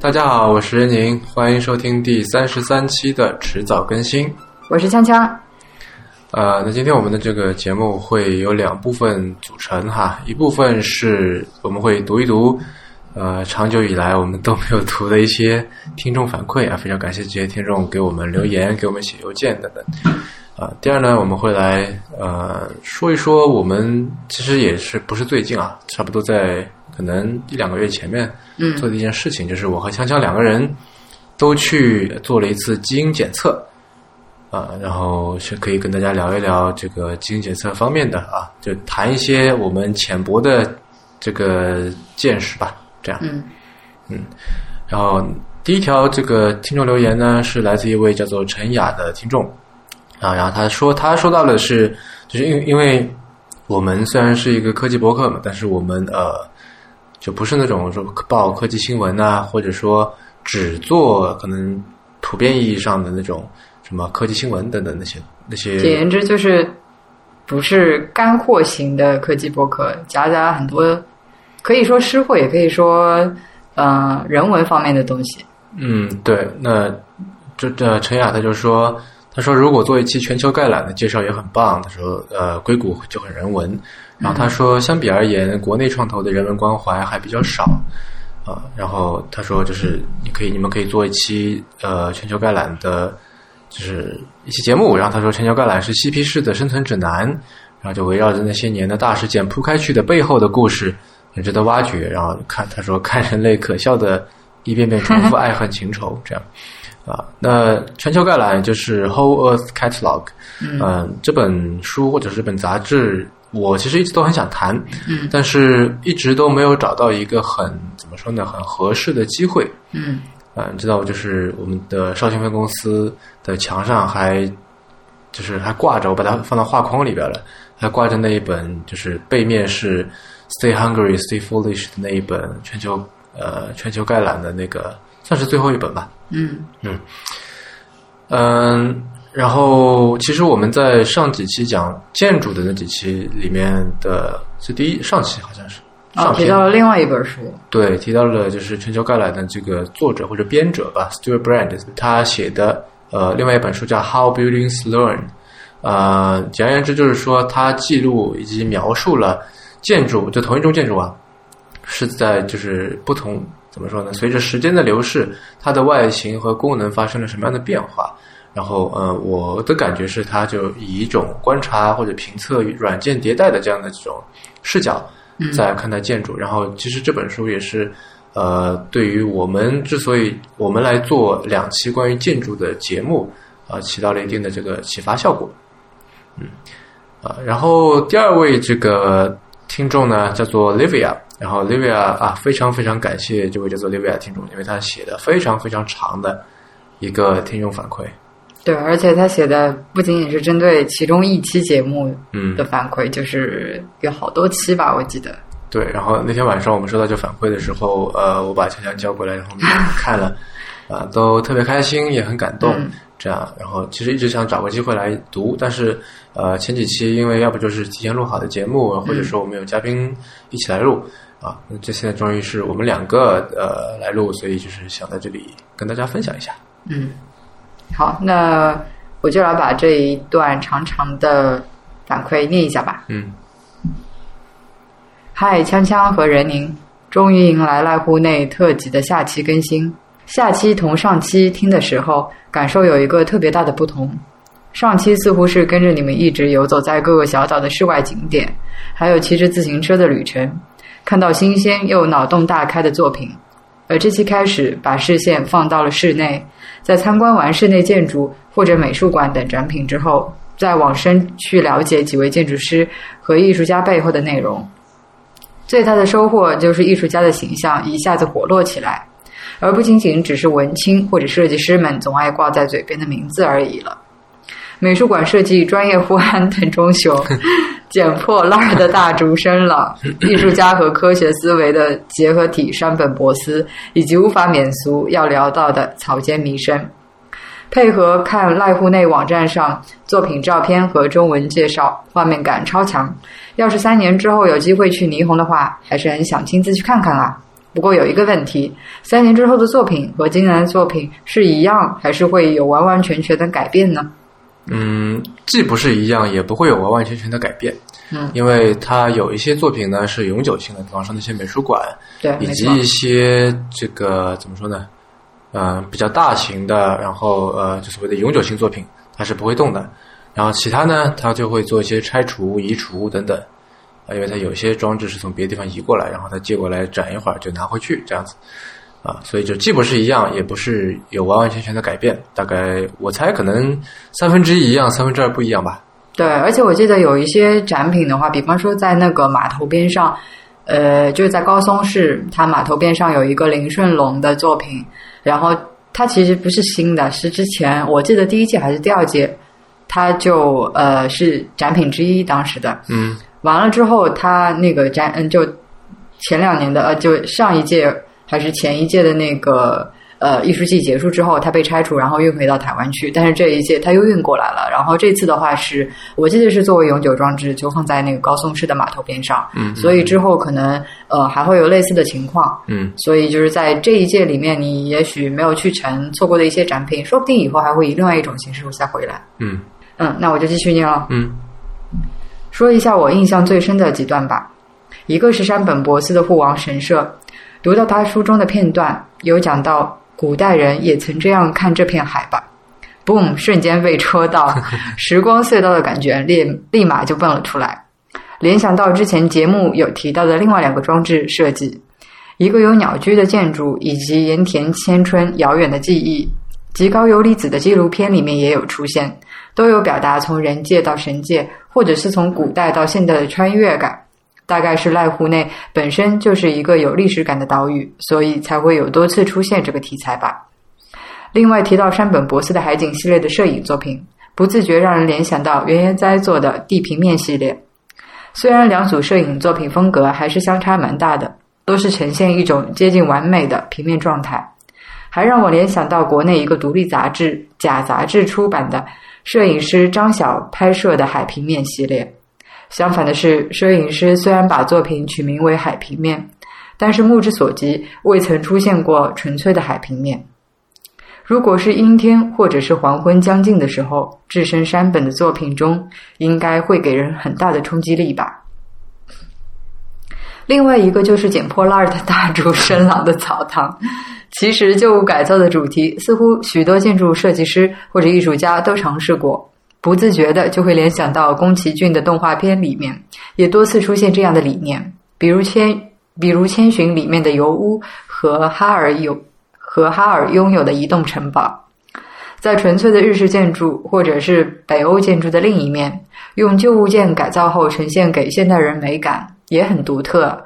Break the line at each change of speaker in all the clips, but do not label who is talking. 大家好，我是任宁，欢迎收听第三十三期的迟早更新。
我是锵锵。
呃，那今天我们的这个节目会有两部分组成哈，一部分是我们会读一读，呃，长久以来我们都没有读的一些听众反馈啊，非常感谢这些听众给我们留言、给我们写邮件等等。啊、第二呢，我们会来呃说一说我们其实也是不是最近啊，差不多在可能一两个月前面
嗯
做的一件事情，就是我和锵锵两个人都去做了一次基因检测。啊，然后是可以跟大家聊一聊这个基因检测方面的啊，就谈一些我们浅薄的这个见识吧，这样。
嗯
然后第一条这个听众留言呢，是来自一位叫做陈雅的听众啊，然后他说他说到的是，就是因为因为我们虽然是一个科技博客嘛，但是我们呃就不是那种说报科技新闻呐、或者说只做可能普遍意义上的那种什么科技新闻等等那些那些
简言之就是不是干货型的科技博客，夹杂很多可以说吃货，也可以说呃人文方面的东西。
嗯，对，那这这陈雅他就说，他说如果做一期全球概览的介绍也很棒，他说呃硅谷就很人文，然后他说相比而言，国内创投的人文关怀还比较少啊、然后他说就是你可以你们可以做一期呃全球概览的，就是一期节目，然后他说全球概览是嬉皮士的生存指南，然后就围绕着那些年的大事件铺开去的背后的故事，很值得挖掘。然后看他说看人类可笑的一遍遍重复爱恨情仇这样啊。那全球概览就是 Whole Earth Catalog，嗯、这本书或者是这本杂志，我其实一直都很想谈，
嗯
但是一直都没有找到一个很怎么说呢，很合适的机会。
嗯
啊，你知道，就是我们的绍兴分公司的墙上还就是还挂着，我把它放到画框里边了，还挂着那一本，就是背面是 “Stay Hungry, Stay Foolish” 的那一本全球呃全球概览的那个，算是最后一本吧。
嗯
嗯，然后其实我们在上几期讲建筑的那几期里面的，是第一上期好像是
哦，
上
提
篇、
到了另外一本书，
对，提到了就是全球概览的这个作者或者编者吧，Stuart Brand，他写的呃另外一本书叫《How Buildings Learn》，呃，简而言之就是说，他记录以及描述了建筑，就同一种建筑啊，是在就是不同怎么说呢？随着时间的流逝，它的外形和功能发生了什么样的变化？然后，呃，我的感觉是，它就以一种观察或者评测软件迭代的这样的这种视角，在看待建筑。然后，其实这本书也是，呃，对于我们之所以我们来做两期关于建筑的节目，啊、起到了一定的这个启发效果。啊，然后第二位这个听众呢叫做 Livia，然后 Livia 啊，非常非常感谢这位叫做 Livia 听众，因为他写的非常非常长的一个听众反馈，
对，而且他写的不仅仅是针对其中一期节目
嗯
的，反馈，就是有好多期吧，我记得。
对，然后那天晚上我们收到这反馈的时候，呃，我把强强叫过来，然后我们俩看了，啊、都特别开心，也很感动，
嗯
这样。然后其实一直想找个机会来读，但是呃，前几期因为要不就是提前录好的节目，或者
嗯
说我们有嘉宾一起来录。啊，那这现在终于是我们两个呃来录，所以就是想在这里跟大家分享一下。
嗯，好，那我就来把这一段长长的反馈念一下吧。
嗯
嗨，锵锵和任宁，终于迎来了户内特辑的下期更新。下期同上期听的时候，感受有一个特别大的不同。上期似乎是跟着你们一直游走在各个小岛的室外景点，还有骑着自行车的旅程，看到新鲜又脑洞大开的作品。而这期开始，把视线放到了室内，在参观完室内建筑或者美术馆等展品之后，再往深去了解几位建筑师和艺术家背后的内容。最大的收获就是艺术家的形象一下子活络起来，而不仅仅只是文青或者设计师们总爱挂在嘴边的名字而已了。美术馆设计专业护安等中雄， 捡破烂儿的大竹生朗，艺术家和科学思维的结合体山本博司，以及无法免俗要聊到的草间弥生。配合看濑户内网站上作品照片和中文介绍，画面感超强。要是三年之后有机会去霓虹的话，还是很想亲自去看看啊。不过有一个问题，三年之后的作品和今年的作品是一样，还是会有完完全全的改变呢？
嗯，既不是一样，也不会有完完全全的改变。
嗯，
因为它有一些作品呢是永久性的，比方说那些美术馆，
对，
以
没
及
错，
一些这个怎么说呢？呃，比较大型的，然后呃，就所谓的永久性作品，它是不会动的。然后其他呢，它就会做一些拆除、移除等等。啊，因为它有些装置是从别的地方移过来，然后它借过来展一会儿就拿回去这样子。啊，所以就既不是一样，也不是有完完全全的改变。大概我猜可能三分之一一样，三分之二不一样吧。
对，而且我记得有一些展品的话，比方说在那个码头边上，呃，就是在高松市，它码头边上有一个林顺龙的作品，然后它其实不是新的，是之前我记得第一届还是第二届，它就呃是展品之一当时的，
嗯
完了之后，他那个展，嗯，就前两年的，呃，就上一届还是前一届的那个呃艺术季结束之后，他被拆除，然后运回到台湾去。但是这一届他又运过来了，然后这次的话是我记得是作为永久装置，就放在那个高松市的码头边上。
嗯
所以之后可能呃还会有类似的情况。
嗯，
所以就是在这一届里面，你也许没有去成，错过的一些展品，说不定以后还会以另外一种形式再回来。
嗯
嗯，那我就继续念了。
嗯
说一下我印象最深的几段吧。一个是山本博司的《护王神社》，读到他书中的片段，有讲到古代人也曾这样看这片海吧。boom，瞬间被戳到，时光隧道的感觉立立马就蹦了出来。联想到之前节目有提到的另外两个装置设计，一个有鸟居的建筑，以及盐田千春《遥远的记忆》极高游离子的纪录片里面也有出现。都有表达从人界到神界，或者是从古代到现代的穿越感。大概是濑户内本身就是一个有历史感的岛屿，所以才会有多次出现这个题材吧。另外提到山本博司的海景系列的摄影作品，不自觉让人联想到原研哉做的地平面系列。虽然两组摄影作品风格还是相差蛮大的，都是呈现一种接近完美的平面状态，还让我联想到国内一个独立杂志《假杂志》出版的摄影师张晓拍摄的海平面系列。相反的是，摄影师虽然把作品取名为海平面，但是目之所及未曾出现过纯粹的海平面。如果是阴天或者是黄昏将近的时候，置身山本的作品中，应该会给人很大的冲击力吧。另外一个就是捡破烂儿的大竹伸朗的澡堂， 其实旧物改造的主题，似乎许多建筑设计师或者艺术家都尝试过，不自觉的就会联想到宫崎骏的动画片里面，也多次出现这样的理念，比如千，比如千寻里面的油屋和哈尔有和哈尔拥有的移动城堡。在纯粹的日式建筑或者是北欧建筑的另一面，用旧物件改造后呈现给现代人美感，也很独特。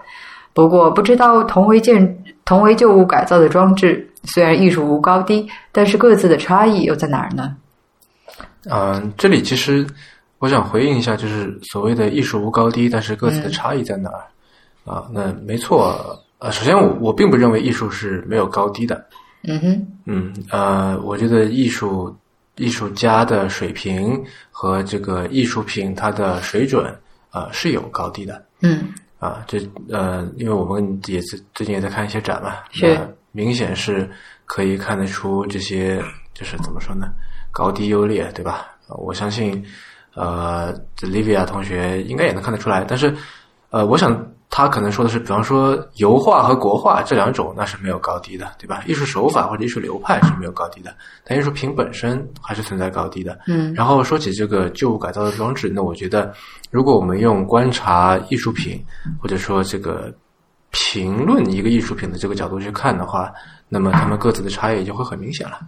不过，不知道同为建同为旧物改造的装置，虽然艺术无高低，但是各自的差异又在哪儿呢？
嗯、这里其实我想回应一下，就是所谓的艺术无高低，但是各自的差异在哪儿、啊？那没错，呃，首先我我并不认为艺术是没有高低的，
嗯哼，
嗯，呃，我觉得艺术艺术家的水平和这个艺术品它的水准啊、呃是有高低的，
嗯，
啊，这呃，因为我们也最最近也在看一些展嘛，
是
那明显是可以看得出这些就是怎么说呢，高低优劣，对吧？呃我相信，呃这，Livia 同学应该也能看得出来，但是，呃，我想他可能说的是，比方说油画和国画这两种，那是没有高低的，对吧？艺术手法或者艺术流派是没有高低的，但艺术品本身还是存在高低的。
嗯，
然后说起这个旧物改造的装置，那我觉得，如果我们用观察艺术品，或者说这个评论一个艺术品的这个角度去看的话，那么它们各自的差异就会很明显了，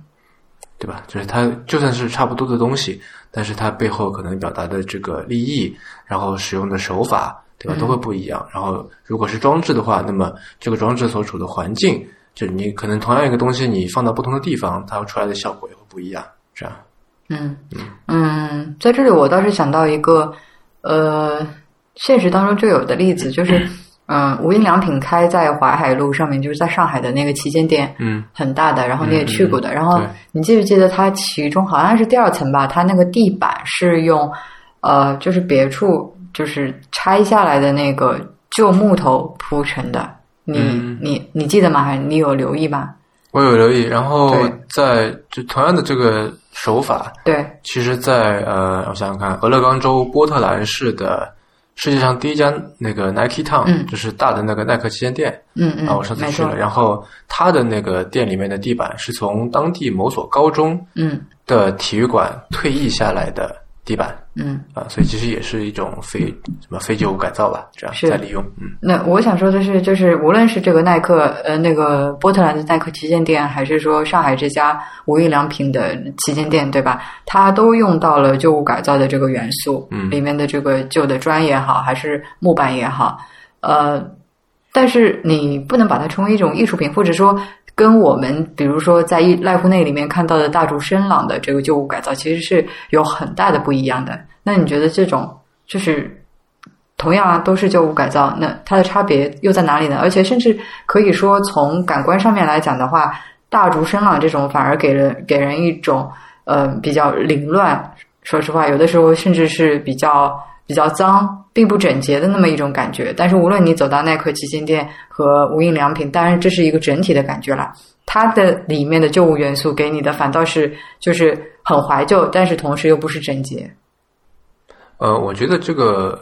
对吧？就是它就算是差不多的东西，但是它背后可能表达的这个立意，然后使用的手法，对吧，都会不一样。然后如果是装置的话，那么这个装置所处的环境，就是你可能同样一个东西，你放到不同的地方，它出来的效果也会不一样，这样。
嗯，嗯，在这里我倒是想到一个，呃，现实当中就有的例子，就是，嗯、无印良品开在淮海路上面，就是在上海的那个旗舰店，
嗯，
很大的，然后你也去过的，然后
对
你记不记得它其中好像是第二层吧，它那个地板是用，呃，就是别处就是拆下来的那个旧木头铺成的，你、
嗯
你你记得吗？还是你有留意吗？
我有留意。然后
对
在就同样的这个手法，
对，
其实在，呃，我想想看，俄勒冈州波特兰市的世界上第一家那个 Nike Town，、
嗯
就是大的那个耐克旗舰店、
嗯嗯，
啊，我上次
没
去
错
了。，然后它的那个店里面的地板是从当地某所高中
嗯
的体育馆退役下来的地板
嗯。
啊，所以其实也是一种非什么非旧物改造吧，这样
是
再利用，嗯
那我想说的是，就是无论是这个耐克，呃，那个波特兰的耐克旗舰店，还是说上海这家无印良品的旗舰店，对吧？它都用到了旧物改造的这个元素，
嗯
里面的这个旧的砖也好，还是木板也好，呃，但是你不能把它成为一种艺术品，或者说跟我们比如说在一濑户内里面看到的大竹伸朗的这个旧物改造，其实是有很大的不一样的。那你觉得这种就是同样啊，都是旧物改造，那它的差别又在哪里呢？而且甚至可以说，从感官上面来讲的话，大竹伸朗这种反而给人给人一种呃比较凌乱，说实话，有的时候甚至是比较比较脏，并不整洁的那么一种感觉。但是无论你走到耐克旗舰店和无印良品，当然这是一个整体的感觉啦。它的里面的旧物元素给你的反倒是就是很怀旧，但是同时又不是整洁。
呃，我觉得这个，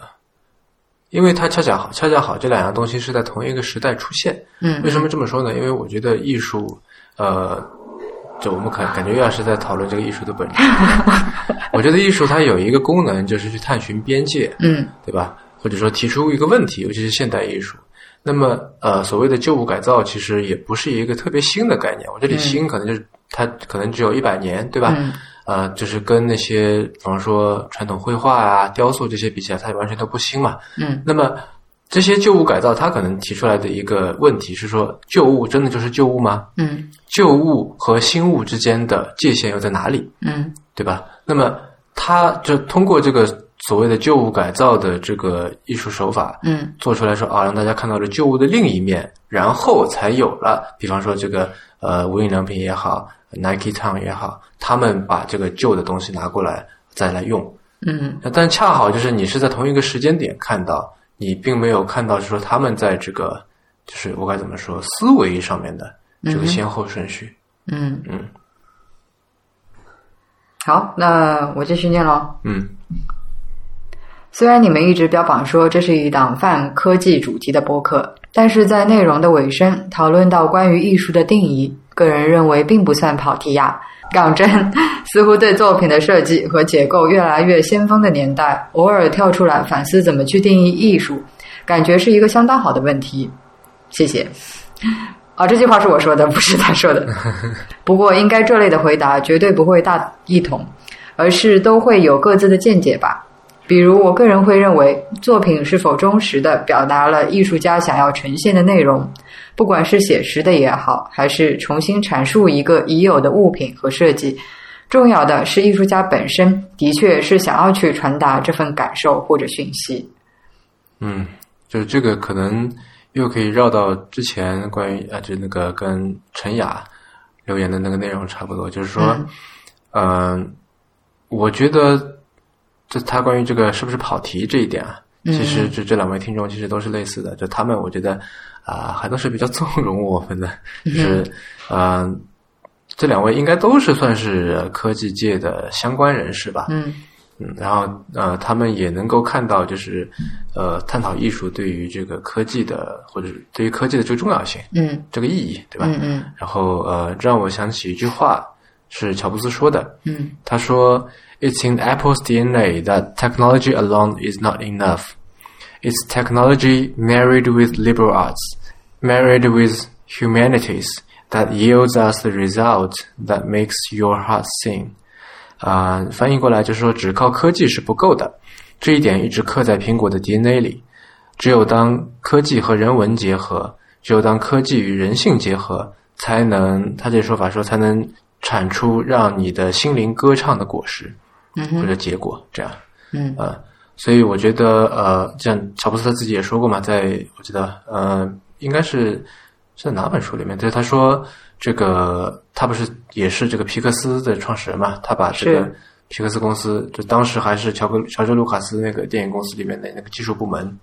因为它恰恰好，恰恰好这两样东西是在同一个时代出现，
嗯
为什么这么说呢？因为我觉得艺术，呃，就我们感感觉又要是在讨论这个艺术的本质。 我觉得艺术它有一个功能，就是去探寻边界，
嗯
对吧？或者说提出一个问题，尤其是现代艺术。那么，呃，所谓的旧物改造，其实也不是一个特别新的概念。我这里新可能就是它可能只有一百年，对吧？
嗯
呃，就是跟那些比方说传统绘画啊、雕塑这些比起来，它完全都不新嘛。
嗯
那么这些旧物改造，它可能提出来的一个问题是说，旧物真的就是旧物吗？
嗯
旧物和新物之间的界限又在哪里，
嗯
对吧？那么它就通过这个所谓的旧物改造的这个艺术手法。
嗯
做出来说啊，让大家看到了旧物的另一面，然后才有了，比方说这个呃无印良品也好，Nike Town 也好，他们把这个旧的东西拿过来再来用，
嗯
那但恰好就是你是在同一个时间点看到，你并没有看到说他们在这个就是我该怎么说思维上面的这个先后顺序。
嗯
嗯
好，那我继续念喽。
嗯
虽然你们一直标榜说这是一档泛科技主题的播客，但是在内容的尾声讨论到关于艺术的定义，个人认为并不算跑题呀。 港真似乎对作品的设计和结构越来越先锋的年代，偶尔跳出来反思怎么去定义艺术，感觉是一个相当好的问题。谢谢。啊，这句话是我说的，不是他说的。不过，应该这类的回答绝对不会大一统，而是都会有各自的见解吧。比如，我个人会认为，作品是否忠实的表达了艺术家想要呈现的内容，不管是写实的也好，还是重新阐述一个已有的物品和设计，重要的是艺术家本身的确是想要去传达这份感受或者讯息。
嗯，就是这个可能又可以绕到之前关于啊，就那个跟陈雅留言的那个内容差不多，就是说，嗯、我觉得这他关于这个是不是跑题这一点啊，其实这这两位听众其实都是类似的，就他们我觉得啊、还都是比较纵容我们的，就是嗯、呃这两位应该都是算是科技界的相关人士吧，
嗯
嗯，然后呃，他们也能够看到，就是呃，探讨艺术对于这个科技的，或者是对于科技的这个重要性、
嗯
这个意义，对吧？
嗯嗯
然后呃，这让我想起一句话，是乔布斯说的，
嗯
他说：“It's in Apple's DNA that technology alone is not enough. It's technology married with liberal arts, married with humanities, that yields us the result that makes your heart sing。”啊，翻译过来就是说，只靠科技是不够的，这一点一直刻在苹果的 DNA 里。只有当科技和人文结合，只有当科技与人性结合，才能他这说法说才能产出让你的心灵歌唱的果实
嗯
或
哼
者结果。这样，
嗯
呃，所以我觉得呃，像乔布斯他自己也说过嘛，在我记得呃，应该是是在哪本书里面，就是他说这个他不是也是这个皮克斯的创始人嘛，他把这个
是。
皮克斯公司就当时还是乔克乔治卢卡斯那个电影公司里面的那个技术部门，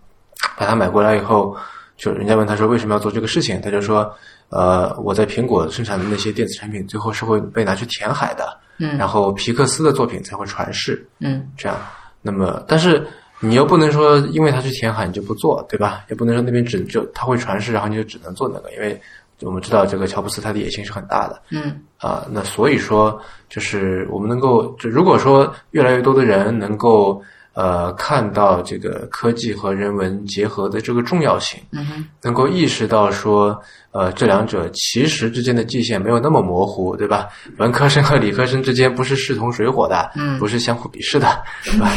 把它买过来以后，就人家问他说为什么要做这个事情，他就说，呃，我在苹果生产的那些电子产品最后是会被拿去填海的，
嗯
然后皮克斯的作品才会传世，
嗯
这样。那么，但是你又不能说因为他去填海你就不做，对吧？也不能说那边只就他会传世，然后你就只能做那个，因为我们知道这个乔布斯他的野心是很大的。
嗯
啊、那所以说，就是我们能够，就如果说越来越多的人能够呃看到这个科技和人文结合的这个重要性，
嗯哼
能够意识到说，呃，这两者其实之间的界限没有那么模糊，对吧？文科生和理科生之间不是势同水火的，
嗯
不是相互鄙视的，对吧？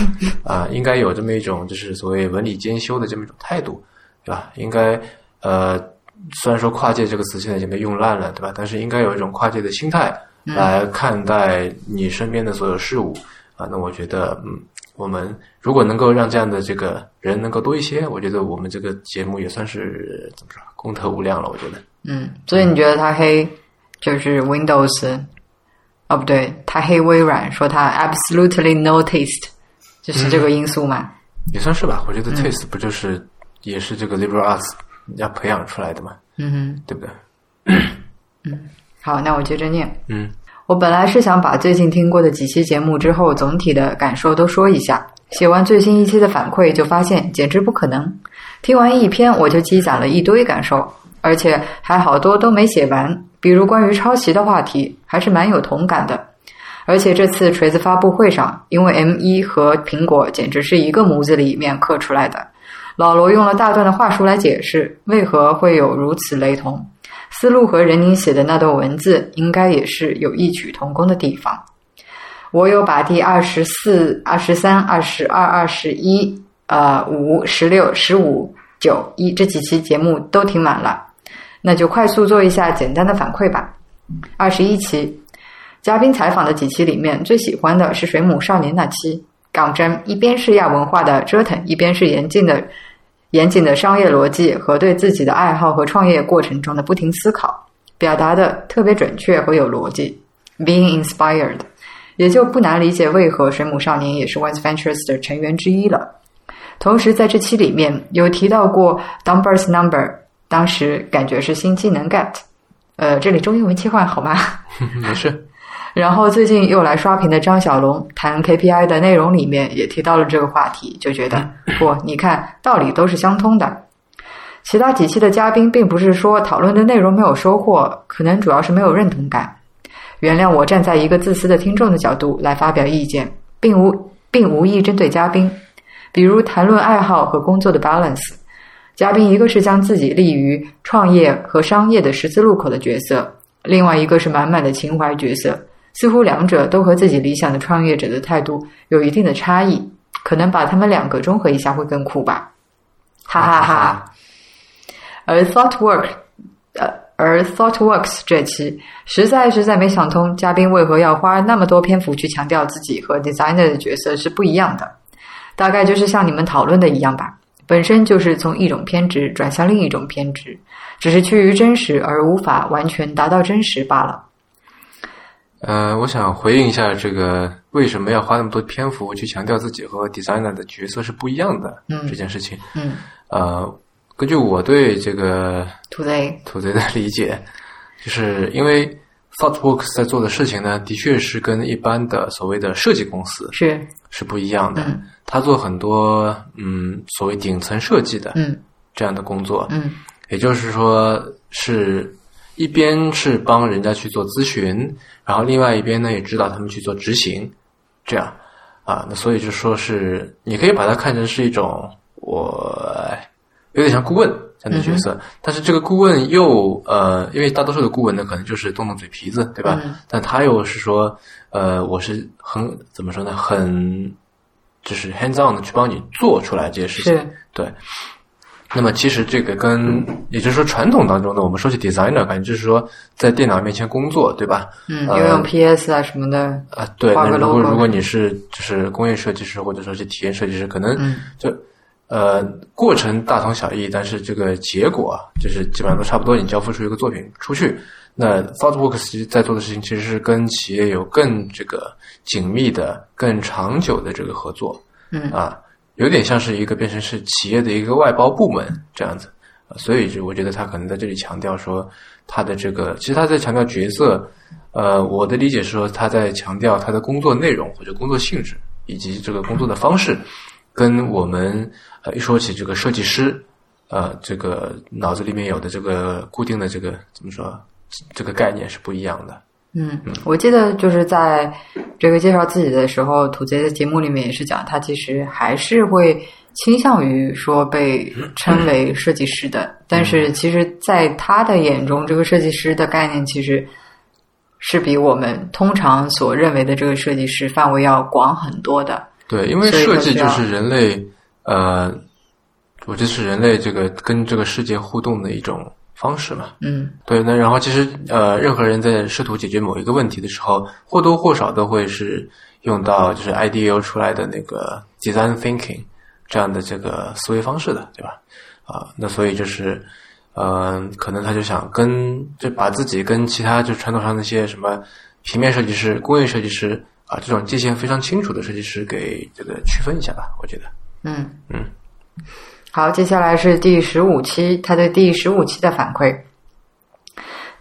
啊、应该有这么一种就是所谓文理兼修的这么一种态度，对吧？应该呃，虽然说“跨界”这个词现在已经被用烂了，对吧？但是应该有一种跨界的心态来看待你身边的所有事物啊、那我觉得，嗯，我们如果能够让这样的这个人能够多一些，我觉得我们这个节目也算是怎么说，功德无量了。我觉得，
嗯，所以你觉得他黑就是 Windows？哦，不对，他黑微软，说他 absolutely no taste，就是这个因素嘛。
也算是吧。我觉
嗯
得 taste 不就是、也是这个 liberal arts 要培养出来的嘛，
嗯哼，
对不对？
好，那我接着念。
嗯
我本来是想把最近听过的几期节目之后总体的感受都说一下，写完最新一期的反馈就发现简直不可能。听完一篇我就积攒了一堆感受，而且还好多都没写完，比如关于抄袭的话题，还是蛮有同感的。而且这次锤子发布会上，因为 M 一和苹果简直是一个模子里面刻出来的，老罗用了大段的话术来解释为何会有如此雷同。思路和任宁写的那段文字，应该也是有异曲同工的地方。我有把第二十四、二十三、二十二、二十一、呃五、十六、十五、九一这几期节目都听完了，那就快速做一下简单的反馈吧。二十一期，嘉宾采访的几期里面，最喜欢的是水母少年那期。港真一边是亚文化的折腾，一边是严禁的严谨的商业逻辑和对自己的爱好和创业过程中的不停思考，表达的特别准确和有逻辑，being inspired，也就不难理解为何水母少年也是 Once Ventures 的成员之一了。同时，在这期里面有提到过 Numbers Number，当时感觉是新技能 get，呃，这里中英文切换好吗？
没事。
然后最近又来刷屏的张小龙谈 KPI 的内容里面也提到了这个话题，就觉得不，你看道理都是相通的。其他几期的嘉宾并不是说讨论的内容没有收获，可能主要是没有认同感。原谅我站在一个自私的听众的角度来发表意见，并无并无意针对嘉宾。比如谈论爱好和工作的 balance，嘉宾一个是将自己立于创业和商业的十字路口的角色，另外一个是满满的情怀角色，似乎两者都和自己理想的创业者的态度有一定的差异，可能把他们两个综合一下会更酷吧，哈哈哈。而 ThoughtWork，呃，而 ThoughtWorks 这期实在实在没想通，嘉宾为何要花那么多篇幅去强调自己和 designer 的角色是不一样的。大概就是像你们讨论的一样吧，本身就是从一种偏执转向另一种偏执，只是趋于真实而无法完全达到真实罢了。
呃，我想回应一下这个为什么要花那么多篇幅去强调自己和 designer 的角色是不一样的、
嗯
这件事情。
嗯
呃，根据我对这个
，today，
土贼的理解，就是因为 ThoughtWorks 在做的事情呢，的确是跟一般的所谓的设计公司
是，
是不一样的。
嗯
他做很多嗯所谓顶层设计的
嗯
这样的工作，
嗯
也就是说是一边是帮人家去做咨询，然后另外一边呢也指导他们去做执行，这样啊，那所以就说是你可以把它看成是一种我有点像顾问这
嗯
样的角色，但是这个顾问又呃，因为大多数的顾问呢可能就是动动嘴皮子，对吧？
嗯
但他又是说呃，我是很怎么说呢，很就是 hands on 的去帮你做出来这些事情，
是
对。那么其实这个跟，也就是说传统当中的我们说起 designer，感觉就是说在电脑面前工作，对吧？
嗯，
呃
游泳 PS 啊什么的，
啊，对。
画
那
个
如果
logo
如果你是就是工业设计师或者说是体验设计师，可能
嗯
就、呃过程大同小异，但是这个结果啊就是基本上都差不多。你交付出一个作品出去，那 ThoughtWorks 其实在做的事情其实是跟企业有更这个紧密的、更长久的这个合作。
嗯
啊，有点像是一个变成是企业的一个外包部门这样子呃所以就我觉得他可能在这里强调说他的这个，其实他在强调角色，呃，我的理解是说他在强调他的工作内容或者工作性质以及这个工作的方式，跟我们呃一说起这个设计师，呃，这个脑子里面有的这个固定的这个怎么说这个概念是不一样的。
嗯，我记得就是在这个介绍自己的时候，土贼的节目里面也是讲，他其实还是会倾向于说被称为设计师的，但是其实，在他的眼中，这个设计师的概念其实是比我们通常所认为的这个设计师范围要广很多的。
对，因为
所以
设
就
计
是
就
要
是人类，呃，我觉得是人类这个跟这个世界互动的一种方式嘛。
嗯
对，那然后其实呃，任何人在试图解决某一个问题的时候，或多或少都会是用到就是 IDEO 出来的那个 design thinking 这样的这个思维方式的，对吧？啊、那所以就是，呃，可能他就想跟就把自己跟其他就传统上那些什么平面设计师、工业设计师啊、这种界限非常清楚的设计师给这个区分一下吧，我觉得。
嗯
嗯。
好，接下来是第十五期，他对第十五期的反馈。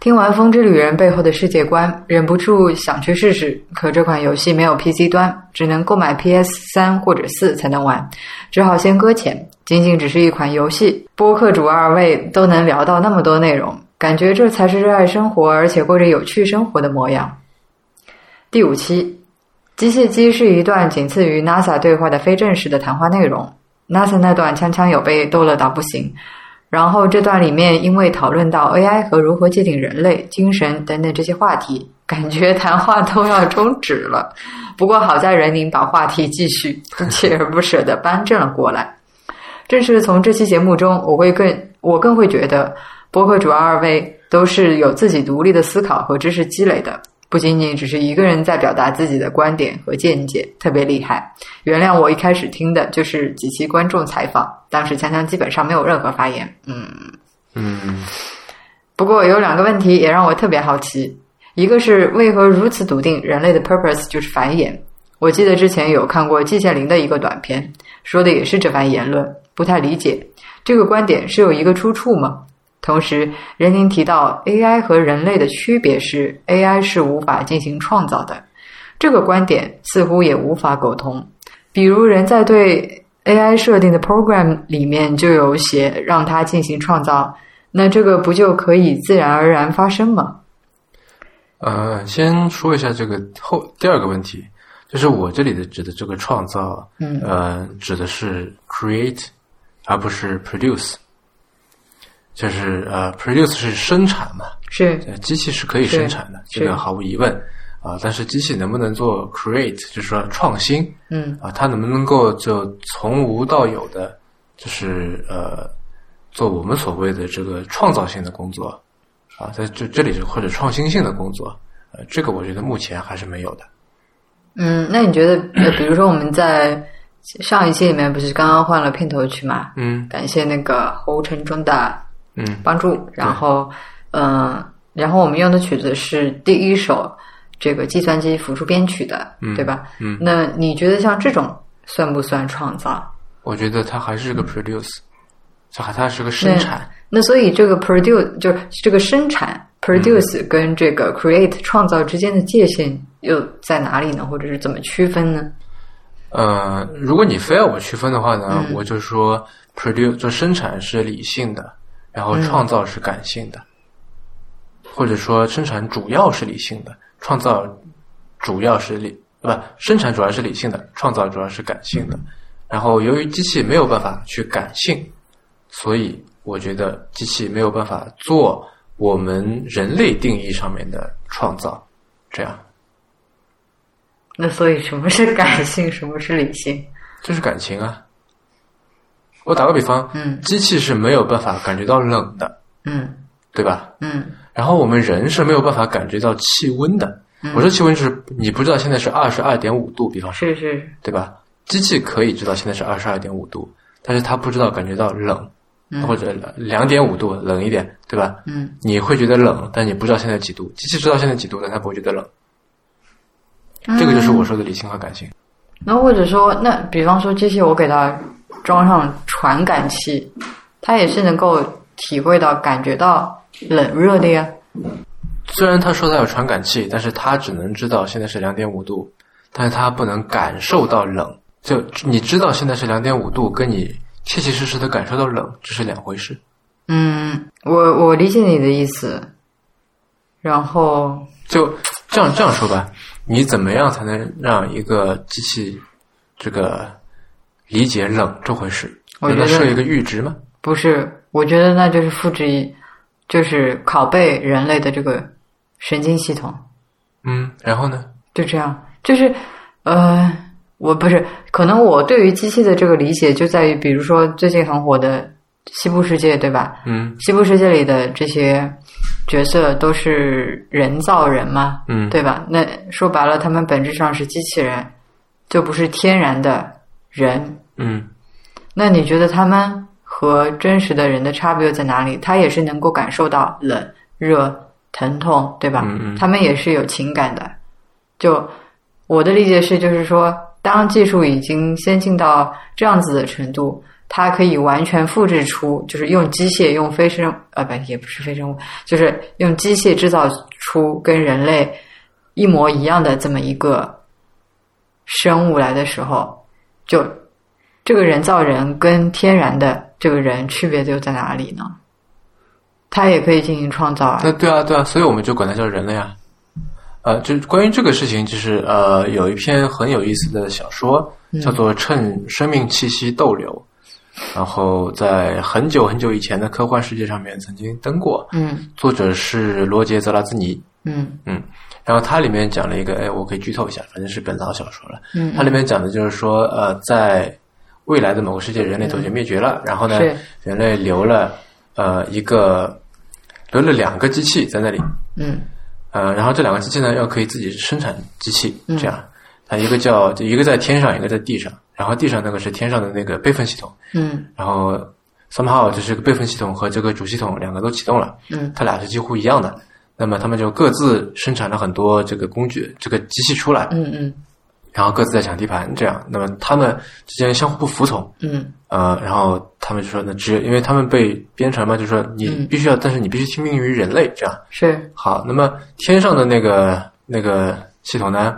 听完《风之旅人》背后的世界观，忍不住想去试试。可这款游戏没有 PC 端，只能购买 PS 三或者四才能玩，只好先搁浅。仅仅只是一款游戏，播客主二位都能聊到那么多内容，感觉这才是热爱生活而且过着有趣生活的模样。第五期，机械姬是一段仅次于 NASA 对话的非正式的谈话内容。NASA 那段锵锵有被逗乐到不行，然后这段里面因为讨论到 AI 和如何界定人类、精神等等这些话题，感觉谈话都要终止了。不过好在人宁把话题继续， 锲而不舍地扳正了过来。正是从这期节目中，我会更我更会觉得播客主二位都是有自己独立的思考和知识积累的，不仅仅只是一个人在表达自己的观点和见解，特别厉害。原谅我一开始听的就是几期观众采访，当时锵锵基本上没有任何发言。嗯，
嗯，
不过有两个问题也让我特别好奇，一个是为何如此笃定人类的 purpose 就是繁衍？我记得之前有看过季羡林的一个短片，说的也是这番言论，不太理解这个观点是有一个出处吗？同时，任宁提到 AI 和人类的区别是 AI 是无法进行创造的，这个观点似乎也无法苟同。比如人在对 AI 设定的 program 里面就有写让它进行创造，那这个不就可以自然而然发生吗？
呃，先说一下这个后第二个问题，就是我这里的指的这个创造，
嗯
呃，指的是 create，而不是 produce。就是呃，produce 是生产嘛，
是，
呃，机器是可以生产的，
是
这个毫无疑问啊、但是机器能不能做 create，就是说创新
嗯
啊、它能不能够就从无到有的，就是呃，做我们所谓的这个创造性的工作啊、在这这里是或者创新性的工作，呃，这个我觉得目前还是没有的。
嗯。那你觉得，呃比如说我们在上一期里面不是刚刚换了片头曲嘛？
嗯
感谢那个侯晨中的
嗯
帮助，然后，嗯、然后我们用的曲子是第一首这个计算机辅助编曲的，
嗯
对吧？
嗯，
那你觉得像这种算不算创造？
我觉得它还是个 produce，它还它是个生产。
那所以这个 produce 就是这个生产 produce 跟这个 create 创造之间的界限又在哪里呢？或者是怎么区分呢？
呃，如果你非要我区分的话呢，
嗯
我就说 produce 就生产是理性的，然后创造是感性的，或者说生产主要是理性的，创造主要是理不生产主要是理性的，创造主要是感性的。然后由于机器没有办法去感性，所以我觉得机器没有办法做我们人类定义上面的创造，这样。
那所以什么是感性，什么是理性？
就是感情啊。我打个比方，
嗯
机器是没有办法感觉到冷的，
嗯
对吧？
嗯
然后我们人是没有办法感觉到气温的。
嗯
我说气温就是你不知道现在是二十二点五度，比方说，
是是
对吧？机器可以知道现在是二十二点五度，但是它不知道感觉到冷，
嗯
或者两点五度冷一点，对吧？
嗯
你会觉得冷，但你不知道现在几度。机器知道现在几度，但它不会觉得冷。
啊
这个就是我说的理性和感性。
那或者说，那比方说机器，我给它装上传感器，它也是能够体会到、感觉到冷热的呀？
虽然他说他有传感器，但是他只能知道现在是两点五度，但是他不能感受到冷。就你知道现在是两点五度，跟你切切实实的感受到冷，这是两回事。
嗯，我我理解你的意思。然后，
就这样这样说吧，你怎么样才能让一个机器这个理解冷这回事？
我
给
觉
它
得
设一个阈值吗？
不是，我觉得那就是复制，就是拷贝人类的这个神经系统，
嗯，然后呢？
就这样，就是呃，我不是，可能我对于机器的这个理解就在于，比如说最近很火的《西部世界》，对吧？
嗯
《西部世界》里的这些角色都是人造人嘛，
嗯，
对吧？那说白了，他们本质上是机器人，就不是天然的人，
嗯，
那你觉得他们和真实的人的差别又在哪里？他也是能够感受到冷、热、疼痛，对吧？
嗯嗯
他们也是有情感的。就我的理解是，就是说，当技术已经先进到这样子的程度，它可以完全复制出，就是用机械、用非生呃不也不是非生物，就是用机械制造出跟人类一模一样的这么一个生物来的时候，就这个人造人跟天然的这个人区别又在哪里呢？它也可以进行创造啊。
那对啊对啊，所以我们就管它叫人了呀。呃，就关于这个事情，就是呃，有一篇很有意思的小说，
嗯
叫做《趁生命气息逗留》，然后在很久很久以前的科幻世界上面曾经登过，
嗯
作者是罗杰·泽拉兹尼。
嗯
然后它里面讲了一个，哎，我可以剧透一下，反正是本草小说了。
嗯，
它里面讲的就是说，呃，在未来的某个世界，人类都已经灭绝了，然后呢
嗯是，
人类留了呃一个留了两个机器在那里，
嗯
呃，然后这两个机器呢又可以自己生产机器，
嗯
这样，它一个叫一个在天上，一个在地上，然后地上那个是天上的那个备份系统，
嗯
然后 somehow 就是个备份系统和这个主系统两个都启动了，
嗯
它俩是几乎一样的。那么他们就各自生产了很多这个工具、这个机器出来，
嗯嗯
然后各自在抢地盘，这样。那么他们之间相互不服从，
嗯
呃，然后他们就说，那只有因为他们被编程嘛，就说你
嗯
必须要，但是你必须听命于人类，这样。
是
好，那么天上的那个那个系统呢，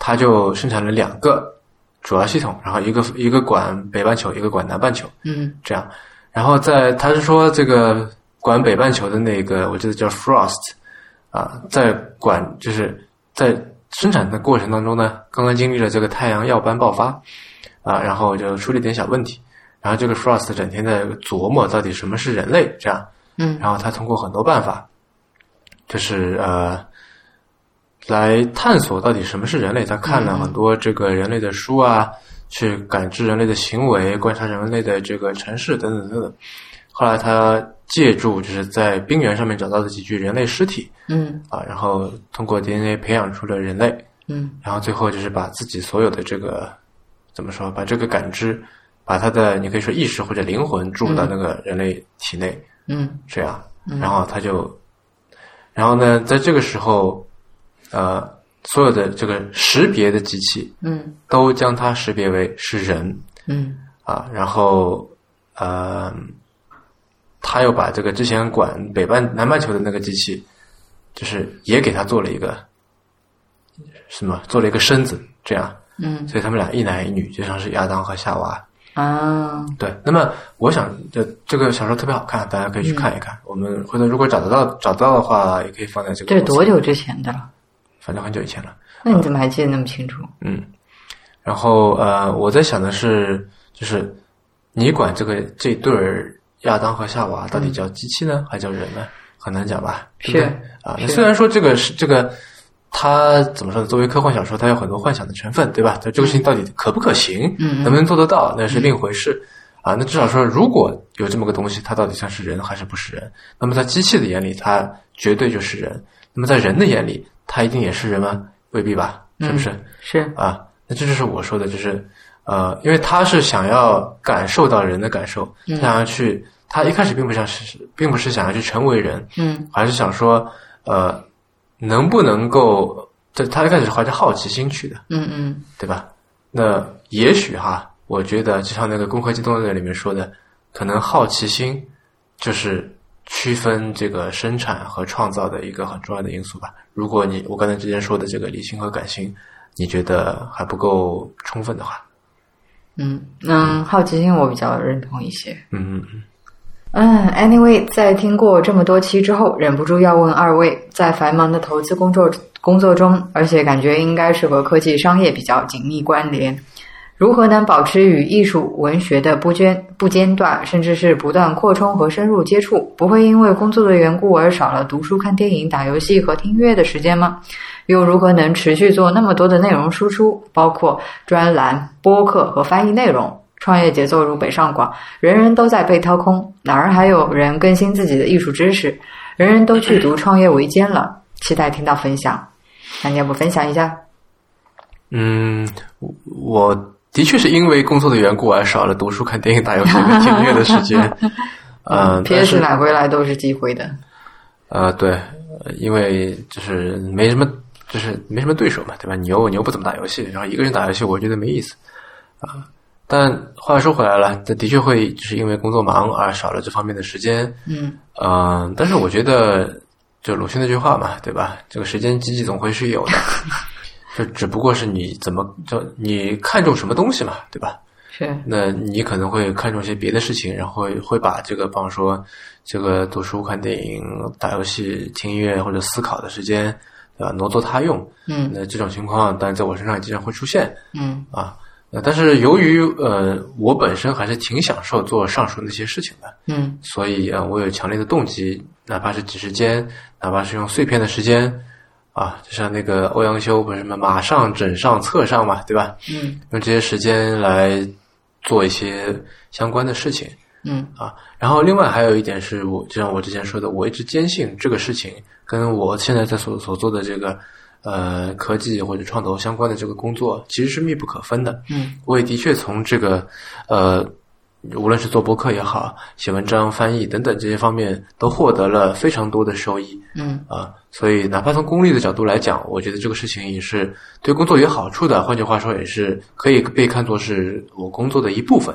它就生产了两个主要系统，然后一个一个管北半球，一个管南半球，
嗯
这样。然后在他是说这个管北半球的那个，我记得叫 Frost 啊，在管就是在生产的过程当中呢，刚刚经历了这个太阳耀斑爆发啊，然后就出了一点小问题。然后这个 Frost 整天在琢磨到底什么是人类，这样，
嗯
然后他通过很多办法，就是呃，来探索到底什么是人类。他看了很多这个人类的书啊，去感知人类的行为，观察人类的这个城市等等等等。后来他借助就是在冰原上面找到的几具人类尸体
嗯
啊，然后通过 DNA 培养出了人类，
嗯
然后最后就是把自己所有的这个怎么说，把这个感知，把他的你可以说意识或者灵魂注入到那个人类体内，
嗯
这样，然后他就，然后呢，在这个时候，呃，所有的这个识别的机器
嗯
都将它识别为是人
嗯
啊，然后，呃，他又把这个之前管北半南半球的那个机器，就是也给他做了一个什么，做了一个身子，这样，
嗯
所以他们俩一男一女，就像是亚当和夏娃，
啊
对，那么我想，这这个小说特别好看，大家
嗯
可以去看一看。我们回头如果找得到找到的话，也可以放在这个。
这是多？久之前的了？
反正很久以前了。
那你怎么还记得那么清楚？
然后呃，我在想的是，就是你管这个这对儿亚当和夏娃到底叫机器呢，还叫人呢？很难讲吧？对不对
嗯是
啊，那
是
虽然说这个是这个。它怎么说呢？作为科幻小说，它有很多幻想的成分，对吧？但这
嗯
个事情到底可不可行，
嗯嗯
能不能做得到，那是另一回事啊。那至少说，如果有这么个东西，它到底算是人还是不是人？那么在机器的眼里，它绝对就是人；那么在人的眼里，它一定也是人吗？未必吧，是不是？
是
啊，那这就是我说的，就是呃，因为他是想要感受到人的感受，他想要去，他一开始并不想是，并不是想要去成为人，
嗯
而是想说，呃，能不能够，这他一开始是怀着好奇心去的，
嗯嗯
对吧？那也许哈，我觉得就像那个《攻壳机动队》里面说的，可能好奇心就是区分这个生产和创造的一个很重要的因素吧。如果你我刚才之前说的这个理性和感性，你觉得还不够充分的话，
嗯嗯，好奇心我比较认同一些。
嗯嗯嗯，
嗯，anyway，在听过这么多期之后，忍不住要问二位，在繁忙的投资工作工作中，而且感觉应该是和科技商业比较紧密关联，如何能保持与艺术文学的不间不间断，甚至是不断扩充和深入接触，不会因为工作的缘故而少了读书、看电影、打游戏和听音乐的时间吗？又如何能持续做那么多的内容输出，包括专栏、播客和翻译内容？创业节奏如北上广，人人都在被掏空，哪儿还有人更新自己的艺术知识？人人都去读《创业维艰》了，期待听到分享。那你要不分享一下？
嗯，我我的确是因为工作的缘故而少了读书、看电影、打游戏和听音乐的时间。呃，但
，PS
是
买回来都是机会的。
呃，对，呃因为就是没什么，就是没什么对手嘛，对吧？你又你又不怎么打游戏，然后一个人打游戏，我觉得没意思啊、但话又说回来了，这的确会就是因为工作忙而少了这方面的时间。
嗯
嗯、但是我觉得就鲁迅那句话嘛，对吧？这个时间机器总会是有的，就只不过是你怎么就你看重什么东西嘛，对吧？
是
那你可能会看重一些别的事情，然后会会把这个，比方说这个读书、看电影、打游戏、听音乐或者思考的时间，对吧？挪作他用。
嗯
那这种情况，当然在我身上也经常会出现
嗯
啊。那但是由于呃，我本身还是挺享受做上述那些事情的，
嗯
所以呃，我有强烈的动机，哪怕是挤时间，哪怕是用碎片的时间，啊，就像那个欧阳修不是什么马上、枕上、侧上嘛，对吧？
嗯
用这些时间来做一些相关的事情
嗯
啊。然后，另外还有一点是我，就像我之前说的，我一直坚信这个事情跟我现在在所所做的这个呃科技或者创投相关的这个工作其实是密不可分的。
嗯
我也的确从这个呃，无论是做博客也好，写文章、翻译等等这些方面，都获得了非常多的收益。
嗯
啊，所以哪怕从功利的角度来讲，我觉得这个事情也是对工作有好处的。换句话说，也是可以被看作是我工作的一部分。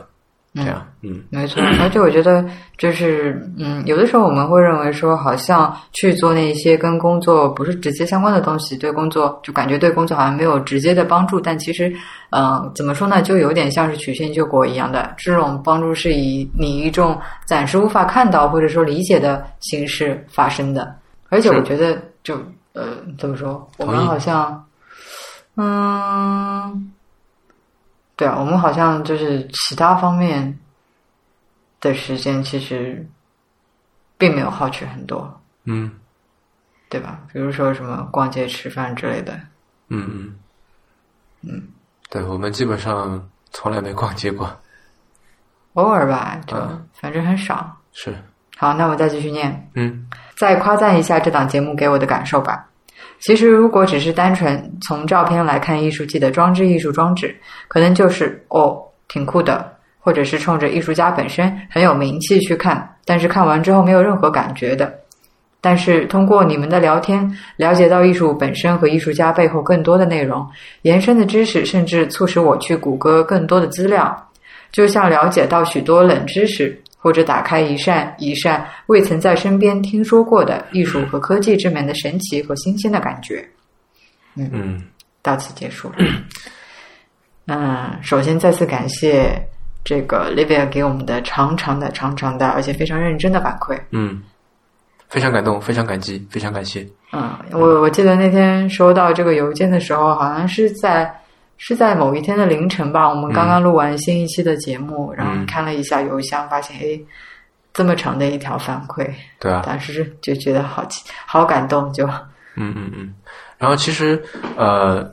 这样，嗯
没错，而且我觉得就是，嗯，有的时候我们会认为说，好像去做那些跟工作不是直接相关的东西，对工作就感觉对工作好像没有直接的帮助，但其实，嗯、怎么说呢，就有点像是曲线救国一样的，这种帮助是以你一种暂时无法看到或者说理解的形式发生的，而且
是
我觉得就，呃，怎么说，我们
同意
好像，嗯。对啊，我们好像就是其他方面的时间其实并没有耗去很多，
嗯
对吧？比如说什么逛街、吃饭之类的。
嗯嗯对我们基本上从来没逛街过，
偶尔吧，就
嗯
反正很少。
是，
好，那我再继续念，
嗯
再夸赞一下这档节目给我的感受吧。其实，如果只是单纯从照片来看艺术季的装置，艺术装置可能就是哦，挺酷的，或者是冲着艺术家本身很有名气去看，但是看完之后没有任何感觉的。但是通过你们的聊天，了解到艺术本身和艺术家背后更多的内容，延伸的知识，甚至促使我去谷歌更多的资料，就像了解到许多冷知识，或者打开一扇一扇未曾在身边听说过的艺术和科技之门的神奇和新鲜的感觉。
嗯
到此结束了。嗯，首先再次感谢这个 Livia 给我们的长长的、长长的，而且非常认真的反馈。
嗯，非常感动，非常感激，非常感谢。
嗯，我我记得那天收到这个邮件的时候，好像是在是在某一天的凌晨吧。我们刚刚录完新一期的节目，然后看了一下邮箱，发现诶，这么长的一条反馈，
对啊，
当时就觉得好奇好感动，就
嗯嗯嗯。然后其实呃，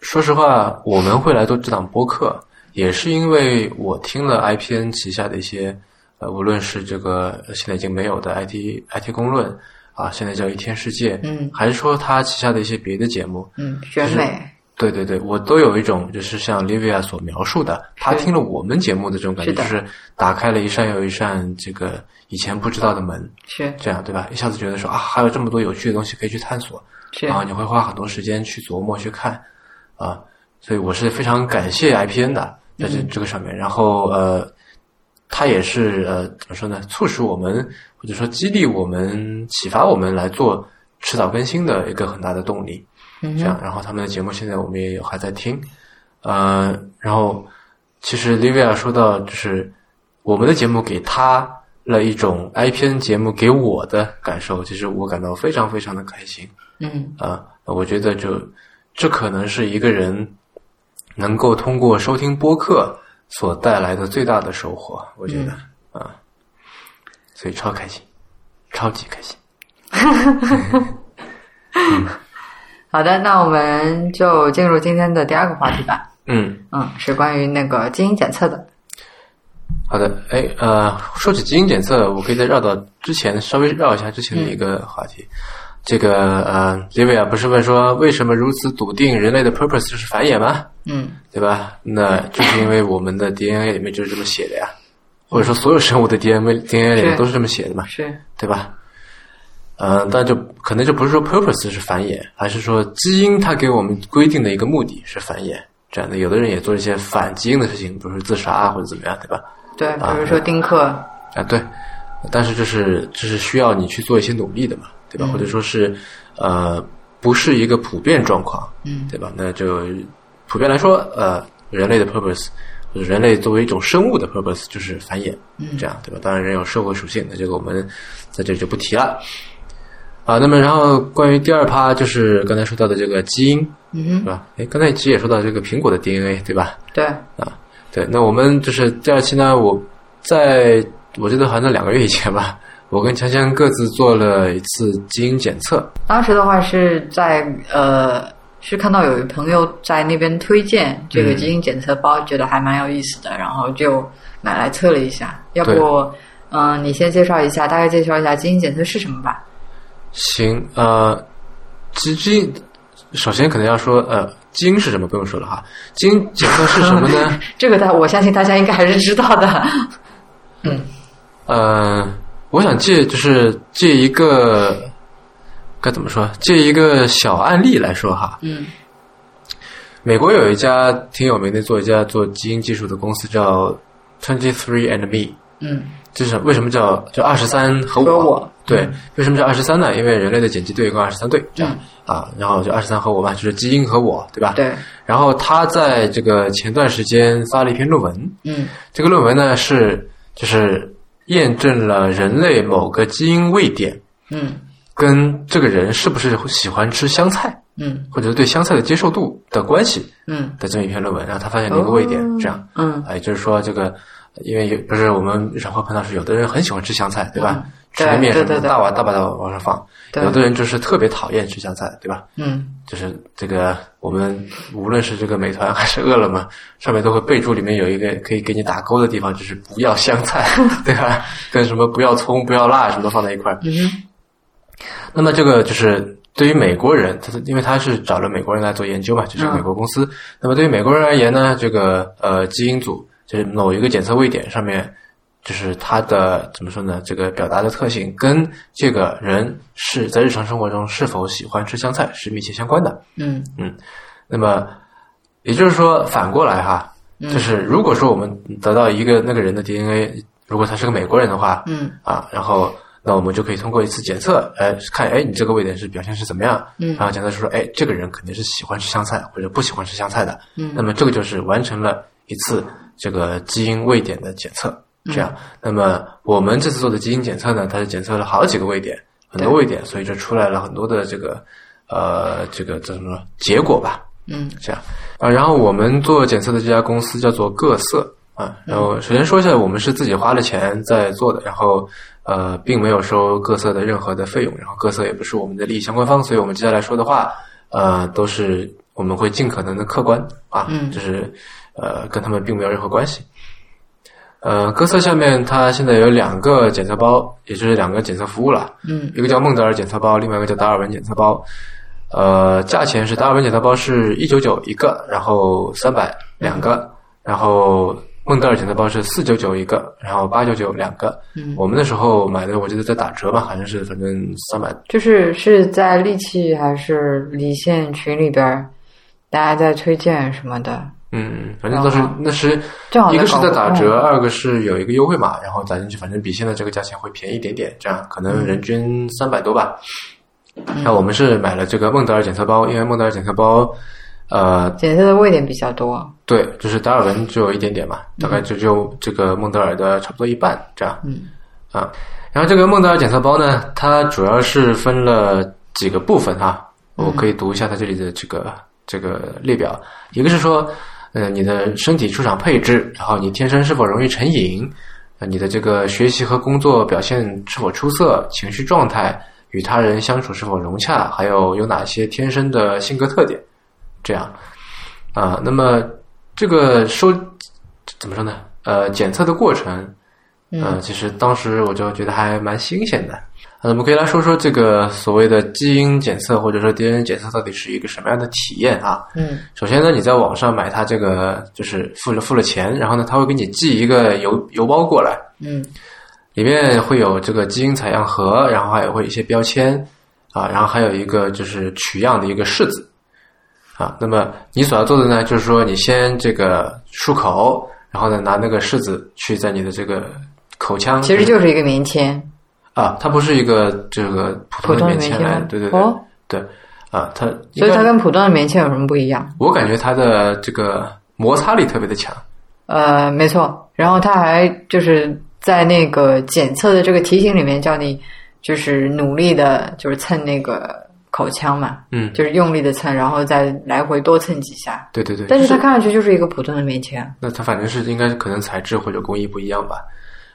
说实话，我们会来做这档播客，也是因为我听了 IPN 旗下的一些呃，无论是这个呃现在已经没有的 IT IT 公论啊，现在叫一天世界，
嗯
还是说他旗下的一些别的节目，
嗯，选美，
对对对，我都有一种就是像 Livia 所描述的，她听了我们节目的这种感觉，
是的
就是打开了一扇又一扇这个以前不知道的门，
是
这样对吧？一下子觉得说啊，还有这么多有趣的东西可以去探索，
是
然后啊你会花很多时间去琢磨去看啊，所以我是非常感谢 IPN 的在这、这个上面。然后呃，它也是呃怎么说呢，促使我们或者说激励我们、启发我们来做迟早更新的一个很大的动力。
嗯
这
哼，
样，然后他们的节目现在我们也有还在听，呃，然后其实 Livia 说到，就是我们的节目给他了一种 IPN 节目给我的感受，其实我感到非常非常的开心
嗯
啊、我觉得就这可能是一个人能够通过收听播客所带来的最大的收获，我觉得啊、所以超开心，超级开心。
好的，那我们就进入今天的第二个话题吧。
嗯，
嗯，是关于那个基因检测的。
好的，哎，呃，说起基因检测，我可以再绕到之前稍微绕一下之前的一个话题。这个呃，李维亚不是问说为什么如此笃定人类的 purpose 就是繁衍吗？
嗯
对吧？那就是因为我们的 DNA 里面就是这么写的呀，或者说所有生物的 DNA DNA 里面都是这么写的嘛，
是，
对吧？呃，但就可能就不是说 purpose 是繁衍，而是说基因它给我们规定的一个目的是繁衍这样的。有的人也做一些反基因的事情，比如说自杀啊或者怎么样，对吧？
对，比如说丁克，
啊，对，但是这是这是需要你去做一些努力的嘛，对吧？或
嗯
者说是呃，不是一个普遍状况，
嗯，
对吧？那就普遍来说，呃，人类的 purpose 或者人类作为一种生物的 purpose 就是繁衍，嗯，这样对吧？当然人有社会属性，那这个我们在这里就不提了。啊，那么然后关于第二趴就是刚才说到的这个基因，对
嗯
吧？哎，刚才其实也说到这个苹果的 DNA，对吧？
哼，对，
对，那我们就是第二期呢，我在我记得好像两个月以前吧，我跟强强各自做了一次基因检测。
当时的话是在呃，是看到有朋友在那边推荐这个基因检测包，觉得还蛮有意思的，然后就买来测了一下。要不
对，
嗯、你先介绍一下，大概介绍一下基因检测是什么吧？
行，呃，基基因，首先可能要说，呃，基因是什么不用说了哈，基因检测是什么 呢？
这个大，我相信大家应该还是知 道的。
呃，我想借就是借一个该怎么说，借一个小案例来说哈，
嗯
美国有一家挺有名的做一家做基因技术的公司叫 Twenty Three and Me。
嗯
就是为什么叫叫二十三和
和
我？
我
对，为什么叫二十三呢？因为人类的碱基对一共二十三对，这样、
嗯
啊，然后就二十三和我嘛，就是基因和我，对吧？。
对，
然后他在这个前段时间发了一篇论文，
嗯
这个论文呢是就是验证了人类某个基因位点
嗯
跟这个人是不是喜欢吃香菜
嗯
或者对香菜的接受度的关系
嗯
的这么一篇论文。然后他发现了一个位点，这样。
嗯
啊，也就是说，这个因为有不是我们日常会碰到是有的人很喜欢吃香菜，对吧？
嗯
吃个面
对
什么
对对对
大把大把的往上放，
对
有的人就是特别讨厌吃香菜，对吧？
嗯
就是这个，我们无论是这个美团还是饿了么，上面都会备注里面有一个可以给你打勾的地方，就是不要香菜， 对吧？跟什么不要葱、不要辣什么都放在一块儿。
嗯哼
那么这个就是对于美国人，他因为他是找了美国人来做研究嘛，就是
嗯
美国公司。那么对于美国人而言呢，这个呃基因组就是某一个检测位点上面，就是它的怎么说呢？这个表达的特性跟这个人是在日常生活中是否喜欢吃香菜是密切相关的。
嗯
那么也就是说，反过来哈，就是如果说我们得到一个那个人的 DNA，如果他是个美国人的话，
嗯
啊，然后那我们就可以通过一次检测，哎，看哎你这个位点是表现是怎么样，
嗯
然后检测出说，哎，这个人肯定是喜欢吃香菜或者不喜欢吃香菜的，
嗯
那么这个就是完成了一次这个基因位点的检测，
嗯
这样，那么我们这次做的基因检测呢，它是检测了好几个位点，很多
对
位点，所以就出来了很多的这个呃这个叫什么结果吧，
嗯
这样啊。然后我们做检测的这家公司叫做各色啊。
嗯
然后首先说一下，我们是自己花了钱在做的，然后呃，并没有收各色的任何的费用，然后各色也不是我们的利益相关方，所以我们接下来说的话，呃，都是我们会尽可能的客观啊，
嗯
就是呃，跟他们并没有任何关系。呃，各色下面它现在有两个检测包，也就是两个检测服务了。
嗯
一个叫孟德尔检测包，另外一个叫达尔文检测包。呃，价钱是达尔文检测包是一九九一个，然后三百两个，然后孟德尔检测包是四九九一个，然后八九九两个。
嗯，
我们那时候买的，我记得在打折吧，好像是反正三百。
就是是在利器还是离线群里边儿，大家在推荐什么的，
嗯，反正都是
然后
那是
哦正好
一个是
搞
在打
活动
折，二个是有一个优惠码，然后打进去，反正比现在这个价钱会便宜一点点，这样可能人均三百多吧。
嗯
那我们是买了这个孟德尔检测包，因为孟德尔检测包，呃，
检测的位点比较多。
对，就是达尔文只有一点点嘛，大概就只有这个孟德尔的差不多一半这样。
嗯
啊，然后这个孟德尔检测包呢，它主要是分了几个部分哈，我可以读一下它这里的这个这个列表，一个是说，呃，你的身体出厂配置，然后你天生是否容易成瘾，呃你的这个学习和工作表现是否出色，情绪状态与他人相处是否融洽，还有有哪些天生的性格特点，这样，啊，那么这个收怎么说呢？呃，检测的过程嗯，其实当时我就觉得还蛮新鲜的。呃，我们可以来说说这个所谓的基因检测或者说 DNA 检测到底是一个什么样的体验啊？
嗯
首先呢，你在网上买它这个就是付了付了钱，然后呢，它会给你寄一个邮邮包过来，
嗯
里面会有这个基因采样盒，然后还有会有一些标签啊，然后还有一个就是取样的一个式子啊。那么你所要做的呢，就是说你先这个漱口，然后呢拿那个式子去在你的这个口腔，
其实就是一个棉签，
啊，它不是一个这个普
普
通的
通的
棉
棉
签
签
来
吗，
对对对、
哦，
对，啊，它应
所以它
该
跟普通的棉签有什么不一样？
我感觉它的这个摩擦力特别的强，
呃，没错。然后它还就是在那个检测的这个提醒里面叫你，就是努力的，就是蹭那个口腔嘛，
嗯，
就是用力的蹭，然后再来回多蹭几下。
对对对，
但是它看上去就是一个普通的棉签。
那它反正是应该可能材质或者工艺不一样吧，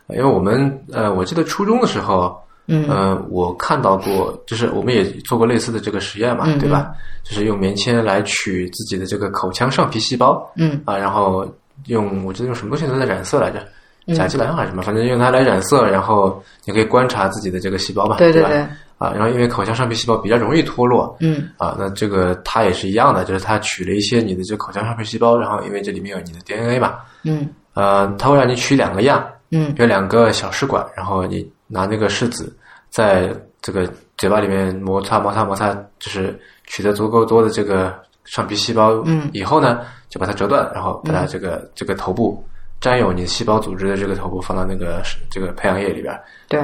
呃因为我们呃，我记得初中的时候，
嗯
呃，我看到过，就是我们也做过类似的这个实验嘛，
嗯
对吧？就是用棉签来取自己的这个口腔上皮细胞，
嗯
啊，然后用我记得用什么东西都在染色来着，
嗯
甲基蓝还是什么，反正用它来染色，然后你可以观察自己的这个细胞嘛，
对
对
对
吧
对，
啊，然后因为口腔上皮细胞比较容易脱落。
嗯
啊，那这个它也是一样的，就是它取了一些你的这口腔上皮细胞，然后因为这里面有你的 DNA 嘛，
嗯
呃，它会让你取两个样，
嗯
有两个小试管，然后你拿那个试纸在这个嘴巴里面摩擦摩擦摩擦，就是取得足够多的这个上皮细胞，
嗯
以后呢就把它折断，然后把它这个、嗯这个头部沾有你细胞组织的这个头部放到那个这个培养液里边，
对，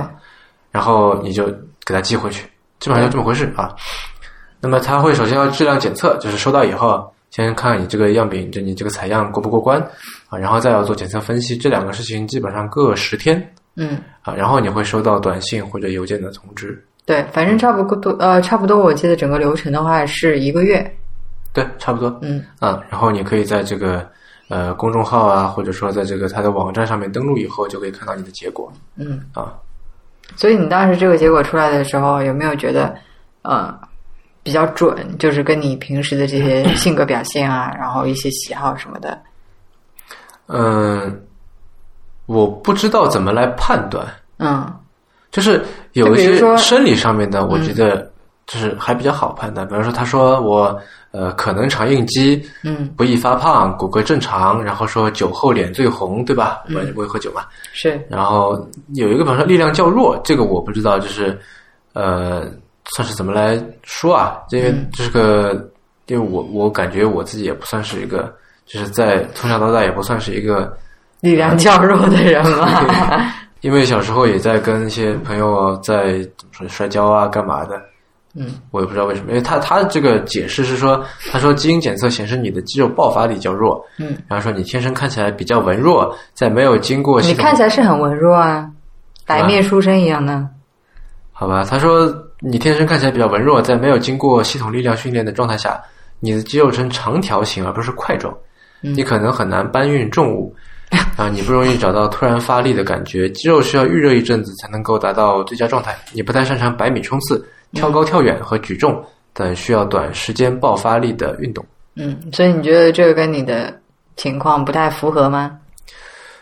然后你就给它寄回去，基本上就这么回事啊。那么它会首先要质量检测，就是收到以后，先看看你这个样品，就你这个采样过不过关啊，然后再要做检测分析。这两个事情基本上各十天
嗯
啊，然后你会收到短信或者邮件的通知。
对，反正差不多呃，差不多，我记得整个流程的话是一个月。
对，差不多
嗯
啊。然后你可以在这个呃公众号啊，或者说在这个它的网站上面登录以后，就可以看到你的结果
嗯。
啊。
所以你当时这个结果出来的时候，有没有觉得，呃，比较准？就是跟你平时的这些性格表现啊，然后一些喜好什么的。
嗯，我不知道怎么来判断，
嗯
就是有
就
一
比如
些
说嗯
生理上面的，我觉得就是还比较好判断。比方说，他说我呃可能肠应激，
嗯，
不易发胖，骨骼正常，然后说酒后脸最红，对吧？
嗯
我也不会喝酒嘛。
是
然后有一个，比方说力量较弱，这个我不知道，就是呃算是怎么来说啊？因为
嗯
这是个，因为我我感觉我自己也不算是一个，就是在从小到大也不算是一 个。
力量较弱的人嘛。
因为小时候也在跟一些朋友在怎么说摔跤啊，干嘛的，
嗯
我也不知道为什么，因为他他这个解释是说，他说基因检测显示你的肌肉爆发力较弱，
嗯，
然后说你天生看起来比较文弱，在没有经过系
你
统
看起来是很文弱啊，白面书生一样的。
好吧，他说你天生看起来比较文弱，在没有经过系统力量训练的状态下，你的肌肉呈长条形而不是块状，
嗯
你可能很难搬运重 物，啊，你不容易找到突然发力的感觉，肌肉需要预热一阵子才能够达到最佳状态。你不太擅长百米冲刺、跳高、跳远和举重等需要短时间爆发力的运动。
嗯，所以你觉得这个跟你的情况不太符合吗？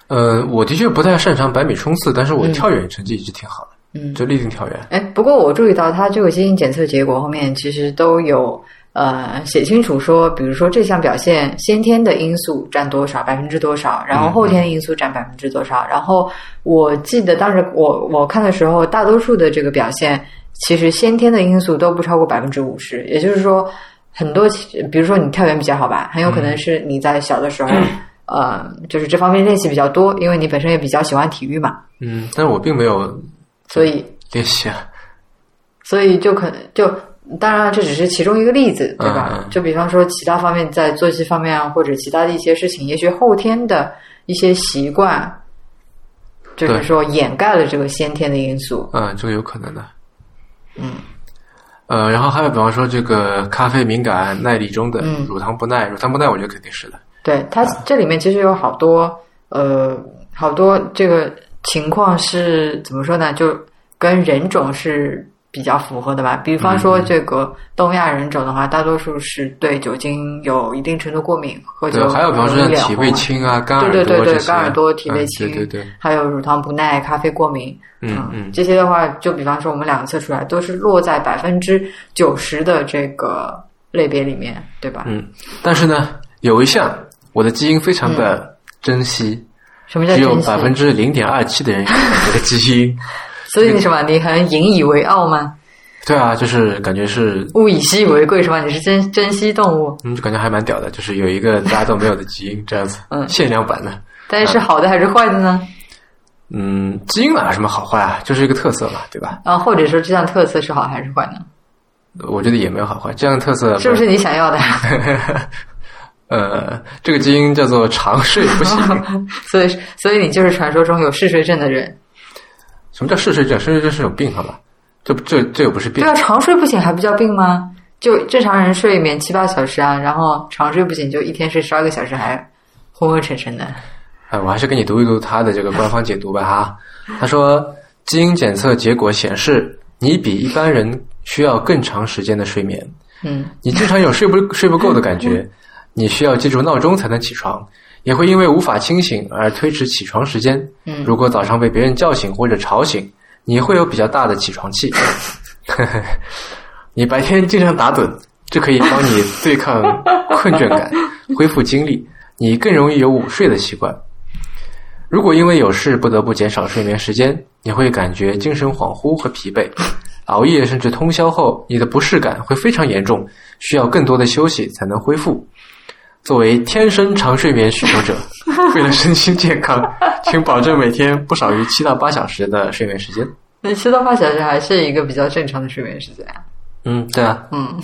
嗯
呃，我的确不太擅长百米冲刺，但是我跳远成绩一直挺好的，
嗯，
就立定跳远。
哎，不过我注意到它这个基因检测结果后面其实都有呃写清楚说，比如说这项表现先天的因素占多少，百分之多少，然后后天的因素占百分之多少。然后我记得当时我我看的时候，大多数的这个表现其实先天的因素都不超过百分之五十，也就是说。很多其，比如说你跳远比较好吧，很有可能是你在小的时候，呃，就是这方面练习比较多，因为你本身也比较喜欢体育嘛，
嗯，但是我并没有
所以
练习啊，
所以就可能就，当然了这只是其中一个例子，对
嗯
吧
嗯？
就比方说其他方面，在作息方面啊，或者其他的一些事情，也许后天的一些习惯，就
对
是说掩盖了这个先天的因素。
嗯，这个有可能的。嗯，呃，然后还有比方说这个咖啡敏感、耐力中等、
嗯
乳糖不耐，乳糖不耐我觉得肯定是的。
对，它
嗯
这里面其实有好多呃，好多这个情况是怎么说呢？就跟人种是比较符合的吧。比方
嗯
说这个东亚人种的话，大多数是对酒精有一定程度过敏，喝
对
酒，
还有比方说
容
像
易脸
体味
红啊
轻啊、干耳朵
对对对
这
对，
些，
干耳朵、体味
嗯
轻，
对对对，
还有乳糖不耐、咖啡过敏，啊
嗯嗯
这些的话，就比方说我们两个测出来都是落在百分之九十的这个类别里面，对吧？
嗯。但是呢，有一项我的基因非常的珍惜，
什么叫
只有
嗯珍惜
百？分之零点二七的人有我的基因。
所以你什么？你很引以为傲吗？
对啊，就是感觉是，
物以稀为贵是吧？你是珍珍惜动物，
嗯，就感觉还蛮屌的，就是有一个大家都没有的基因这样子，
嗯
限量版的。
但是是好的还是坏的呢？
嗯，基因哪有什么好坏啊，就是一个特色嘛，对吧？
啊，或者说这项特色是好还是坏呢？
我觉得也没有好坏，这样的特色
是不是你想要的？
呃，这个基因叫做长睡不 醒。
所以，所以你就是传说中有嗜睡症的人。
什么叫嗜睡症？嗜睡症是种病，好吧？这这这又不是病
对。啊，长睡不醒还不叫病吗？就正常人睡眠七八小时啊，然后长睡不醒就一天睡十二个小时，还昏昏沉沉的。
哎，我还是给你读一读他的这个官方解读吧哈。他说，基因检测结果显示，你比一般人需要更长时间的睡眠。
嗯，
你经常有睡不 睡不够的感觉，你需要借助闹钟才能起床，也会因为无法清醒而推迟起床时间。
嗯
如果早上被别人叫醒或者吵醒，你会有比较大的起床气。 你白天经常打盹，这可以帮你对抗困倦感，恢复精力，你更容易有午睡的习惯。如果因为有事不得不减少睡眠时间，你会感觉精神恍惚和疲 惫。熬夜甚至通宵后，你的不适感会非常严重，需要更多的休息才能恢复。作为天生长睡眠需 求者，为了身心健康，请保证每天不少于七到八小时的睡眠时间。
那七到八小时还是一个比较正常的睡眠时间啊。
嗯，对啊，
嗯，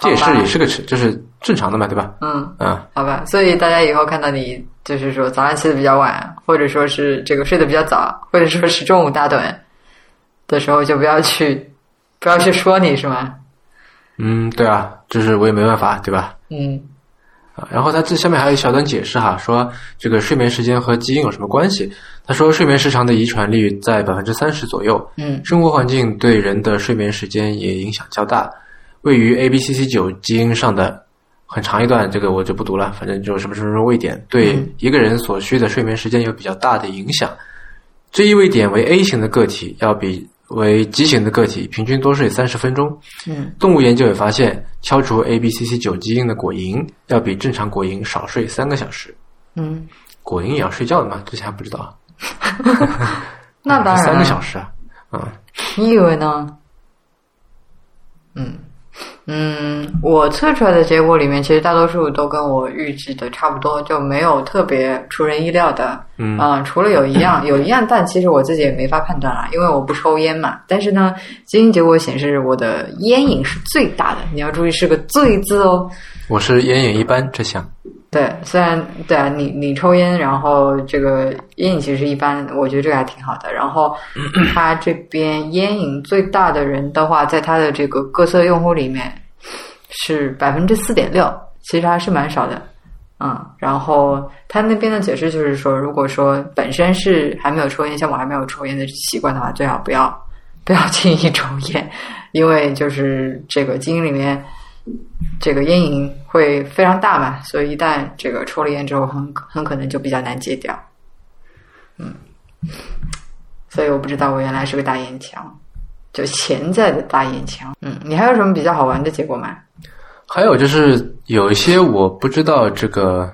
这也是
好吧
也是个就是正常的嘛，对吧？
嗯，
啊，
好吧。所以大家以后看到你，就是说早上起的比较晚，或者说是这个睡得比较早，或者说是中午打盹的时候，就不要去，不要去说你是吗？
嗯，对啊，就是我也没办法，对吧？
嗯
啊，然后他这下面还有一小段解释哈，说这个睡眠时间和基因有什么关系？他说睡眠时长的遗传率在百分之三十左右，
嗯
生活环境对人的睡眠时间也影响较大。位于 ABCC 九基因上的很长一段，这个我就不读了，反正就什么什么什么位点对
嗯
一个人所需的睡眠时间有比较大的影响。这一位点为 A 型的个体要比为 G 型的个体平均多睡三十分钟。
嗯
动物研究也发现，消除 ABCC 九基因的果蝇要比正常果蝇少睡三个小时。
嗯，
果蝇也要睡觉的嘛？之前还不知道啊，
那当然了
三个小时啊，啊、
你以为呢？嗯嗯，我测出来的结果里面，其实大多数都跟我预计的差不多，就没有特别出人意料的。
嗯
呃除了有一样，有一样，但其实我自己也没法判断啦，因为我不抽烟嘛。但是呢，基因结果显示我的烟瘾是最大的，你要注意是个“最”字哦。
我是眼影一般，这项。
对，虽然对啊，你你抽烟，然后这个烟瘾其实一般，我觉得这个还挺好的。然后他这边烟瘾最大的人的话，在他的这个各色用户里面是百分之四点六，其实还是蛮少的。嗯，然后他那边的解释就是说，如果说本身是还没有抽烟，像我还没有抽烟的习惯的话，最好不要不要 轻易抽烟，因为就是这个基因里面这个烟瘾会非常大嘛，所以一旦这个抽了烟之后很，很可能就比较难戒掉。嗯，所以我不知道我原来是个大烟枪，就潜在的大烟枪。嗯，你还有什么比较好玩的结果吗？
还有就是有一些我不知道这个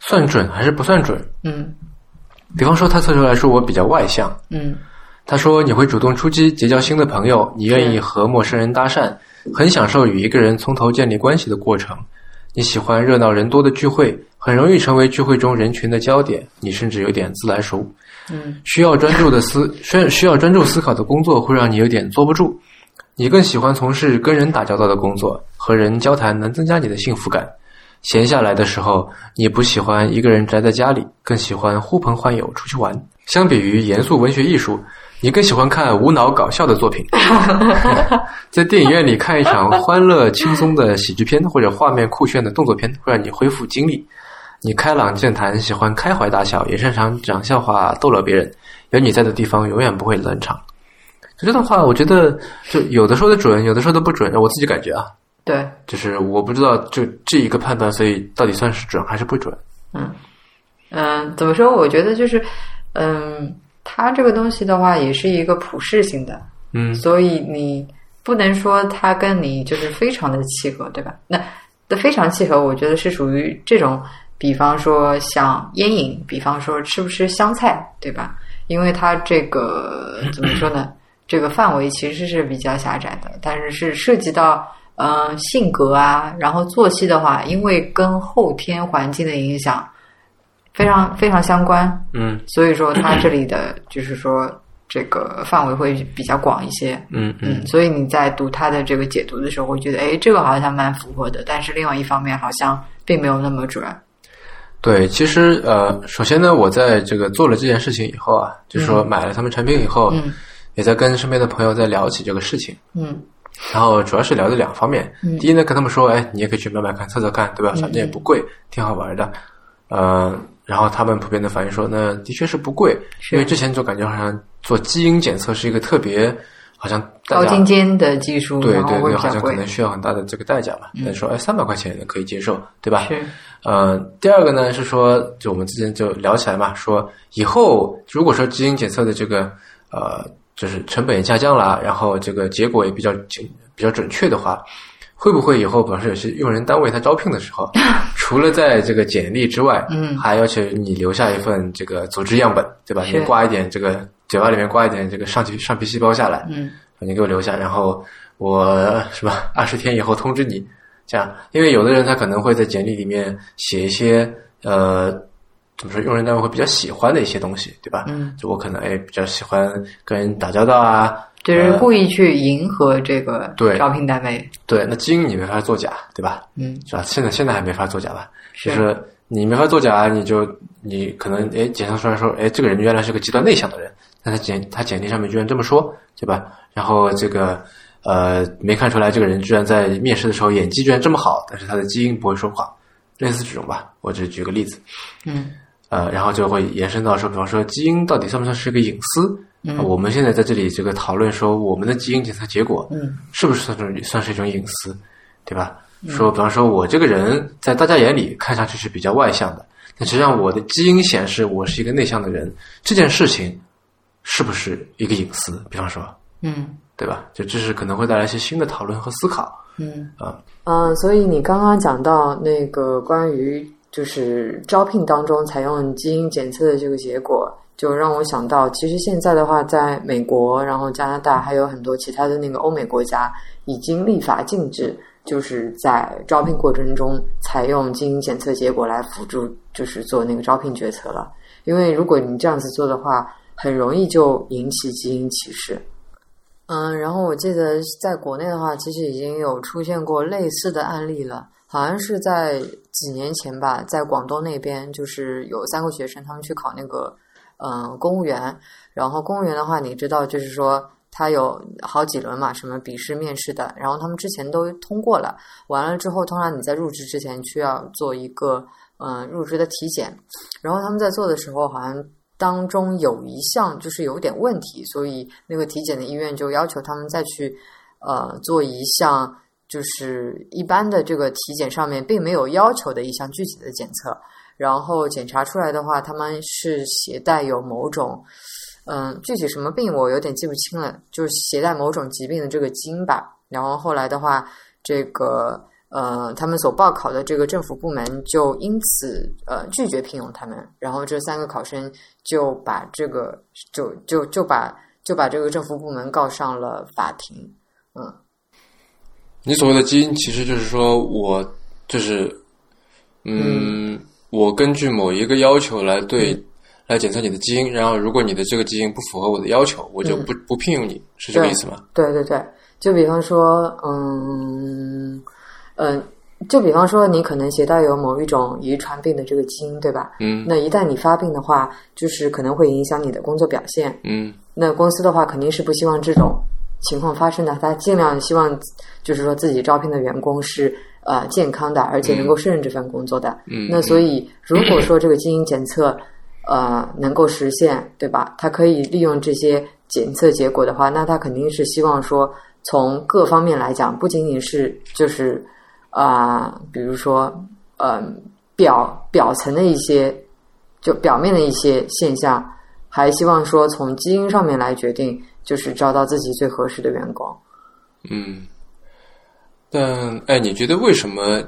算准还是不算准。
嗯
比方说，他测出来说我比较外向，
嗯
他说你会主动出击，结交新的朋友，你愿意和陌生人搭讪，很享受与一个人从头建立关系的过程。你喜欢热闹人多的聚会，很容易成为聚会中人群的焦点，你甚至有点自来熟。
嗯，
需要专注的思需需要专注思考的工作会让你有点坐不住。你更喜欢从事跟人打交道的工作，和人交谈能增加你的幸福感。闲下来的时候，你不喜欢一个人宅在家里，更喜欢呼朋唤友出去玩。相比于严肃文学艺术，你更喜欢看无脑搞笑的作品。 在电影院里看一场欢乐轻松的喜剧片或者画面酷炫的动作片，会让你恢复精力。你开朗健谈，喜欢开怀大笑，也擅长讲笑话逗乐别人。有你在的地方，永远不会冷场。这段话，我觉得就有的说的准，有的说的不准，我自己感觉啊，
对，
就是我不知道就这一个判断，所以到底算是准还是不准？
嗯，怎么说？我觉得就是，嗯，它这个东西的话，也是一个普适性的，
嗯
所以你不能说它跟你就是非常的契合，对吧？那的非常契合，我觉得是属于这种，比方说像烟瘾，比方说吃不吃香菜，对吧？因为它这个怎么说呢？这个范围其实是比较狭窄的，但是是涉及到嗯、呃性格啊，然后作息的话，因为跟后天环境的影响非常非常相关，
嗯
所以说它这里的就是说这个范围会比较广一些。
嗯嗯
嗯，所以你在读它的这个解读的时候，会觉得，哎，这个好像蛮符合的，但是另外一方面好像并没有那么准。
对，其实呃，首先呢，我在这个做了这件事情以后啊，就是说买了他们产品以后，
嗯
也在跟身边的朋友在聊起这个事情。
嗯
然后主要是聊的两方面，
嗯
第一呢，跟他们说，哎，你也可以去买买看、测测看，对吧？反正也不贵，挺好玩的。呃，然后他们普遍的反应说，那的确是不贵，
是
因为之前就感觉好像做基因检测是一个特别，好像大
高
家
精尖的技术，
对
然后
对
会
对，
比
好
较
像可
贵。
能需要很大的这个代价吧。但说，哎，三百块钱也可以接受，对吧？
是，
呃，第二个呢是说，就我们之前就聊起来嘛，说以后如果说基因检测的这个呃，就是成本也下降了，然后这个结果也比较精比较准确的话，会不会以后，比方说有些用人单位他招聘的时 候，除了在这个简历之外，
嗯
还要求你留下一份这个组织样本，对吧？
是
你挂一点这个嘴巴里面挂一点这个上皮上皮细胞下来，
嗯，
你给我留下，然后我是吧，二十天以后通知你，这样，因为有的人他可能会在简历里面写一些呃，怎么说，用人单位会比较喜欢的一些东西，对吧？
嗯，
就我可能哎比较喜欢跟人打交道啊，
就是
呃
故意去迎合这个
对
招聘单位。
对，那基因你没法作假，对吧？
嗯，
是吧？现在现在还没法作假吧？
是
就是你没法作假，你就你可能哎检测出来说，哎这个人原来是个极端内向的人，但他简他简历上面居然这么说，对吧？然后这个呃没看出来这个人居然在面试的时候演技居然这么好，但是他的基因不会说谎，类似这种吧。我只是举个例子，
嗯
呃，然后就会延伸到说，比方说基因到底算不算是个隐私？
嗯
我们现在在这里这个讨论说，我们的基因检测结果，
嗯，
是不是算是算是一种隐私，对吧？说，比方说我这个人在大家眼里看上去是比较外向的，但实际上我的基因显示我是一个内向的人，这件事情是不是一个隐私？比方说，
嗯
对吧？就这是可能会带来一些新的讨论和思考。
嗯
啊
嗯，所以你刚刚讲到那个关于就是招聘当中采用基因检测的这个结果，就让我想到，其实现在的话，在美国、然后加拿大还有很多其他的那个欧美国家已经立法禁止，就是在招聘过程中采用基因检测结果来辅助，就是做那个招聘决策了。因为如果你这样子做的话，很容易就引起基因歧视。嗯，然后我记得在国内的话，其实已经有出现过类似的案例了，好像是在几年前吧，在广东那边，就是有三个学生他们去考那个嗯公务员，然后公务员的话，你知道就是说他有好几轮嘛，什么笔试、面试的，然后他们之前都通过了，完了之后，通常你在入职之前需要做一个嗯入职的体检，然后他们在做的时候好像。当中有一项就是有点问题，所以那个体检的医院就要求他们再去呃做一项就是一般的这个体检上面并没有要求的一项具体的检测，然后检查出来的话，他们是携带有某种。嗯，具体什么病我有点记不清了，就是携带某种疾病的这个基因吧。然后后来的话，这个呃，他们所报考的这个政府部门就因此呃拒绝聘用他们，然后这三个考生就把这个就就就把就把这个政府部门告上了法庭。嗯，
你所谓的基因，其实就是说我就是，嗯，我根据某一个要求来对、
嗯
来检测你的基因，然后如果你的这个基因不符合我的要求，我就不、不聘用你，是这个意思吗？
嗯对对对，就比方说，嗯嗯、呃就比方说你可能携带有某一种遗传病的这个基因，对吧？
嗯
那一旦你发病的话，就是可能会影响你的工作表现。
嗯
那公司的话肯定是不希望这种情况发生的，他尽量希望就是说自己招聘的员工是呃健康的，而且能够胜任这份工作的。
嗯，
那所以如果说这个基因检测呃能够实现，对吧？他可以利用这些检测结果的话，那他肯定是希望说从各方面来讲，不仅仅是就是啊、呃比如说呃表表层的一些就表面的一些现象，还希望说从基因上面来决定，就是找到自己最合适的员工。
嗯，但哎，你觉得为什么？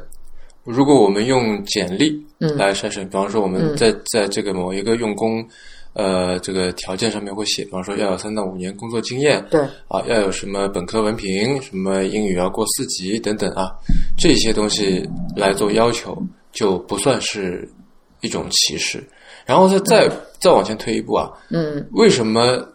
如果我们用简历
嗯
来筛选，比方说我们
嗯
在在这个某一个用工，呃，这个条件上面会写，比方说要有三到五年工作经验，
对，
啊，要有什么本科文凭，什么英语要过四级等等啊，这些东西来做要求，就不算是一种歧视。然后再再再往前推一步啊，
嗯
为什么？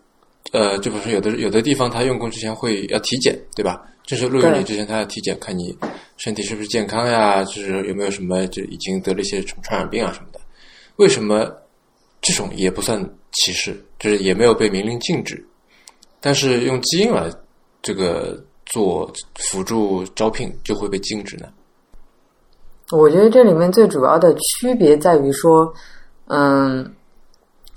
呃，就比如说有的有的地方，它用工之前会要体检，对吧？正式录用你
对
之前，它要体检，看你身体是不是健康呀，就是有没有什么就已经得了一些什么传染病啊什么的。为什么这种也不算歧视，就是也没有被明令禁止，但是用基因来这个做辅助招聘就会被禁止呢？
我觉得这里面最主要的区别在于说，嗯，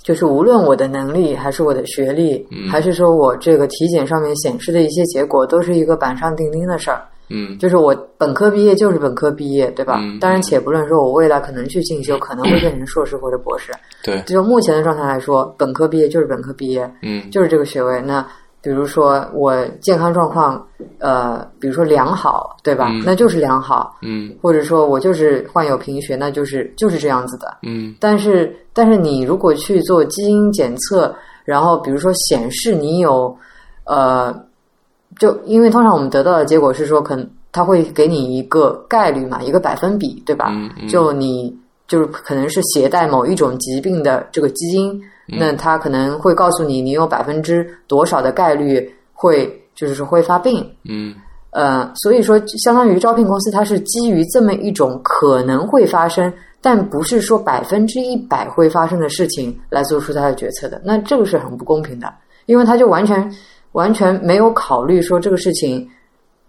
就是无论我的能力，还是我的学历，
嗯
还是说我这个体检上面显示的一些结果，都是一个板上钉钉的事儿。
嗯
就是我本科毕业就是本科毕业，对吧？
嗯
当然，且不论说我未来可能去进修，可能会变成硕士或者博士。
对，
就目前的状态来说，本科毕业就是本科毕业，
嗯
就是这个学位。那比如说我健康状况，呃，比如说良好，对吧？
嗯
那就是良好。
嗯
或者说我就是患有贫血，那就是就是这样子的。
嗯
但是，但是你如果去做基因检测，然后比如说显示你有，呃，就因为通常我们得到的结果是说，可能它会给你一个概率嘛，一个百分比，对吧？
嗯嗯
就你就是可能是携带某一种疾病的这个基因，
嗯
那它可能会告诉你，你有百分之多少的概率会就是说会发病。
嗯
呃，所以说，相当于招聘公司，它是基于这么一种可能会发生，但不是说百分之一百会发生的事情来做出它的决策的。那这个是很不公平的，因为他就完全完全没有考虑说这个事情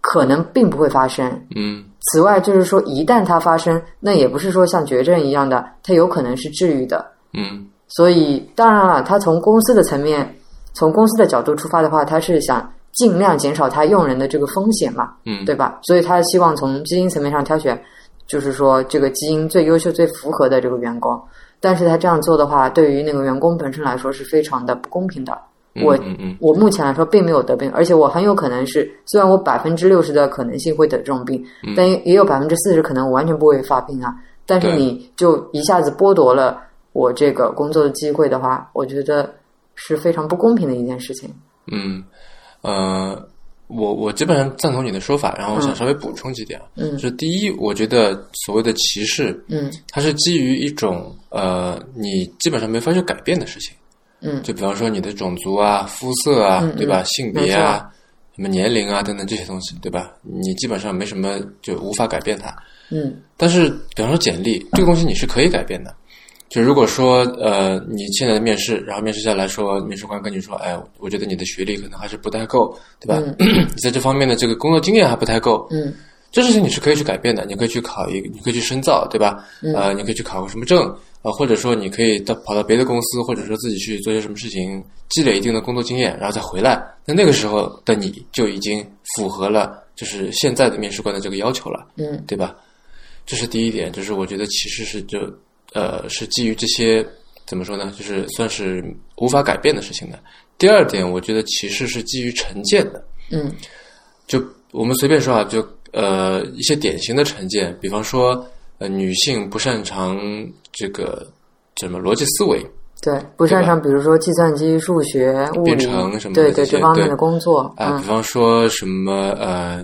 可能并不会发生。
嗯
此外，就是说，一旦它发生，那也不是说像绝症一样的，它有可能是治愈的。
嗯
所以，当然了，他从公司的层面，从公司的角度出发的话，他是想尽量减少他用人的这个风险嘛。
嗯，
对吧？所以他希望从基因层面上挑选，就是说这个基因最优秀、最符合的这个员工。但是他这样做的话，对于那个员工本身来说是非常的不公平的。
嗯，
我
嗯嗯
我目前来说并没有得病，而且我很有可能是，虽然我百分之六十的可能性会得这种病，
嗯
但也有百分之四十可能我完全不会发病啊。但是
对
你就一下子剥夺了我这个工作的机会的话，我觉得是非常不公平的一件事情。
嗯，呃，我我基本上赞同你的说法，然后我想稍微补充几点啊。
嗯
就是第一，我觉得所谓的歧视，
嗯
它是基于一种呃你基本上没法去改变的事情，
嗯
就比方说你的种族啊、肤色啊，
嗯嗯
对吧？性
没
别
错
啊。什么年龄啊等等这些东西，对吧？你基本上没什么就无法改变它。
嗯
但是，比方说简历这个东西，你是可以改变的。就如果说呃，你现在的面试，然后面试下来说，面试官跟你说，哎，我觉得你的学历可能还是不太够，对吧？你 在这方面的这个工作经验还不太够，
嗯
这事情你是可以去改变的，你可以去考一个，你可以去深造，对吧？呃，你可以去考个什么证啊、呃或者说你可以到跑到别的公司，或者说自己去做些什么事情，积累一定的工作经验，然后再回来。那那个时候的你就已经符合了，就是现在的面试官的这个要求了。
嗯
对吧？这是第一点，就是我觉得其实是就呃是基于这些怎么说呢，就是算是无法改变的事情的。第二点，我觉得歧视是基于成见的，
嗯
就我们随便说啊，就呃一些典型的成见，比方说呃女性不擅长这个怎么逻辑思维，
对，不擅长，比如说计算机、数学、物理
编程什么的
对
这
对
些啊
这方面
对
的工作，
啊，比方说什么呃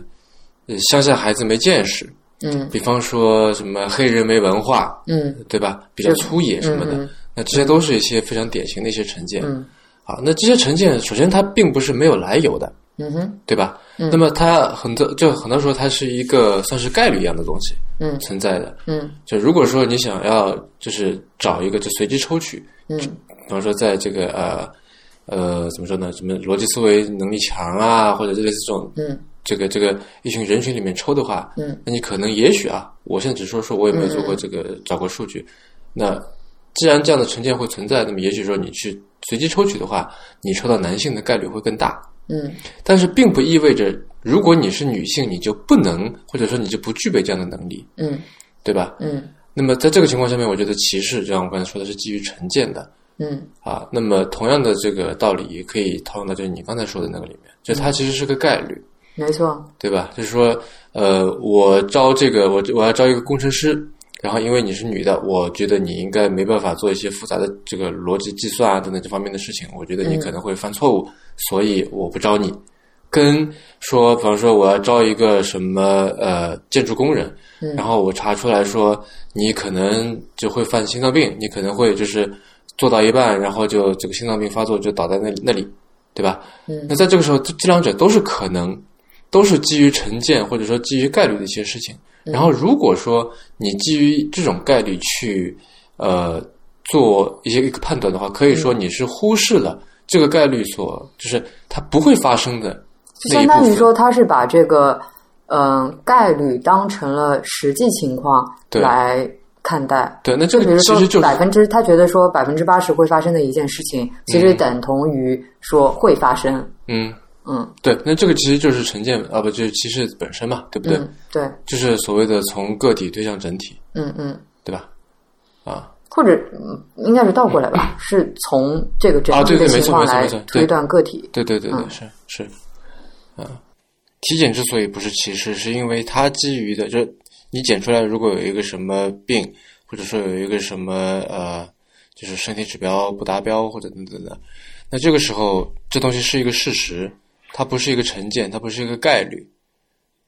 呃乡下孩子没见识，
嗯
比方说什么黑人没文化，
嗯
对吧？比较粗野什么的，
嗯嗯
那这些都是一些非常典型的一些成见。
嗯
啊，那这些成见，首先它并不是没有来由的，
嗯哼
对吧？
嗯
那么它很多，就很多时候它是一个算是概率一样的东西
嗯
存在的。
嗯
就如果说你想要就是找一个就随机抽取，
嗯
比方说在这个呃呃怎么说呢，什么逻辑思维能力强啊，或者类似这种
嗯
这个这个一群人群里面抽的话，
嗯
那你可能也许啊，我现在只说说我有没有做过这个找过数据，那既然这样的成见会存在，那么也许说你去随机抽取的话，你抽到男性的概率会更大，
嗯
但是并不意味着如果你是女性，你就不能或者说你就不具备这样的能力，
嗯
对吧？
嗯
那么在这个情况下面，我觉得歧视，就像我刚才说的是基于成见的
嗯
啊。那么同样的这个道理也可以套用到就是你刚才说的那个里面，就它其实是个概率，
没错
对吧？就是说，呃，我招这个，我我要招一个工程师，然后因为你是女的，我觉得你应该没办法做一些复杂的这个逻辑计算啊等等这方面的事情，我觉得你可能会犯错误，所以我不招你。跟说，比方说我要招一个什么呃建筑工人，
嗯
然后我查出来说你可能就会犯心脏病，你可能会就是做到一半，然后就这个心脏病发作就倒在那里那里，对吧？
嗯
那在这个时候，这这两者都是可能，都是基于成见或者说基于概率的一些事情。
嗯
然后，如果说你基于这种概率去呃做一些一个判断的话，可以说
嗯
你是忽视了这个概率所，就是它不会发生的
就
那一
相
部分。
当于说他是把这个嗯、概率当成了实际情况
对
来看待，
对，那这
就比
个
如
其实就是
说百分之，他觉得说百分之八十会发生的一件事情，其实等同于说会发生。
嗯，
嗯
对，那这个其实就是成见啊，不就是歧视本身嘛，对不对？
嗯，对，
就是所谓的从个体推向整体，
嗯嗯，
对吧？啊，
或者嗯应该是倒过来吧，是从这个整
嗯啊
体
对
的
对没
情
错
况
没错
来
没错对
推断个体。
对对对对，
嗯
是是，啊，体检之所以不是歧视，是因为它基于的，就是你检出来如果有一个什么病，或者说有一个什么呃，就是身体指标不达标或者等等的，那这个时候这东西是一个事实，它不是一个成见，它不是一个概率，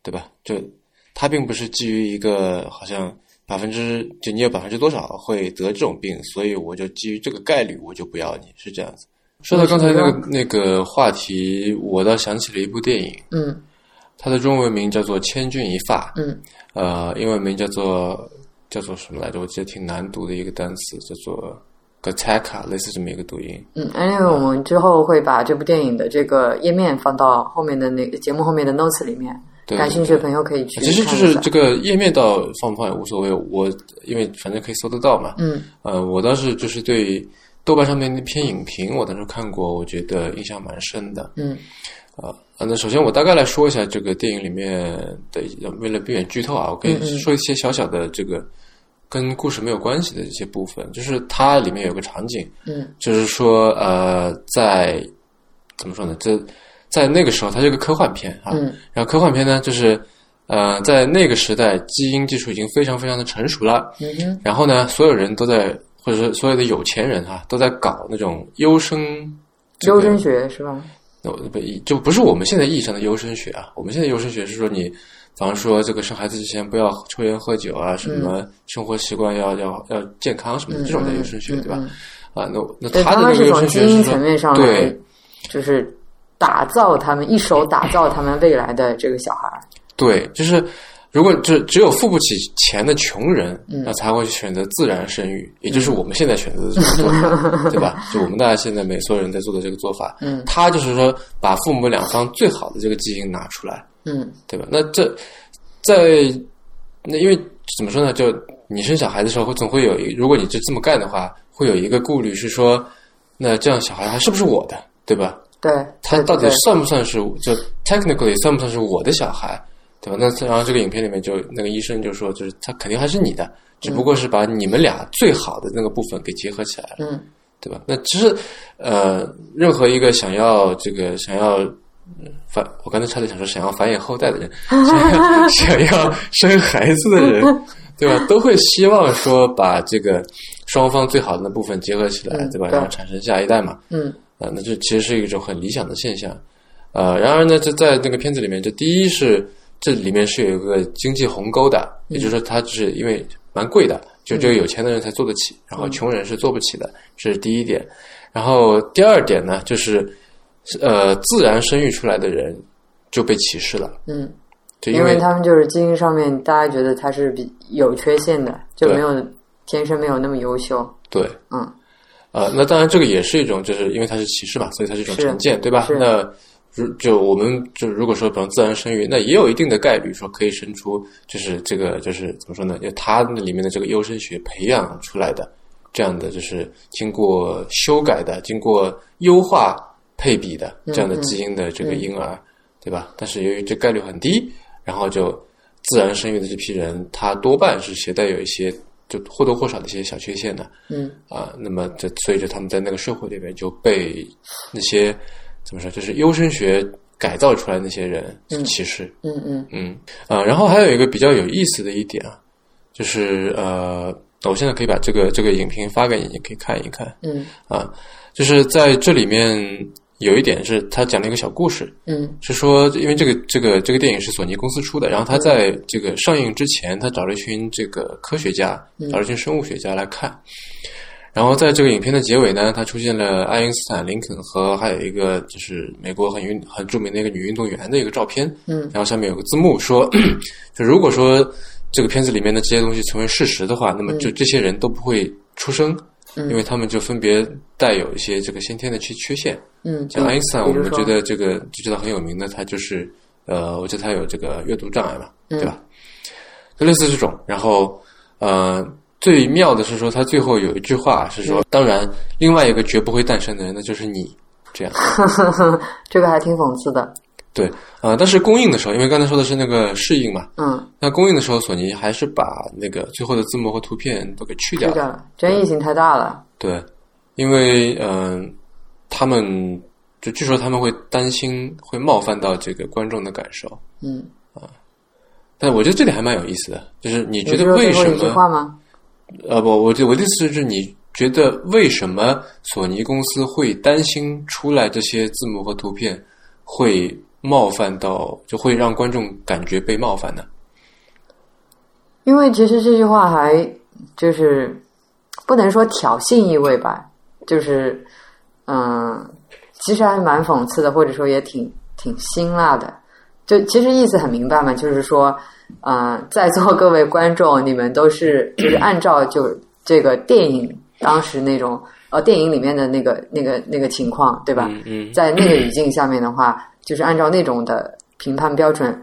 对吧？就它并不是基于一个好像。百分之就你有百分之多少会得这种病，所以我就基于这个概率，我就不要你，是这样子。说到刚才那个那个话题，我倒想起了一部电影，
嗯
它的中文名叫做《千钧一发》，
嗯
呃，英文名叫做叫做什么来着？我记得挺难读的一个单词，叫做 “gataka”，类似这么一个读音。
嗯，因为我们之后会把这部电影的这个页面放到后面的那个节目后面的 notes 里面，
对
感兴趣的朋友可以去
其实就
看一
是
下。
这个页面倒放不放也无所谓，我因为反正可以搜得到嘛。
嗯
呃，我当时就是对豆瓣上面那篇影评，我当时看过，我觉得印象蛮深的。
嗯
啊，那首先我大概来说一下这个电影里面的，为了避免剧透啊，我可以
嗯嗯
说一些小小的这个跟故事没有关系的一些部分。就是它里面有个场景，
嗯
就是说呃，在怎么说呢？这在那个时候，它是一个科幻片啊。
嗯
然后科幻片呢，就是呃，在那个时代，基因技术已经非常非常的成熟了。
嗯哼
然后呢，所有人都在，或者是所有的有钱人啊，都在搞那种优生。
优生学是吧？
那我不就不是我们现在意义上的优生学啊。我们现在优生学是说你，比方说这个生孩子之前不要抽烟喝酒啊，什么生活习惯要要要健康什么的，
嗯
这种叫优生学，对吧？
嗯嗯
啊，那那
对，
他的
们
那个
是
优
从
生
基
学
因
是
层
说，
面上来
对，
就是打造他们一手打造他们未来的这个小孩儿。
对，就是如果只只有付不起钱的穷人，
嗯
那才会选择自然生育，也就是我们现在选择的这个做法，对 吧？就我们大家现在每所有人在做的这个做法，
嗯
他就是说把父母两方最好的这个基因拿出来。
嗯
对吧？那这在那因为怎么说呢？就你生小孩的时候，会总会有一，如果你就这么干的话，会有一个顾虑是说，那这样小孩还是不是我的，对吧？，
对，
他
对
到底
对
算不算是就 technically 算不算是我的小孩，对吧？那然后这个影片里面就那个医生就说，就是他肯定还是你的，只不过是把你们俩最好的那个部分给结合起来了。
嗯
对吧？那其实，呃，任何一个想要这个想要呃繁，我刚才差点想说想要繁衍后代 的人，想要想要生孩子的人，对吧？都会希望说把这个双方最好的那部分结合起来，
嗯
对吧？
对
然后产生下一代嘛。
嗯
啊、那啊这其实是一种很理想的现象。呃，然而呢，这在那个片子里面，这第一是这里面是有一个经济鸿沟的，也就是说，它就是因为蛮贵的，
嗯
就只有有钱的人才做得起，然后穷人是做不起的，这是第一点。然后第二点呢，就是呃，自然生育出来的人就被歧视了，
嗯，
就
因
为
为他们就是基因上面，大家觉得他是比有缺陷的，就
对
没有天生没有那么优秀。
对，
嗯，
呃，那当然这个也是一种，就是因为它是歧视嘛，所以它是一种
是
成见，对吧
是？
那如就我们就如果说比方自然生育，那也有一定的概率说可以生出，就是这个就是怎么说呢？就它那里面的这个优生学培养出来的这样的，就是经过修改的、经过优化配比的
嗯
这样的基因的这个婴儿，对吧？但是由于这概率很低，然后就自然生育的这批人，他多半是携带有一些就或多或少的一些小缺陷的。
嗯，
啊，那么这所以就他们在那个社会里面就被那些怎么说，就是优生学改造出来的那些人歧视，
嗯嗯
嗯啊，然后还有一个比较有意思的一点啊，就是呃，我现在可以把这个这个影评发给你，你可以看一看
嗯
啊，就是在这里面有一点是他讲了一个小故事，
嗯
是说，因为这个这个这个电影是索尼公司出的，然后他在这个上映之前，他找了一群这个科学家，
嗯
找了一群生物学家来看。然后在这个影片的结尾呢，他出现了爱因斯坦、林肯和还有一个就是美国很运很著名的一个女运动员的一个照片。
嗯
然后下面有个字幕说， 就如果说这个片子里面的这些东西成为事实的话，那么就这些人都不会出生，
嗯
因为他们就分别带有一些这个先天的缺缺陷。
嗯，
像爱因斯坦，我
比如
们
说
觉得这个就知道很有名的，他就是呃，我觉得他有这个阅读障碍嘛，
嗯
对吧？就类似这种，然后呃，最妙的是说他最后有一句话是
嗯
说，当然，另外一个绝不会诞生的人，那就是你，这样。
这个还挺讽刺的。
对，呃，但是公映的时候，因为刚才说的是那个适应嘛，
嗯，
那公映的时候，索尼还是把那个最后的字幕和图片都给去掉
这
了。
个争议性太大了。
对，因为嗯、呃他们就据说他们会担心会冒犯到这个观众的感受，
嗯，
但我觉得这里还蛮有意思的，就是你觉
你是
得
说
为
最后
什
一句话
么？
吗？
呃，不，我就我的意思是，你觉得为什么索尼公司会担心出来这些字幕和图片会冒犯到，就会让观众感觉被冒犯呢？
因为其实这句话还就是不能说挑衅意味吧，就是嗯，其实还蛮讽刺的，或者说也挺挺辛辣的。就其实意思很明白嘛，就是说，嗯、在座各位观众，你们都是 就是按照就这个电影当时那种呃电影里面的那个那个那个情况，对吧？
嗯嗯
在那个语境下面的话，就是按照那种的评判标准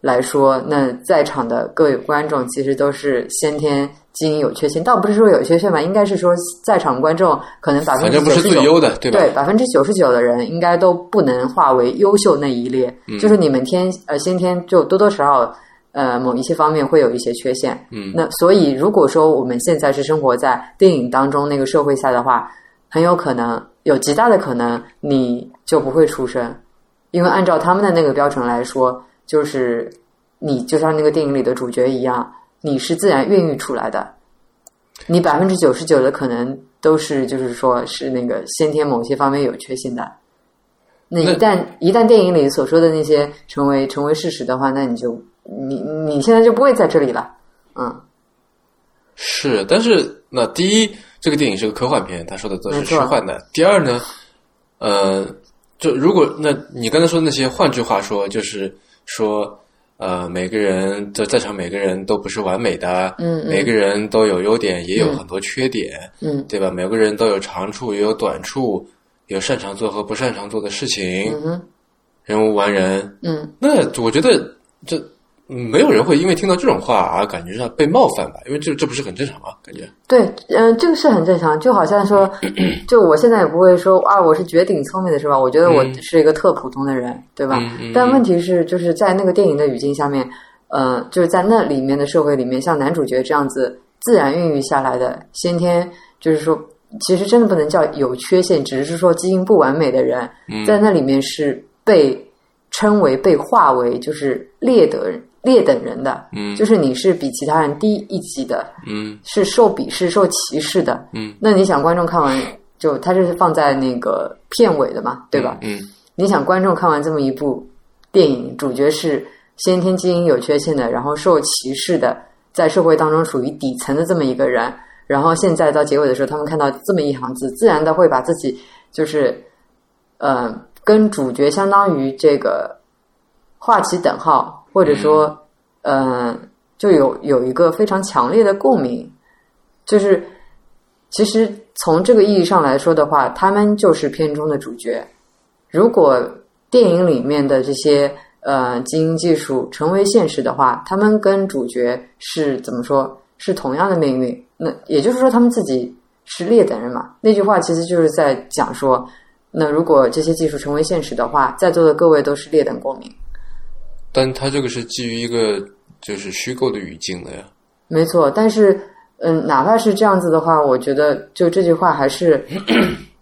来说，那在场的各位观众其实都是先天基因有缺陷，倒不是说有缺陷吧，应该是说在场观众可能百分
反
之
正不
九
是
十
最
九
优的，对吧？
对，百分之九十九的人应该都不能划为优秀那一列，
嗯
就是你们天呃先天就多多少少呃某一些方面会有一些缺陷。
嗯
那所以如果说我们现在是生活在电影当中那个社会下的话，很有可能有极大的可能你就不会出生，因为按照他们的那个标准来说，就是你就像那个电影里的主角一样，你是自然孕育出来的，你百分之九十九的可能都是就是说是那个先天某些方面有缺陷的。那
那
一旦一旦电影里所说的那些成为成为事实的话，那你就你你现在就不会在这里了。嗯，
是，但是那第一，这个电影是个科幻片，他说的都是
没
虚
错
幻的。第二呢，呃，就如果那你刚才说的那些，换句话说就是说，呃，每个人就在场每个人都不是完美的，
嗯嗯
每个人都有优点，也有
嗯
很多缺点，
嗯
对吧？每个人都有长处，也有短处，有擅长做和不擅长做的事情，
嗯哼
人无完人，
嗯
那我觉得这嗯没有人会因为听到这种话而感觉到被冒犯吧？因为这这不是很正常吗？啊感觉
对，嗯、这个是很正常。就好像说，就我现在也不会说啊，我是绝顶聪明的是吧？我觉得我
嗯
是一个特普通的人，对吧？
嗯嗯
但
嗯
问题是，就是在那个电影的语境下面，呃，就是在那里面的社会里面，像男主角这样子自然孕育下来的，先天就是说，其实真的不能叫有缺陷，只是说基因不完美的人，
嗯
在那里面是被称为、被划为就是劣等人劣等人的，
嗯
就是你是比其他人低一级的，
嗯
是受鄙视、受歧视的。
嗯，
那你想，观众看完就他这是放在那个片尾的嘛，对吧？
嗯
你想观众看完这么一部电影，主角是先天基因有缺陷的，然后受歧视的，在社会当中属于底层的这么一个人，然后现在到结尾的时候，他们看到这么一行字，自然的会把自己就是，呃，跟主角相当于这个画起等号，或者说，呃，就有有一个非常强烈的共鸣，就是其实从这个意义上来说的话，他们就是片中的主角。如果电影里面的这些呃基因技术成为现实的话，他们跟主角是怎么说？是同样的命运。那也就是说，他们自己是劣等人嘛？那句话其实就是在讲说，那如果这些技术成为现实的话，在座的各位都是劣等公民。
但它这个是基于一个就是虚构的语境的呀。
没错，但是嗯，哪怕是这样子的话，我觉得就这句话还是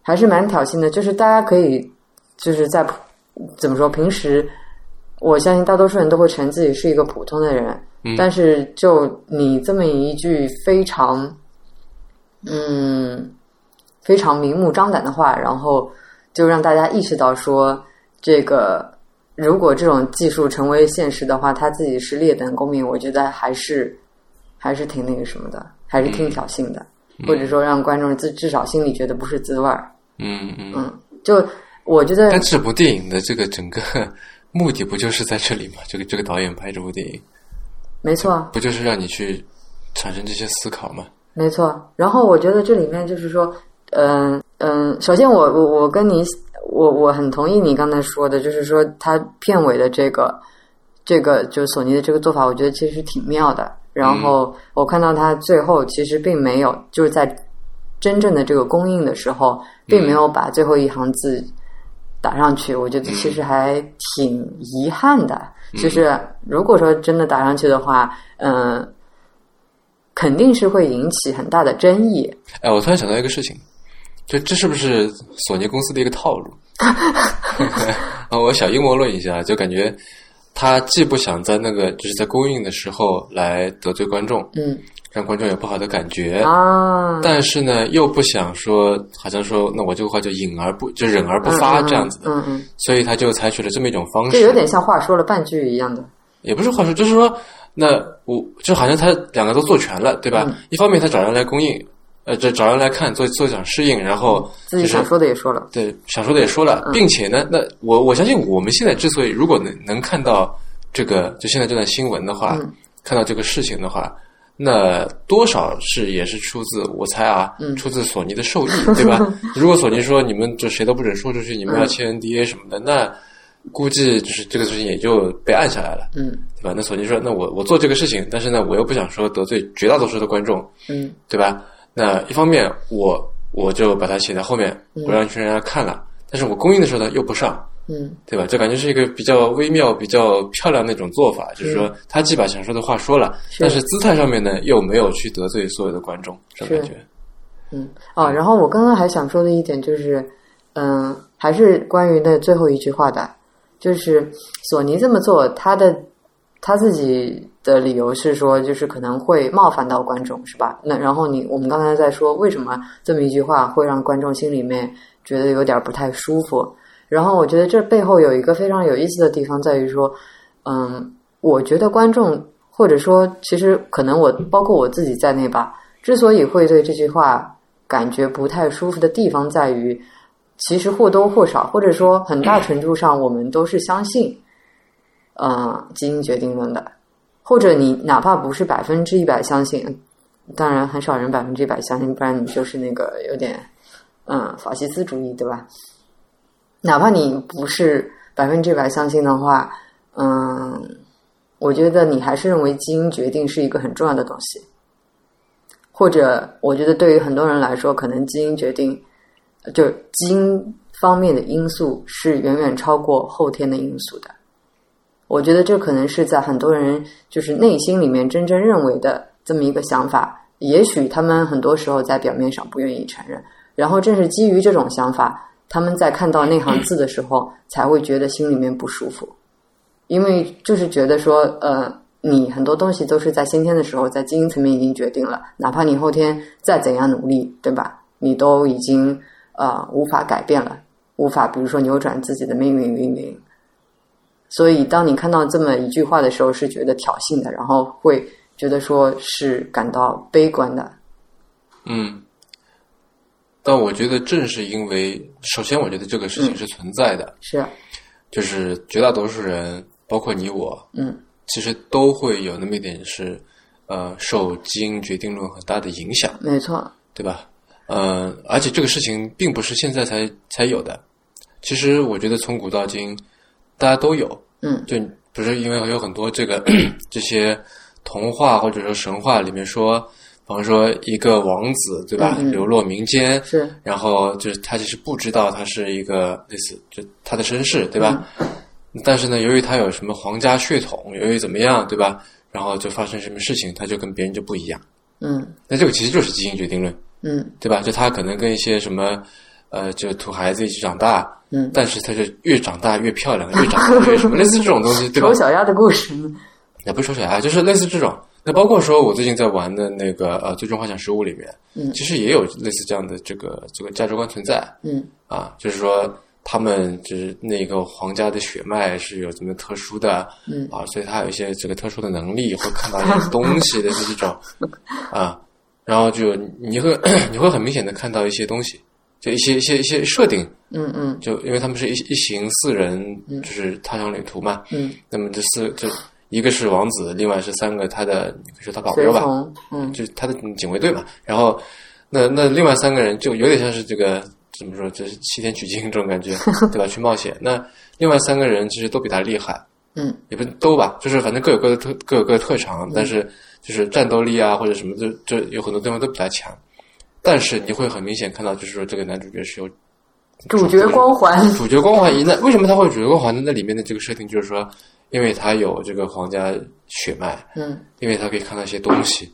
还是蛮挑衅的。就是大家可以就是在普怎么说，平时我相信大多数人都会承认自己是一个普通的人，但是就你这么一句非常嗯非常明目张胆的话，然后就让大家意识到说这个。如果这种技术成为现实的话，他自己是劣等公民，我觉得还是还是挺那个什么的，还是挺挑衅的，或者说让观众至至少心里觉得不是滋味儿。
嗯嗯。
就我觉得
但这部电影的这个整个 目的不就是在这里吗？这个这个导演拍这部电影，
没错，啊
不就是让你去产生这些思考吗？
没错。然后我觉得这里面就是说，嗯嗯，首先我我我跟你，我我很同意你刚才说的，就是说它片尾的这个这个就是索尼的这个做法，我觉得其实挺妙的。然后我看到它最后其实并没有，就是在真正的这个公映的时候，并没有把最后一行字打上去，我觉得其实还挺遗憾的。就是如果说真的打上去的话，嗯、肯定是会引起很大的争议。
哎，我突然想到一个事情，就这是不是索尼公司的一个套路？ 啊，我小阴谋论一下，就感觉他既不想在那个就是在公映的时候来得罪观众，
嗯
让观众有不好的感觉，
啊，
但是呢又不想说好像说那我这个话就隐而不就忍而不发这样子的，
嗯嗯，
所以他就采取了这么一种方
就
式，
有点像话说了半句一样的。
也不是话说，就是说，那我就好像他两个都做全了，对吧？
嗯
一方面他找人来供应，呃，这找人来看做做一场试映，然后
嗯自
就
己
是
想说的也说了，
对想说的也说了，并且呢，那我我相信我们现在之所以如果能能看到这个，就现在这段新闻的话，看到这个事情的话。那多少是也是出自我猜啊，出自索尼的受益，对吧？如果索尼说你们这谁都不准说出去，你们要签 NDA 什么的，那估计就是这个事情也就被按下来了。
嗯
对吧？那索尼说，那我我做这个事情，但是呢，我又不想说得罪绝大多数的观众，
嗯
对吧？那一方面我我就把它写在后面，我让全人家看了，但是我公映的时候呢又不上，
嗯
对吧？这感觉是一个比较微妙、比较漂亮的一种做法，就是说他既把想说的话说了，但是姿态上面呢又没有去得罪所有的观众，这种感觉。
嗯哦，然后我刚刚还想说的一点就是，嗯、还是关于那最后一句话的，就是索尼这么做，他的他自己的理由是说，就是可能会冒犯到观众，是吧？那然后你我们刚才在说，为什么这么一句话会让观众心里面觉得有点不太舒服？然后我觉得这背后有一个非常有意思的地方在于说，嗯，我觉得观众或者说其实可能我包括我自己在内吧，之所以会对这句话感觉不太舒服的地方在于，其实或多或少或者说很大程度上我们都是相信，呃，基因决定论的，或者你哪怕不是百分之一百相信，当然很少人百分之一百相信，不然你就是那个有点嗯法西斯主义，对吧？哪怕你不是百分之百相信的话，嗯，我觉得你还是认为基因决定是一个很重要的东西，或者我觉得对于很多人来说，可能基因决定就基因方面的因素是远远超过后天的因素的。我觉得这可能是在很多人就是内心里面真正认为的这么一个想法，也许他们很多时候在表面上不愿意承认，然后正是基于这种想法，他们在看到那行字的时候，才会觉得心里面不舒服。因为就是觉得说，呃，你很多东西都是在先天的时候，在基因层面已经决定了，哪怕你后天再怎样努力，对吧？你都已经呃无法改变了，无法比如说扭转自己的命运云云。所以，当你看到这么一句话的时候，是觉得挑衅的，然后会觉得说是感到悲观的。
嗯，但我觉得正是因为，首先我觉得这个事情是存在的，
是啊，
就是绝大多数人，包括你我，
嗯，
其实都会有那么一点是，呃，受基因决定论很大的影响，
没错，
对吧？呃，而且这个事情并不是现在才才有的，其实我觉得从古到今，大家都有，
嗯，
就不是因为有很多这个 这些童话或者说神话里面说，比方说一个王子对吧，
嗯嗯
流落民间，
是
然后就是他其实不知道他是一个类似就他的身世对吧？
嗯
嗯但是呢，由于他有什么皇家血统，由于怎么样对吧，然后就发生什么事情，他就跟别人就不一样。
嗯
那这个其实就是基因决定论，
嗯
对吧？就他可能跟一些什么，呃，就土孩子一起长大，
嗯，
但是他就越长大越漂亮，越长大越什么，类似这种东西，对吧
丑？小鸭的故事，
也不是丑小鸭，就是类似这种。那包括说我最近在玩的那个呃《最终幻想十五》里面，
嗯
其实也有类似这样的这个这个价值观存在
嗯
啊，就是说他们就是那个皇家的血脉是有什么特殊的，
嗯
啊，所以他有一些这个特殊的能力，会看到一些东西的这 种啊，然后就你会 你会很明显的看到一些东西，就一些一些一些设定，
嗯嗯
就因为他们是一一行四人，就是踏上旅途嘛，
嗯，
那么这四就一个是王子，另外是三个他的，你可以说他保
随
镖吧，
从，嗯
就是他的警卫队嘛。然后那那另外三个人就有点像是这个怎么说，就是西天取经这种感觉， 对吧？去冒险。那另外三个人其实都比他厉害，
嗯，
也不是都吧，就是反正各有各的特各有各的特长，但是就是战斗力啊或者什么，就就有很多地方都比他强。但是你会很明显看到，就是说这个男主角是有
主角光环，
主角光环一，那为什么他会有主角光环呢？那里面的这个设定就是说，因为他有这个皇家血脉，
嗯
因为他可以看到一些东西，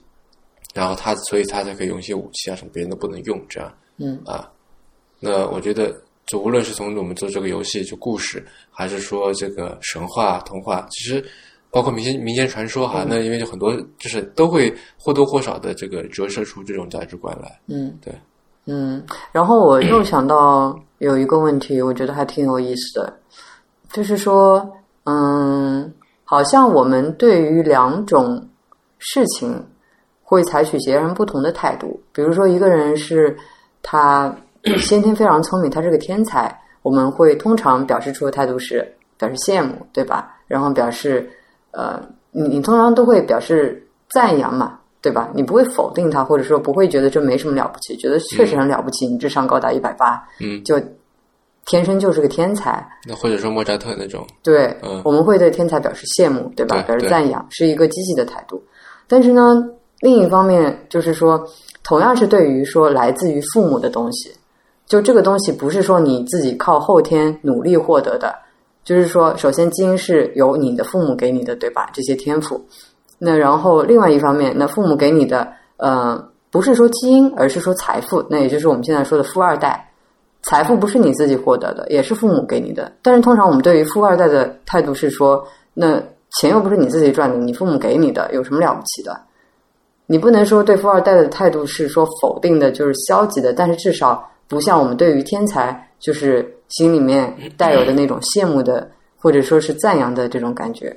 然后他所以他才可以用一些武器啊什么，别人都不能用这样。啊
嗯
那我觉得，就无论是从我们做这个游戏就故事，还是说这个神话、童话，其实包括民间民间传说哈，那因为有很多就是都会或多或少的这个折射出这种价值观来。
嗯，
对，
嗯，然后我又想到有一个问题，我觉得还挺有意思的，就是说，嗯，好像我们对于两种事情会采取截然不同的态度。比如说，一个人是他 先天非常聪明，他是个天才，我们会通常表示出的态度是表示羡慕，对吧？然后表示呃，你你通常都会表示赞扬嘛，对吧？你不会否定他，或者说不会觉得这没什么了不起，觉得确实很了不起，你智商高达一百八，
嗯，
就天生就是个天才。
那或者说莫扎特那种，
对，
嗯
我们会对天才表示羡慕，对吧？
对
表示
对
赞扬，是一个积极的态度。但是呢，另一方面就是说，同样是对于说来自于父母的东西，就这个东西不是说你自己靠后天努力获得的，就是说，首先基因是由你的父母给你的，对吧？这些天赋。那然后另外一方面，那父母给你的呃，不是说基因，而是说财富，那也就是我们现在说的富二代。财富不是你自己获得的，也是父母给你的。但是通常我们对于富二代的态度是说，那钱又不是你自己赚的，你父母给你的，有什么了不起的？你不能说对富二代的态度是说否定的，就是消极的，但是至少不像我们对于天才，就是心里面带有的那种羡慕的，或者说是赞扬的这种感觉。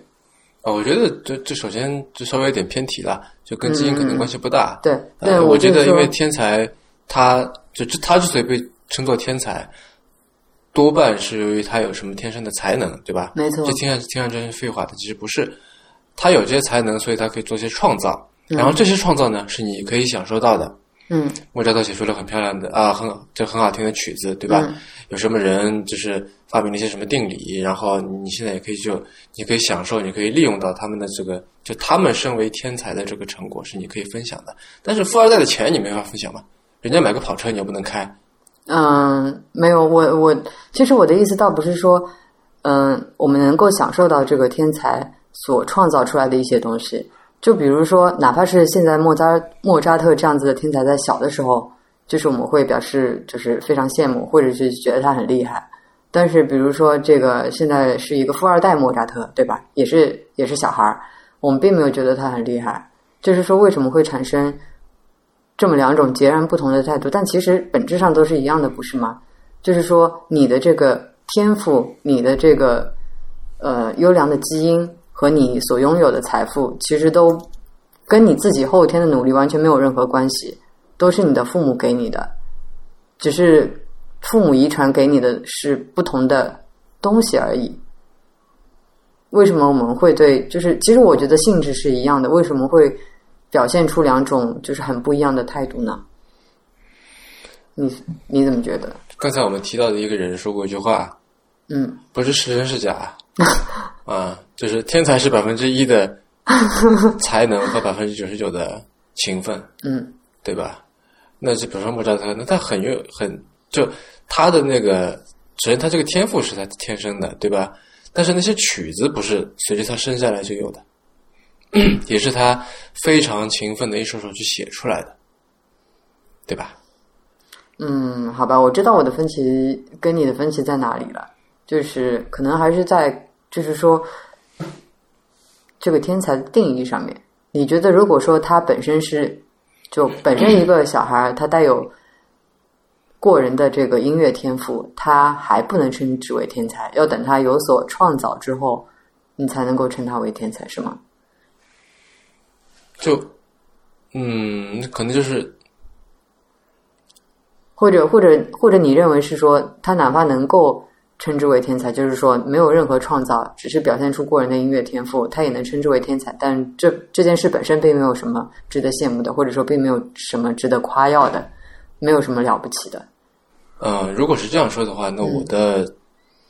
啊，我觉得这这首先就稍微有点偏题了，就跟基因可能关系不大。
嗯对，但
呃我觉
就
得
是
因
说
为天才，他就这他之所以被称作天才，多半是由于他有什么天生的才能，对吧？
没错
这听上听上真是废话的，其实不是。他有这些才能，所以他可以做一些创造，然后这些创造呢，是你可以享受到的。
嗯
莫扎特写出了很漂亮的啊，很就很好听的曲子，对吧？
嗯
有什么人就是发明了一些什么定理，然后你现在也可以就你可以享受，你可以利用到他们的这个，就他们身为天才的这个成果是你可以分享的。但是富二代的钱你没法分享嘛，人家买个跑车你又不能开，
嗯，没有，我我其实我的意思倒不是说，嗯，我们能够享受到这个天才所创造出来的一些东西，就比如说，哪怕是现在莫扎莫扎特这样子的天才，在小的时候，就是我们会表示就是非常羡慕，或者是觉得他很厉害。但是比如说，这个现在是一个富二代莫扎特，对吧？也是也是小孩儿，我们并没有觉得他很厉害。就是说，为什么会产生这么两种截然不同的态度，但其实本质上都是一样的，不是吗？就是说，你的这个天赋，你的这个呃优良的基因和你所拥有的财富，其实都跟你自己后天的努力完全没有任何关系，都是你的父母给你的，只是父母遗传给你的是不同的东西而已。为什么我们会对？就是其实我觉得性质是一样的，为什么会表现出两种就是很不一样的态度呢？你你怎么觉得？
刚才我们提到的一个人说过一句话，
嗯，
不是是真是 假，啊，就是天才是百分之一的才能和百分之九十九的勤奋，
嗯，
对吧？那就比如说莫扎特，那他很有很就他的那个，首先他这个天赋是他天生的，对吧？但是那些曲子不是随着他生下来就 有的，也是他非常勤奋的一首首去写出来的，对吧？
嗯，好吧，我知道我的分歧跟你的分歧在哪里了，就是可能还是在就是说这个天才的定义上面。你觉得如果说他本身是就本身一个小孩儿，他带有过人的这个音乐天赋，他还不能称之为天才，要等他有所创造之后，你才能够称他为天才，是吗？
就，嗯，可能就是
或者或者或者你认为是说他哪怕能够称之为天才，就是说没有任何创造，只是表现出过人的音乐天赋，他也能称之为天才。但这这件事本身并没有什么值得羡慕的，或者说并没有什么值得夸耀的，没有什么了不起的。
呃，如果是这样说的话，那我的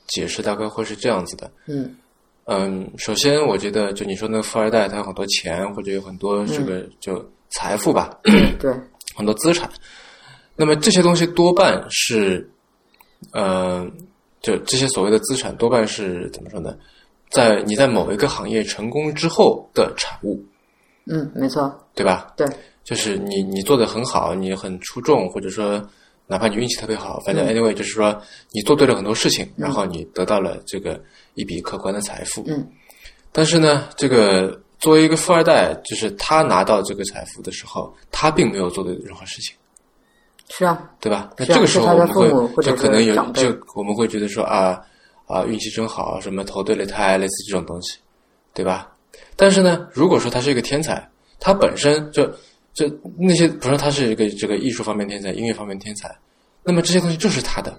解释大概会是这样子的。
嗯
嗯，首先我觉得，就你说那个富二代，他有很多钱或者有很多这个就财富吧，
对，
很多资产。那么这些东西多半是，呃，就这些所谓的资产多半是怎么说呢？在你在某一个行业成功之后的产物，
嗯，没错，
对吧？
对，
就是你你做的很好，你很出众，或者说哪怕你运气特别好，反正 anyway 就是说你做对了很多事情，然后你得到了这个一笔可观的财富。
嗯，
但是呢，这个作为一个富二代，就是他拿到这个财富的时候，他并没有做对任何事情。
是啊，
对吧？那
是啊
这个时候我
是他
们
的父母或
会
者
就是可能有
长辈
就我们会觉得说啊啊运气真好，什么投对了胎，类似这种东西，对吧？但是呢，如果说他是一个天才，他本身就就那些不是他是一个这个艺术方面天才、音乐方面天才，那么这些东西就是他的，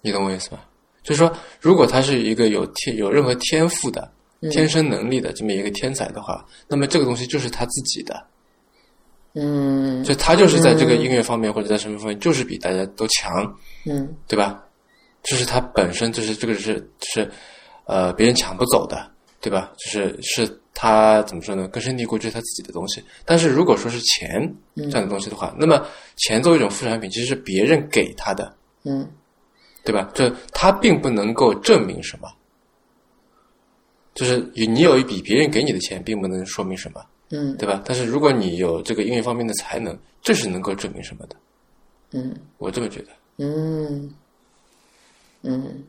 你懂我意思吧？就是说，如果他是一个有天有任何天赋的、
嗯
天生能力的这么一个天才的话，那么这个东西就是他自己的，
嗯
就他就是在这个音乐方面或者在什么方面，就是比大家都强。
嗯
对吧？就是他本身就是这个是是呃别人抢不走的，对吧？就是是他怎么说呢？根深蒂固就是他自己的东西。但是如果说是钱
嗯
这样的东西的话，那么钱作为一种副产品，其实是别人给他的，
嗯，
对吧？就他并不能够证明什么，就是你有一笔别人给你的钱，并不能说明什么，
嗯
对吧？但是如果你有这个音乐方面的才能，这是能够证明什么的。
嗯，
我这么觉得。
嗯嗯，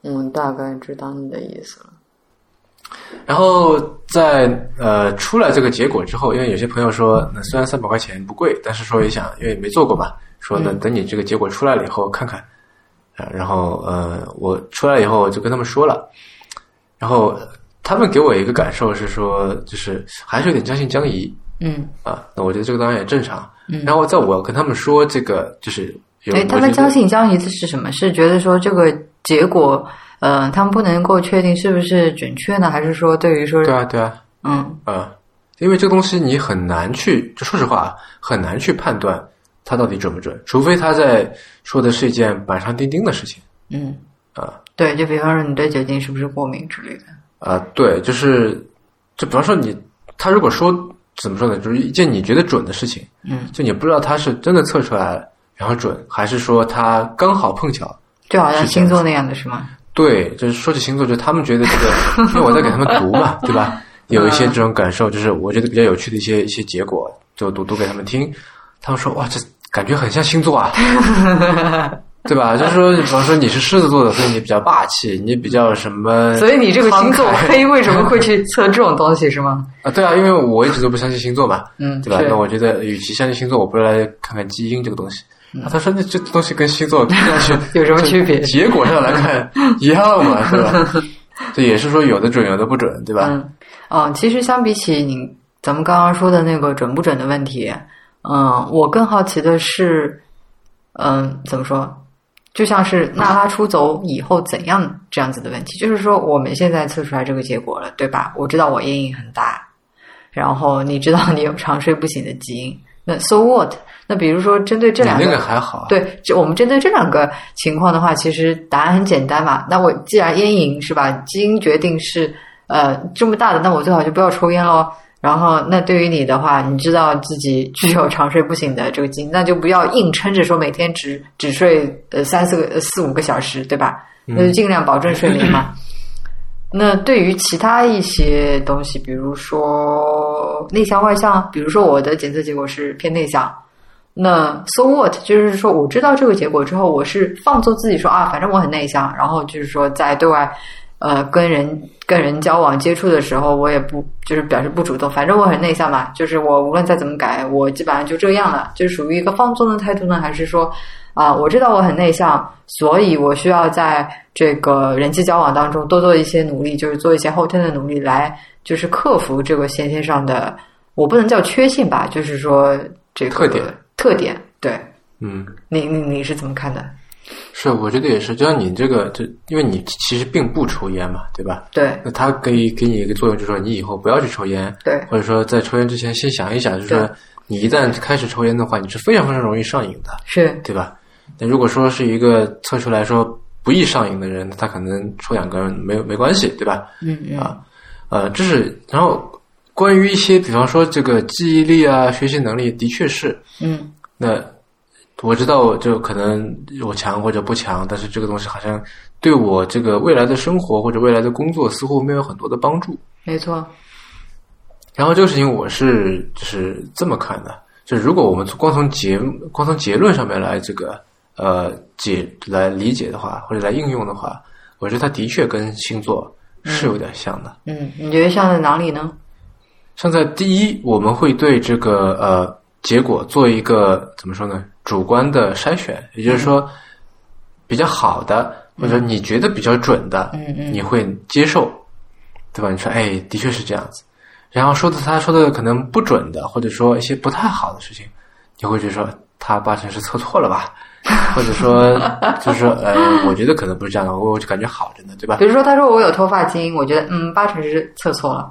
我大概知道你的意思了。
然后在呃出来这个结果之后，因为有些朋友说，那虽然三百块钱不贵，但是说也想，因为没做过嘛，说呢等你这个结果出来了以后
嗯
看看。啊，然后呃，我出来以后就跟他们说了，然后呃他们给我一个感受是说，就是还是有点将信将疑
嗯，
啊。那我觉得这个当然也正常。然后在我跟他们说这个，就是有
哎，嗯他们
我觉得
将信将疑的是什么？是觉得说这个结果，呃，他们不能够确定是不是准确呢？还是说对于说，
对啊对啊，
嗯
啊，因为这个东西你很难去，就说实话，啊很难去判断它到底准不准，除非他在说的是一件板上钉钉的事情
嗯，
啊
对，就比方说你对酒精是不是过敏之类的，
啊，对，就是就比方说你，他如果说怎么说呢，就是一件你觉得准的事情，
嗯，
就你不知道他是真的测出来了然后准，还是说他刚好碰巧
就好
是这
像
样
星
子
座那样的是吗？
对，就是说起星座，就是他们觉得这个，因为我在给他们读嘛，对吧？有一些这种感受，就是我觉得比较有趣的一些一些结果，就读读给他们听，他们说哇，这感觉很像星座啊，对吧？就是说，比方说你是狮子座的，所以你比较霸气，你比较什么？
所以你这个星座
呃 慷慨
黑为什么会去测这种东西是吗？
啊，对啊，因为我一直都不相信星座嘛，
嗯，
对吧？
是
那我觉得，与其相信星座，我不如来看看基因这个东西。啊、他说那这东西跟星座看上去
有什么区别
就结果上来看一样嘛，是吧？
这也是说有的准，有的不准，对吧？
嗯，哦，其实相比起你咱们刚刚说的那个准不准的问题，嗯，我更好奇的是，嗯，怎么说？就像是那拉出走以后怎样这样子的问题，就是说我们现在测出来这个结果了，对吧？我知道我阴影很大，然后你知道你有长睡不醒的基因，那 so what？那比如说针对这两
你那个还好啊，
对，就我们针对这两个情况的话，其实答案很简单嘛。那我既然烟瘾是吧，基因决定是呃这么大的，那我最好就不要抽烟喽。然后，那对于你的话，你知道自己具有长睡不醒的这个基因，那就不要硬撑着说每天只只睡呃三四个呃四五个小时，对吧？
嗯
那就尽量保证睡眠嘛。那对于其他一些东西，比如说内向外向，比如说我的检测结果是偏内向，那 so what？就是说，我知道这个结果之后，我是放纵自己说啊，反正我很内向，然后就是说在对外，呃，跟人跟人交往接触的时候，我也不就是表示不主动，反正我很内向嘛，就是我无论再怎么改，我基本上就这样了，就是属于一个放纵的态度呢，还是说啊、我知道我很内向，所以我需要在这个人际交往当中多做一些努力，就是做一些后天的努力来，就是克服这个先天上的，我不能叫缺陷吧，就是说这个
特点
特点，对
嗯，
你你你是怎么看的？
是，我觉得也是。就像你这个，就因为你其实并不抽烟嘛，对吧？
对
那它可以给你一个作用，就是说你以后不要去抽烟，
对
或者说在抽烟之前先想一想，就是
对
说你一旦开始抽烟的话，你是非常非常容易上瘾的，
是，
对吧？那如果说是一个测出来说不易上瘾的人，他可能抽两根没有没关系，对吧？
嗯嗯
呃，这是然后关于一些，比方说这个记忆力啊、学习能力，的确是
嗯
那我知道，我就可能我强或者不强，但是这个东西好像对我这个未来的生活或者未来的工作似乎没有很多的帮助。
没错，
然后这个事情我是就是这么看的，就是如果我们从光从结光从结论上面来这个呃解来理解的话，或者来应用的话，我觉得它的确跟星座是有点像的。
嗯，你觉得像在哪里呢？
像在第一，我们会对这个呃结果做一个怎么说呢？主观的筛选，也就是
嗯
说，比较好的、或者你觉得比较准的，
嗯嗯
你会接受，对吧？你说，哎，的确是这样子。然后说的他说的可能不准的，或者说一些不太好的事情，你会觉得说他八成是测错了 吧，或者说就是说，呃，我觉得可能不是这样的，我我就感觉好着呢，对吧
比？如说，他说我有脱发基因，我觉得嗯，八成是测错了。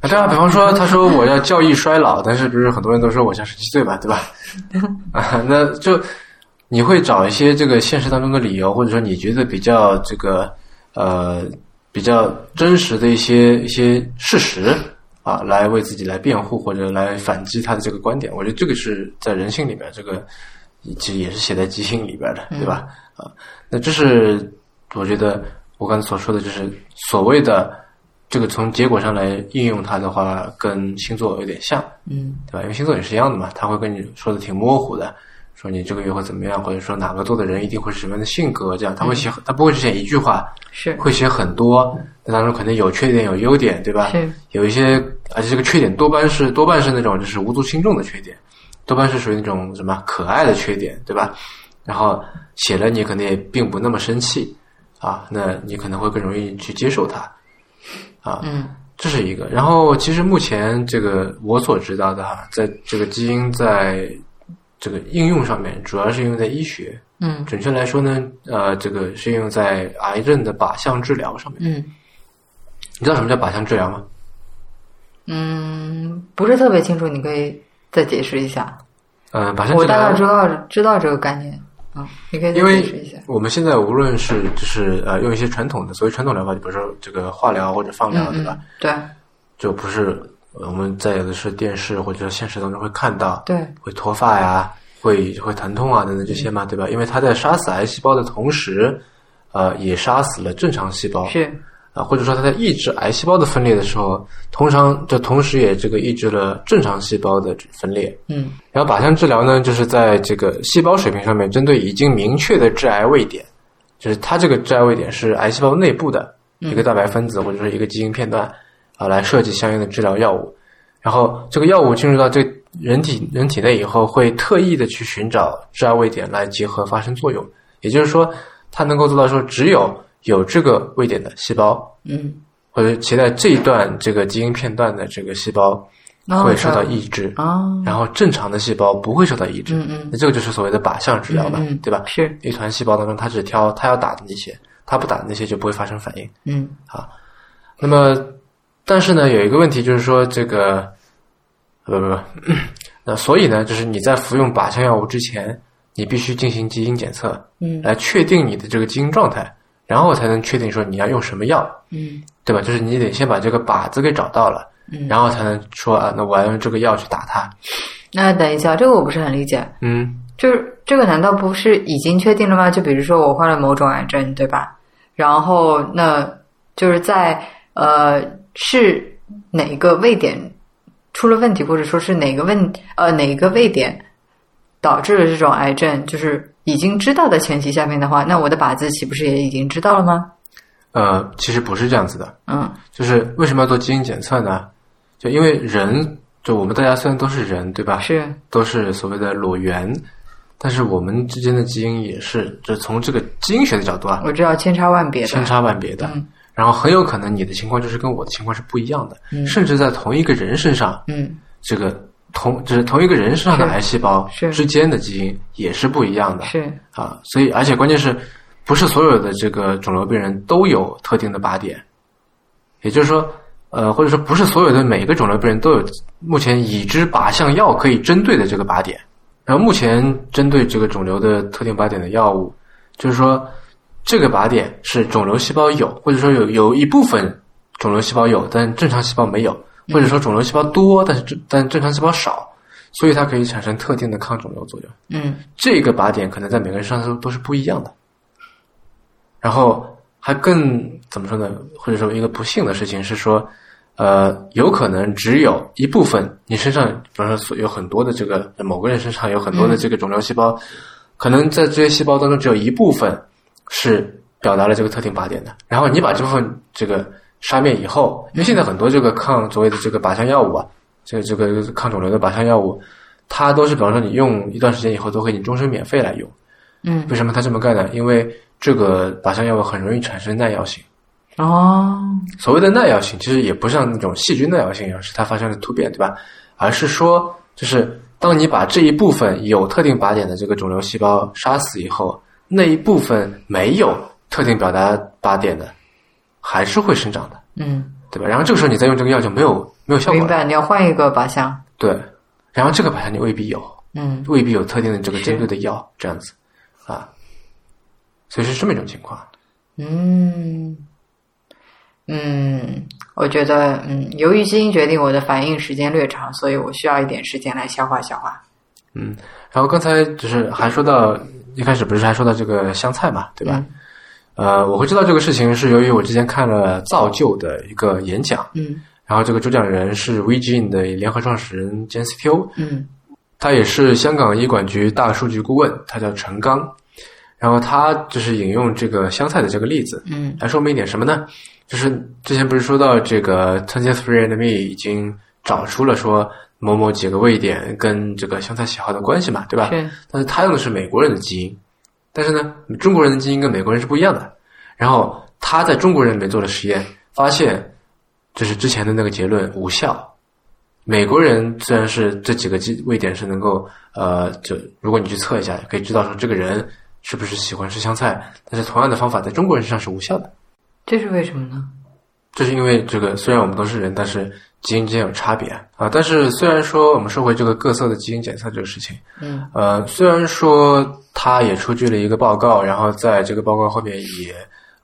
啊，对啊，比方说，他说我要教育衰老，但是不是很多人都说我像十七岁吧，对吧？ 啊，那就你会找一些这个现实当中的理由，或者说你觉得比较这个呃比较真实的一些一些事实啊，来为自己来辩护或者来反击他的这个观点。我觉得这个是在人性里边，这个其实也是写在基因里边的，对吧？啊，那这是我觉得我刚才所说的，就是所谓的这个从结果上来应用它的话，跟星座有点像。
嗯
对吧？因为星座也是一样的嘛，他会跟你说的挺模糊的，说你这个月会怎么样，或者说哪个座的人一定会是什么样的性格，这样他会写，他不会只写一句话，
是
会写很多，那当中肯定有缺点有优点，对吧？
是
有一些，而且这个缺点多半是多半是那种就是无足轻重的缺点，多半是属于那种什么可爱的缺点，对吧？然后写了你可能也并不那么生气啊，那你可能会更容易去接受它啊，
嗯
这是一个。然后其实目前这个我所知道的哈，在这个基因在这个应用上面，主要是应用在医学。
嗯
准确来说呢，呃，这个是应用在癌症的靶向治疗上面。
嗯
你知道什么叫靶向治疗吗？
嗯，不是特别清楚，你可以再解释一下。
呃，靶向
我
治
大概知
疗，
道知道这个概念，嗯，你可以再
因
解释一下
为。我们现在无论是就是呃用一些传统的所谓传统疗法，就比如说这个化疗或者放疗，对
嗯
吧？
嗯，对
就不是呃我们在有的是电视或者现实当中会看到，
对，
会脱发呀，会会疼痛啊等等这些嘛，对吧？因为它在杀死癌细胞的同时，呃，也杀死了正常细胞，啊、
是
或者说它在抑制癌细胞的分裂的时候，通常就同时也这个抑制了正常细胞的分裂。
嗯
然后靶向治疗呢，就是在这个细胞水平上面，针对已经明确的致癌位点，就是它这个致癌位点是癌细胞内部的一个蛋白分子或者是一个基因片段啊，来设计相应的治疗药物。然后这个药物进入到这个人体人体内以后，会特意的去寻找致癌位点来结合发生作用。也就是说，它能够做到说，只有有这个位点的细胞，
嗯，
或者携带这一段这个基因片段的这个细胞
哦
会受到抑制，
哦，
然后正常的细胞不会受到抑制。
嗯嗯
那这个就是所谓的靶向治疗吧，
嗯嗯
对吧？
是，
一团细胞当中，它只挑它要打的那些，它不打的那些就不会发生反应。
嗯
那么，但是呢，有一个问题就是说，这个不不不， 那所以呢，就是你在服用靶向药物之前，你必须进行基因检测，
嗯
来确定你的这个基因状态，然后才能确定说你要用什么药，
嗯
对吧？就是你得先把这个靶子给找到了，
嗯。
然后才能说啊，那我要用这个药去打它。
那等一下，这个我不是很理解，
嗯，
就是这个难道不是已经确定了吗？就比如说我患了某种癌症，对吧？然后那就是在呃是哪个位点出了问题，或者说是哪个问呃哪个位点导致了这种癌症，就是已经知道的前提下面的话，那我的靶子岂不是也已经知道了吗？
呃，其实不是这样子的，
嗯
就是为什么要做基因检测呢？就因为人，就我们大家虽然都是人，对吧？
是
都是所谓的裸源，但是我们之间的基因也是，就从这个基因学的角度啊，
我知道千差万别的，
千差万别的。
嗯
然后很有可能你的情况就是跟我的情况是不一样的，
嗯
甚至在同一个人身上，
嗯
这个同就是同一个人身上的
是
癌细胞
是
之间的基因也是不一样的
是
啊。所以，而且关键是，不是所有的这个肿瘤病人都有特定的靶点，也就是说，呃，或者说不是所有的每一个肿瘤病人都有目前已知靶向药可以针对的这个靶点。然后目前针对这个肿瘤的特定靶点的药物，就是说这个靶点是肿瘤细胞有，或者说有有一部分肿瘤细胞有，但正常细胞没有，或者说肿瘤细胞多，但是正但正常细胞少，所以它可以产生特定的抗肿瘤作用。
嗯
这个靶点可能在每个人身上都都是不一样的。然后还更怎么说呢？或者说一个不幸的事情是说，呃，有可能只有一部分你身上，比方说有很多的这个某个人身上有很多的这个肿瘤细胞，可能在这些细胞当中只有一部分是表达了这个特定靶点的。然后你把这部分这个杀灭以后，因为现在很多这个抗所谓的这个靶向药物啊，这个这个抗肿瘤的靶向药物，它都是比方说你用一段时间以后都给你终身免费来用。
嗯
为什么它这么干呢？因为这个靶向药物很容易产生耐药性。
哦
所谓的耐药性，其实也不像那种细菌耐药性一样，是它发生了突变，对吧？而是说，就是当你把这一部分有特定靶点的这个肿瘤细胞杀死以后，那一部分没有特定表达靶点的，还是会生长的，
嗯，
对吧？然后这个时候你再用这个药就没有没有效果
明
了，
白，你要换一个靶向，
对。然后这个靶向你未必有，
嗯
未必有特定的这个针对
是
的药，这样子啊，所以是这么一种情况。
嗯，嗯，我觉得，嗯，由于基因决定我的反应时间略长，所以我需要一点时间来消化消化。
然后刚才就是还说到一开始不是还说到这个香菜嘛，对
嗯
吧？呃，我会知道这个事情是由于我之前看了造就的一个演讲，
嗯
然后这个主讲人是 VGN 的联合创始人兼 CTO，
嗯
他也是香港医管局大数据顾问，他叫陈刚。然后他就是引用这个香菜的这个例子，
嗯
来说明一点什么呢？就是之前不是说到这个 Twenty Three and Me 已经找出了说某某几个位点跟这个香菜喜好的关系嘛，对吧？
嗯是
但是他用的是美国人的基因，但是呢，中国人的基因跟美国人是不一样的。然后他在中国人里面做了实验，发现就是之前的那个结论无效。美国人虽然是这几个基位点是能够呃，就如果你去测一下，可以知道说这个人是不是喜欢吃香菜，但是同样的方法在中国人身上是无效的。
这是为什么呢？
这是因为这个虽然我们都是人，但是基因之间有差别啊。但是虽然说我们说回这个各色的基因检测这个事情，
嗯
呃，虽然说他也出具了一个报告，然后在这个报告后面也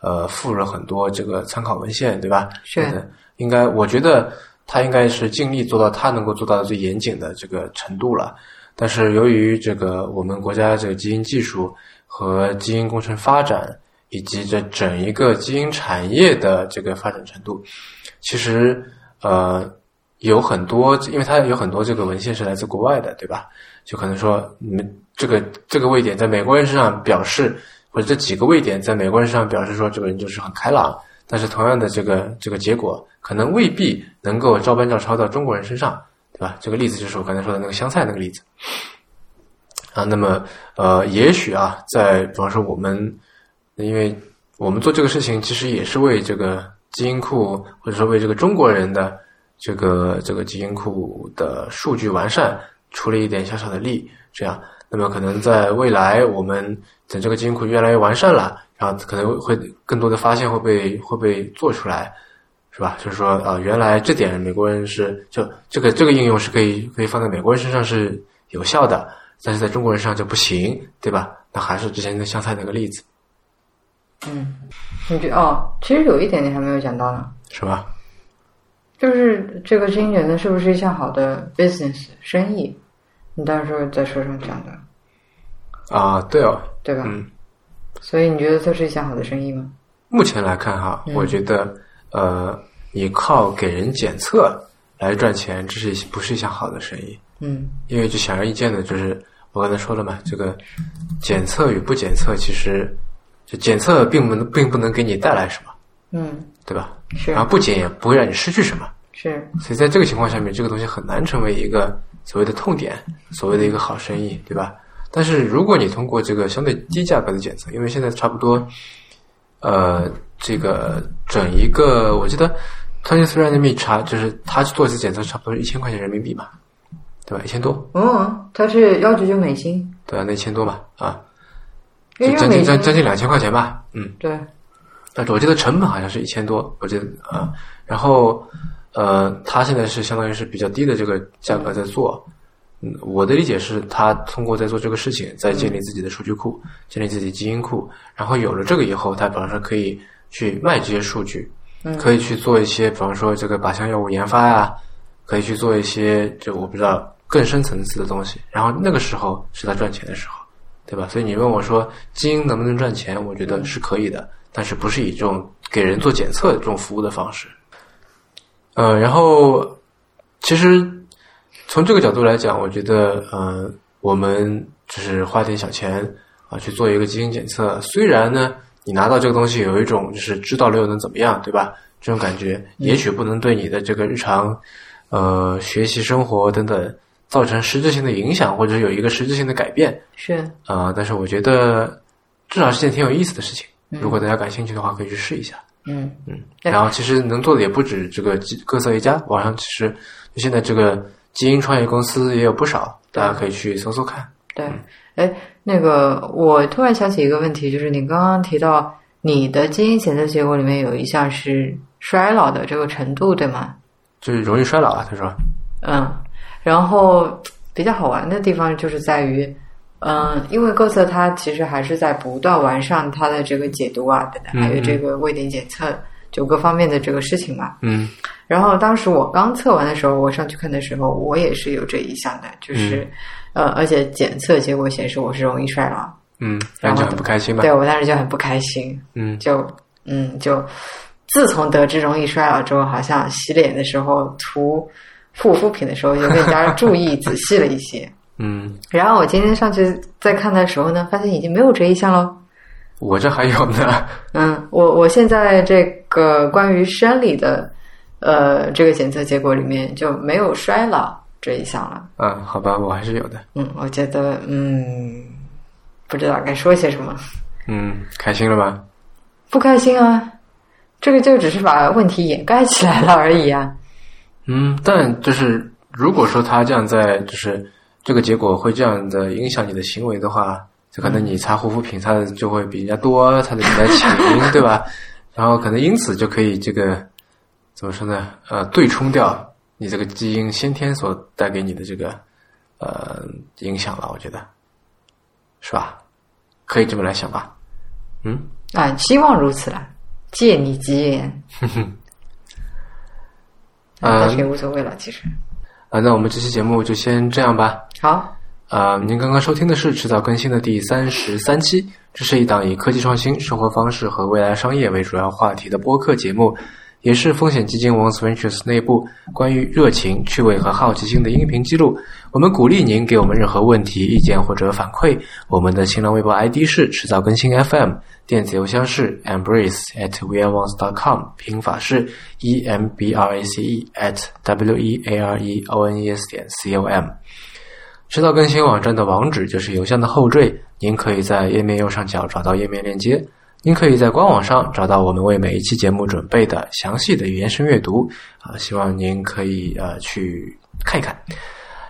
呃附了很多这个参考文献，对吧？
是
等等应该我觉得他应该是尽力做到他能够做到的最严谨的这个程度了。但是由于这个我们国家这个基因技术和基因工程发展，以及这整一个基因产业的这个发展程度，其实呃有很多，因为它有很多这个文献是来自国外的，对吧？就可能说你们这个这个位点在美国人身上表示，或者这几个位点在美国人身上表示说这个人就是很开朗，但是同样的这个这个结果可能未必能够照搬照抄到中国人身上，对吧？这个例子就是我刚才说的那个香菜那个例子。啊，那么呃，也许啊，在比方说我们，因为我们做这个事情，其实也是为这个基因库，或者说为这个中国人的这个这个基因库的数据完善出了一点小小的力。这样，那么可能在未来，我们等这个基因库越来越完善了，然后可能会更多的发现会被会被做出来，是吧？就是说，啊、原来这点美国人是就这个这个应用是可以可以放在美国人身上是有效的，但是在中国人身上就不行，对吧？那还是之前的香菜那个例子，
你觉哦，其实有一点你还没有讲到呢，
是吧？
就是这个基因检测是不是一项好的 business 生意？你到时候在书上讲的，
啊，对哦，
对吧？
嗯
所以你觉得这是一项好的生意吗？
目前来看哈，我觉得呃，你靠给人检测来赚钱，这是一不是一项好的生意？
嗯
因为就显而易见的，就是我刚才说了嘛，这个检测与不检测，其实就检测并不能并不能给你带来什么，
嗯，
对吧？
是
然后不检也不会让你失去什么，
是，
所以在这个情况下面，这个东西很难成为一个所谓的痛点，所谓的一个好生意，对吧？但是如果你通过这个相对低价格的检测，因为现在差不多，呃，这个整一个我记得 Twenty Three Andme 查就是他去做一次检测，差不多是一千块钱人民币嘛，对吧？一千多，
哦，它是要求就美金，
对吧？那一千多嘛，啊，
因
就
为
将
美
近
金
将将近两千块钱吧，嗯。
对，
但是我记得成本好像是一千多，我记得啊、然后呃，它现在是相当于是比较低的这个价格在做。嗯，我的理解是，它通过在做这个事情，在建立自己的数据库，建立自己基因库，然后有了这个以后，它比方说可以去卖这些数据，可以去做一些，比方说这个靶向药物研发呀、可以去做一些就我不知道更深层次的东西。然后那个时候是他赚钱的时候，对吧？所以你问我说基因能不能赚钱，我觉得是可以的，但是不是以这种给人做检测的这种服务的方式。呃，然后其实从这个角度来讲，我觉得呃，我们就是花点小钱啊去做一个基因检测，虽然呢。你拿到这个东西有一种就是知道了又能怎么样，对吧？这种感觉也许不能对你的这个日常呃学习、生活等等造成实质性的影响，或者有一个实质性的改变
是，
啊、呃但是我觉得至少是件挺有意思的事情。如果大家感兴趣的话，可以去试一下。
嗯对
然后其实能做的也不止这个基各色一家，网上其实就现在这个基因创业公司也有不少，大家可以去搜搜看。
对，哎，那个我突然想起一个问题，就是你刚刚提到你的基因检测结果里面有一项是衰老的这个程度，对吗？
就是容易衰老啊，他说，
嗯，然后比较好玩的地方就是在于，嗯，因为各色它其实还是在不断完善它的这个解读啊，等等，还有这个位点检测就各方面的这个事情嘛。
嗯
然后当时我刚测完的时候，我上去看的时候，我也是有这一项的，就是、呃，而且检测结果显示我是容易衰老，
嗯，然后就
然后
很不开心嘛
对，我当时就很不开心，
嗯
就嗯，就自从得知容易衰老之后，好像洗脸的时候涂护肤品的时候就更加注意仔细了一些。
嗯，
然后我今天上去再看的时候呢，发现已经没有这一项喽。
我这还有呢，
嗯，我我现在这个关于生理的呃这个检测结果里面就没有衰老这一项了。
嗯，好吧，我还是有的。
嗯，我觉得嗯不知道该说些什么，
嗯，开心了吧？
不开心啊。这个就只是把问题掩盖起来了而已啊。
嗯，但就是如果说他这样在，就是这个结果会这样的影响你的行为的话，就可能你擦护肤品擦的就会比人家多，擦的比人家勤，对吧？然后可能因此就可以这个怎么说呢？呃，对冲掉你这个基因先天所带给你的这个呃影响了，我觉得是吧？可以这么来想吧？嗯。
啊，希望如此啦，借你吉言。啊
嗯
但是也无所谓了，其实。
啊，那我们这期节目就先这样吧。
好，
呃，您刚刚收听的是迟早更新的第三十三期，这是一档以科技创新、生活方式和未来商业为主要话题的播客节目，也是风险基金 Once Ventures 内部关于热情、趣味和好奇心的音频记录。我们鼓励您给我们任何问题、意见或者反馈。我们的新浪微博 ID 是迟早更新 FM，电子邮箱是 embrace at weareones.com，拼法是 e m b r a c e at w e a r e o n e s 点 c o m。迟早更新网站的网址就是邮箱的后缀，您可以在页面右上角找到页面链接。您可以在官网上找到我们为每一期节目准备的详细的延伸阅读啊、希望您可以呃去看一看。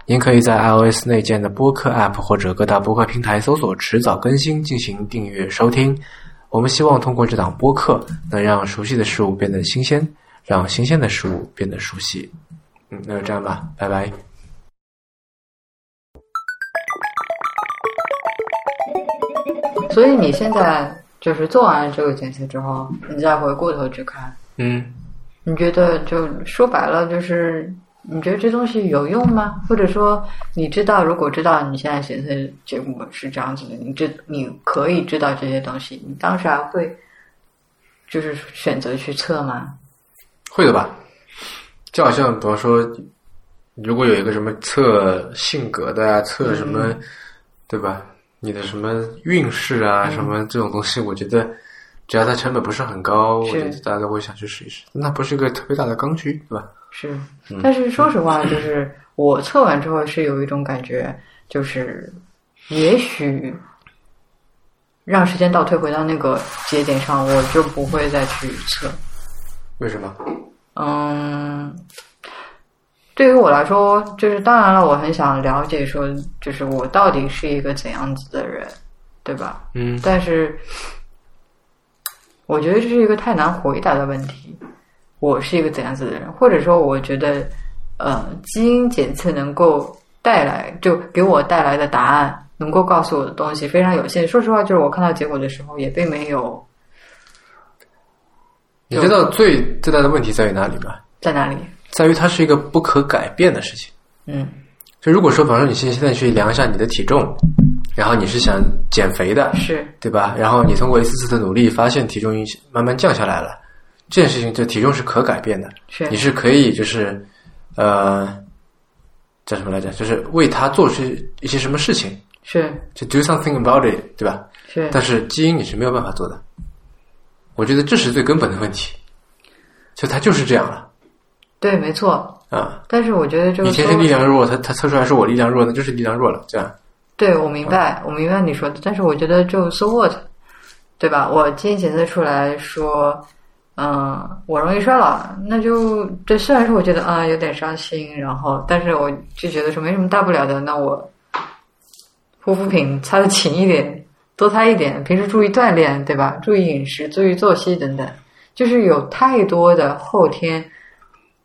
您可以在 iOS 内建的播客 App 或者各大播客平台搜索“迟早更新”进行订阅收听。我们希望通过这档播客，能让熟悉的事物变得新鲜，让新鲜的事物变得熟悉。嗯，那就这样吧，拜拜。
所以你现在就是做完了这个检测之后，你再回过头去看，
嗯，
你觉得就说白了就是，你觉得这东西有用吗？或者说，你知道如果知道你现在检测结果是这样子的，你知你可以知道这些东西，你当时还会就是选择去测吗？
会的吧？就好像比方说，如果有一个什么测性格的啊，测什么，对吧？你的什么运势啊，什么这种东西，我觉得只要它成本不是很高，我
是
觉得大家都会想去试一试。那不是一个特别大的刚需，对吧？
是，但是说实话，就是我测完之后是有一种感觉，就是也许让时间倒退回到那个节点上，我就不会再去测。
为什么？
嗯，对于我来说，就是当然了，我很想了解说，就是我到底是一个怎样子的人，对吧？
嗯，
但是我觉得这是一个太难回答的问题。我是一个怎样子的人，或者说，我觉得，呃，基因检测能够带来，就给我带来的答案，能够告诉我的东西非常有限。说实话，就是我看到结果的时候，也并没有
你知道最最大的问题在于哪里吗？
在哪里，
在于它是一个不可改变的事情。
嗯，
就如果说，比方说你现现在去量一下你的体重，然后你是想减肥的，
是
对吧？然后你通过一次次的努力，发现体重一下慢慢降下来了，这件事情，这体重是可改变的，
是
你是可以就是，呃，叫什么来着？就是为它做出一些什么事情，
是
就 do something about it，对吧？
是
但是基因你是没有办法做的，我觉得这是最根本的问题，就它就是这样了
对，没错。
啊！
但是我觉得这个
你天
说
生力量弱，它它测出来是我力量弱，那就是力量弱了，这样。
对，我明白，我明白你说的，但是我觉得就 so what，对吧？我基因检测出来说，嗯，我容易衰老，那就这虽然说我觉得啊、有点伤心，然后，但是我就觉得说没什么大不了的，那我护肤品擦的勤一点，多擦一点，平时注意锻炼，对吧？注意饮食，注意作息等等，就是有太多的后天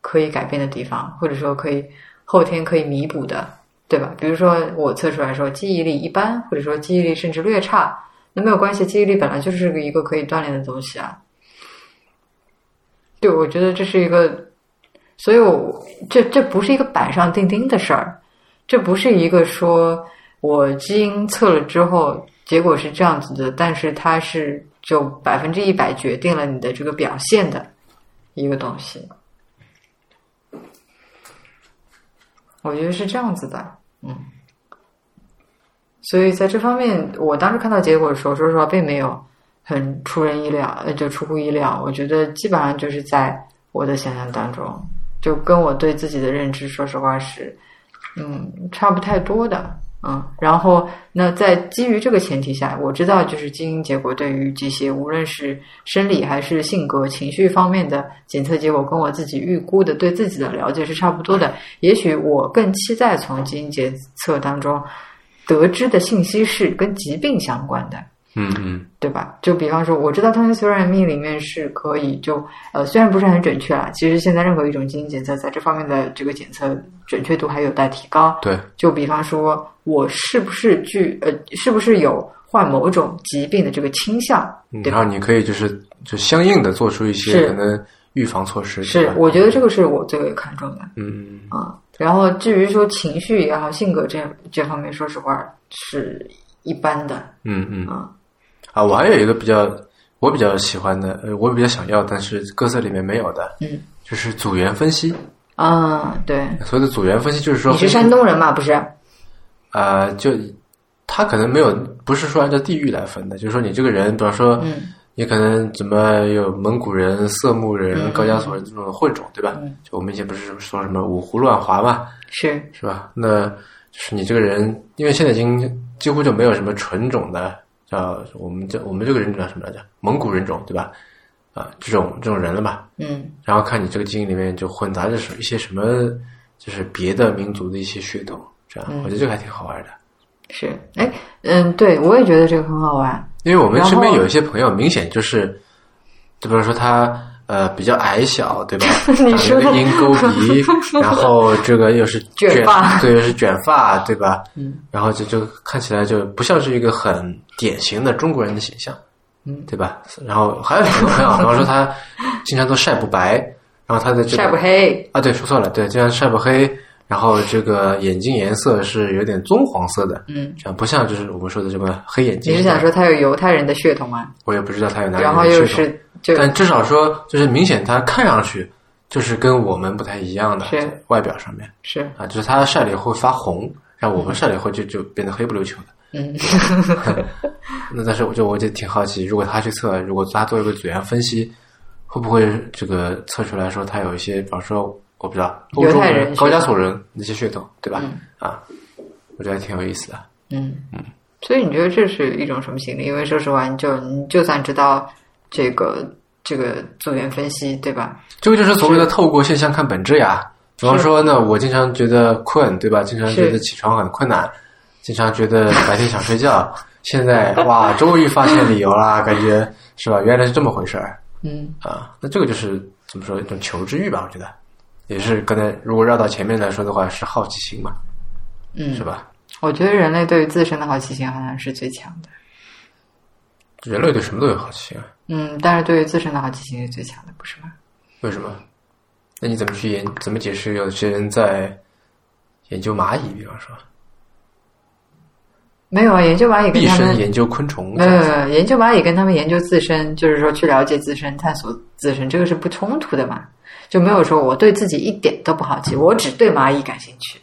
可以改变的地方，或者说可以后天可以弥补的。对吧？比如说我测出来说记忆力一般，或者说记忆力甚至略差，那没有关系，记忆力本来就是一个可以锻炼的东西啊。对，我觉得这是一个，所以我这这不是一个板上钉钉的事儿，这不是一个说我基因测了之后结果是这样子的，但是它是就百分之一百决定了你的这个表现的一个东西。我觉得是这样子的，嗯。所以在这方面，我当时看到结果的时候，说实话，并没有很出人意料，呃，就出乎意料。我觉得基本上就是在我的想象当中，就跟我对自己的认知，说实话是，嗯，差不太多的，嗯。然后，那在基于这个前提下，我知道就是基因结果对于这些无论是生理还是性格、情绪方面的检测结果，跟我自己预估的对自己的了解是差不多的。也许我更期待从基因检测当中得知的信息是跟疾病相关的。
嗯嗯
对吧？就比方说，我知道 twenty three and me 里面是可以就呃，虽然不是很准确啦，其实现在任何一种基因检测在这方面的这个检测准确度还有待提高。
对，
就比方说，我是不是具呃，是不是有患某种疾病的这个倾向，
嗯
对
然
吧
后？你可以就是就相应的做出一些
是
可能预防措施。对
是
吧，
我觉得这个是我最为看重的。
嗯，
啊、然后至于说情绪也好，性格这这方面，说实话是一般的
嗯嗯嗯
啊、
啊，我还有一个比较我比较喜欢的，呃，我比较想要，但是各色里面没有的，
嗯，
就是组员分析。
啊、对，
所谓的组员分析就是说，
你是山东人嘛？不是？
啊、就他可能没有，不是说按照地域来分的，就是说你这个人，比方说，
嗯，
你可能怎么有蒙古人、色目人、
嗯
高加索人这种混种，对吧？就我们以前不是说什么五胡乱华嘛，
是
是吧？那就是你这个人，因为现在已经几乎就没有什么纯种的，叫我们这我们这个人种叫什么来着？蒙古人种对吧？啊、这种这种人了嘛，
嗯
然后看你这个基因里面就混杂着什一些什么，就是别的民族的一些血统，这样、我觉得这个还挺好玩的。
是，哎嗯，对我也觉得这个很好玩，
因为我们身边
然后
有一些朋友，明显就是，就比如说他呃比较矮小，对吧？
你
长
说
了一个鹰钩 鼻，然后这个又是
卷发
对，又是卷发，对吧？
嗯，
然后就就看起来就不像是一个很典型的中国人的形象，
嗯，
对吧？然后还有很多朋友，然后说他经常都晒不白，然后他的这个
晒不黑，
啊，对，说错了，对，经常晒不黑，然后这个眼睛颜色是有点棕黄色的，
嗯，
这样不像就是我们说的这么黑眼睛。
你是想说他有犹太人的血统啊？
我也不知道他有哪里
然后
有
又
血统
是就
但至少说，就是明显他看上去就是跟我们不太一样的
是
在外表上面
是
啊，就是他晒了以后发红，然后我们晒了以后就就变得黑不溜秋的。
嗯，
那但是我就我就挺好奇，如果他去测，如果他做一个组员分析，会不会这个测出来说他有一些，比方说我不知道欧
犹
洲
太人
人、
血
高
统
加索人那些血统，对吧？
嗯
啊，我觉得还挺有意思的。
嗯，所以你觉得这是一种什么心理？因为说实话，你就你就算知道这个这个组员分析，对吧？
这个就是所谓的透过现象看本质呀。比方说呢，我经常觉得困，对吧？经常觉得
是
起床很困难，经常觉得白天想睡觉。现 在哇，终于发现理由啦，感觉是吧？原来是这么回事儿
嗯，
啊。那这个就是怎么说一种求知欲吧？我觉得也是刚才如果绕到前面来说的话，是好奇心嘛，
嗯
是吧？
我觉得人类对于自身的好奇心好像是最强的，
人类对什么都有好奇心啊？
嗯，但是对于自身的好奇心是最强的，不是吗？
为什么？那你怎么去研？怎么解释有些人在研究蚂蚁？比方说，
没有啊，研究蚂蚁跟
毕
他
生
们
研究昆虫
没，有没有没有研究蚂蚁跟他们研究自身，就是说去了解自身、探索自身，这个是不冲突的嘛？就没有说我对自己一点都不好奇，我只对蚂蚁感兴趣。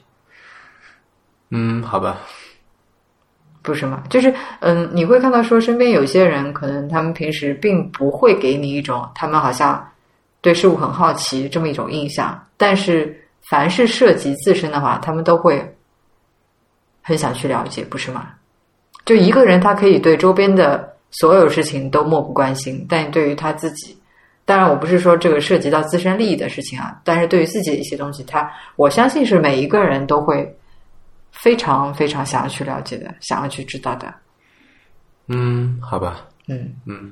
嗯，好吧。
不是吗？就是嗯，你会看到说身边有些人，可能他们平时并不会给你一种他们好像对事物很好奇这么一种印象，但是凡是涉及自身的话，他们都会很想去了解，不是吗？就一个人，他可以对周边的所有事情都漠不关心，但对于他自己，当然我不是说这个涉及到自身利益的事情啊，但是对于自己的一些东西，他我相信是每一个人都会非常非常想要去了解的，想要去知道的。
嗯，好吧，
嗯，
嗯。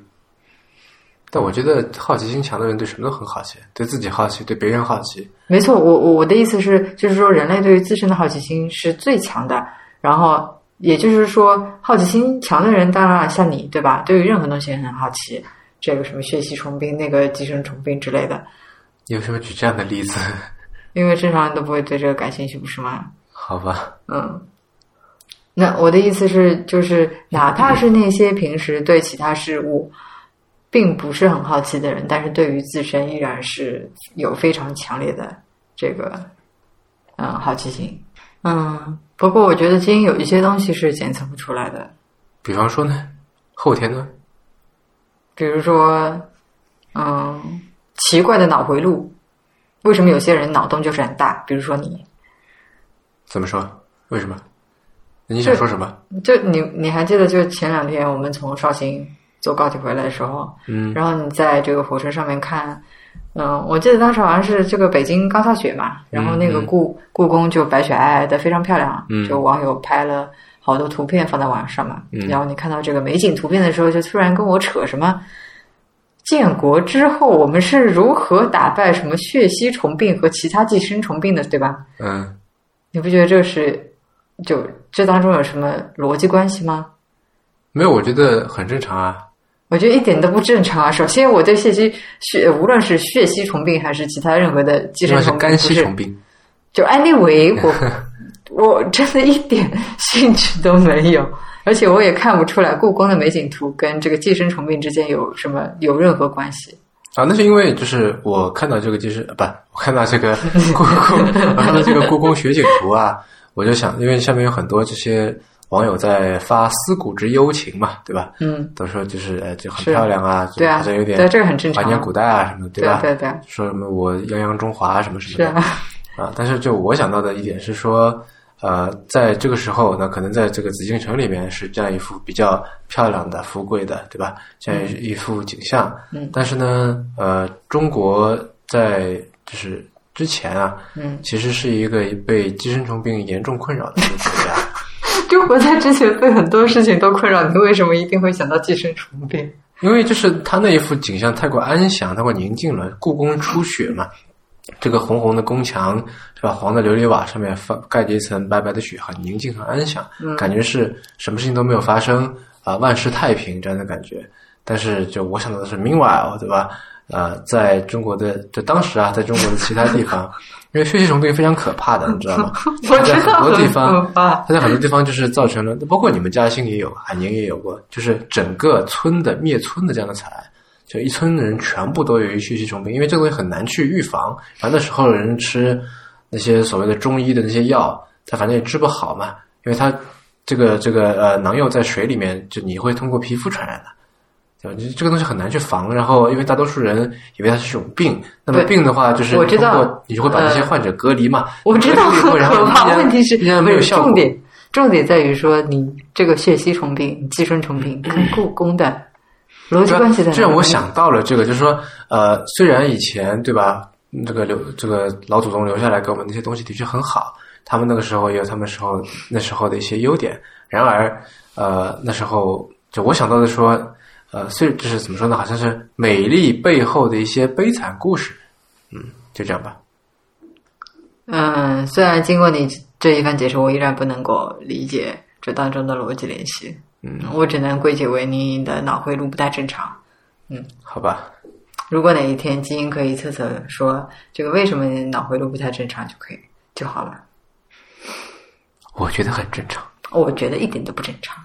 但我觉得好奇心强的人对什么都很好奇，对自己好奇，对别人好奇。
没错，我我我的意思是，就是说人类对于自身的好奇心是最强的。然后也就是说，好奇心强的人，当然像你对吧？对于任何东西也很好奇，这个什么血吸虫病、那个寄生虫病之类的，
你有什么举这样的例子？
因为正常人都不会对这个感兴趣，不是吗？
好吧，
嗯，那我的意思是，就是哪怕是那些平时对其他事物并不是很好奇的人，但是对于自身依然是有非常强烈的这个嗯好奇心。嗯，不过我觉得基因有一些东西是检测不出来的，
比方说呢，后天呢？
比如说，嗯，奇怪的脑回路，为什么有些人脑洞就是很大？比如说你，
怎么说？为什么？你想说什么？
就你你还记得，就前两天我们从绍兴坐高铁回来的时候，
嗯
然后你在这个火车上面看，嗯，我记得当时好像是这个北京刚下雪嘛，然后那个
嗯嗯
故、故宫就白雪皑皑的，非常漂亮，
嗯
就网友拍了好多图片放在网上嘛，
嗯
然后你看到这个美景图片的时候，就突然跟我扯什么。建国之后，我们是如何打败什么血吸虫病和其他寄生虫病的，对吧？
嗯，
你不觉得这是就这当中有什么逻辑关系吗？
没有，我觉得很正常啊。
我觉得一点都不正常啊！首先，我对血吸血，呃无论是血吸虫病还是其他任何的寄
这
生
是
虫病，
肝吸
不是
虫病。
就安利维， 我我真的一点兴趣都没有，而且我也看不出来故宫的美景图跟这个寄生虫病之间有什么有任何关系。
啊，那是因为就是我看到这个，就是不，我看到这 个故宫，我看到这个故宫雪景图啊，我就想，因为下面有很多这些网友在发思古之幽情嘛，对吧？
嗯，
都说就是呃，就很
是
漂亮啊，就
对啊，
好像有点
对，这个很正
怀
常
念古
啊。
代啊什么的，
对
吧？
对对，
说什么我泱泱中华什么什
是
么的
啊，
啊但是就我想到的一点是说，呃，在这个时候呢，可能在这个紫禁城里面是这样一幅比较漂亮的、富贵的，对吧？这样一幅景象。
嗯
但是呢，呃，中国在就是之前啊，
嗯，
其实是一个被寄生虫病严重困扰的一个国家。
中国在之前被很多事情都困扰，你为什么一定会想到寄生虫病？
因为就是他那一幅景象太过安详，太过宁静了。故宫出雪嘛，这个红红的宫墙是吧？黄的琉璃瓦上面放盖着一层白白的雪，很宁静，很安详，
嗯
感觉是什么事情都没有发生啊、万事太平这样的感觉。但是就我想到的是，meanwhile 对吧？呃，在中国的就当时啊，在中国的其他地 方，因为血吸虫病非常可怕的，你知道吗？
我知
在
道嗯
很多地方
很可怕
它在很多地方就是造成了，包括你们嘉兴也有，海宁也有过，就是整个村的灭村的这样的惨案，就一村的人全部都有一血吸虫病，因为这个东西很难去预防。反正那时候人吃那些所谓的中医的那些药，他反正也治不好嘛，因为他这个这个呃囊药在水里面，就你会通过皮肤传染的。对吧？就这个东西很难去防，然后因为大多数人以为它是一种病，那么
对
病的话就是
我知
通
道
过你就会把这些
呃
患者隔离嘛，
我知道
隔
很
离然后
可怕，
依然
问题是
依然没有
不是
效果。
重点，重点在于说你这个血吸虫病、寄生 虫病跟故宫的逻辑
对吧
关系在哪里？
这让我想到了这个，就是说，呃，虽然以前对吧，嗯这个留这个老祖宗留下来给我们那些东西的确很好，他们那个时候也有他们时候那时候的一些优点。然而，呃，那时候就我想到的说，呃，虽就是怎么说呢，好像是美丽背后的一些悲惨故事。嗯，就这样吧。
嗯，虽然经过你这一番解释，我依然不能够理解这当中的逻辑联系。
嗯，
我只能归结为你的脑回路不太正常。
好吧，
如果哪一天基因可以测测说这个为什么你脑回路不太正常，就可以就好了。
我觉得很正常。
我觉得一点都不正常。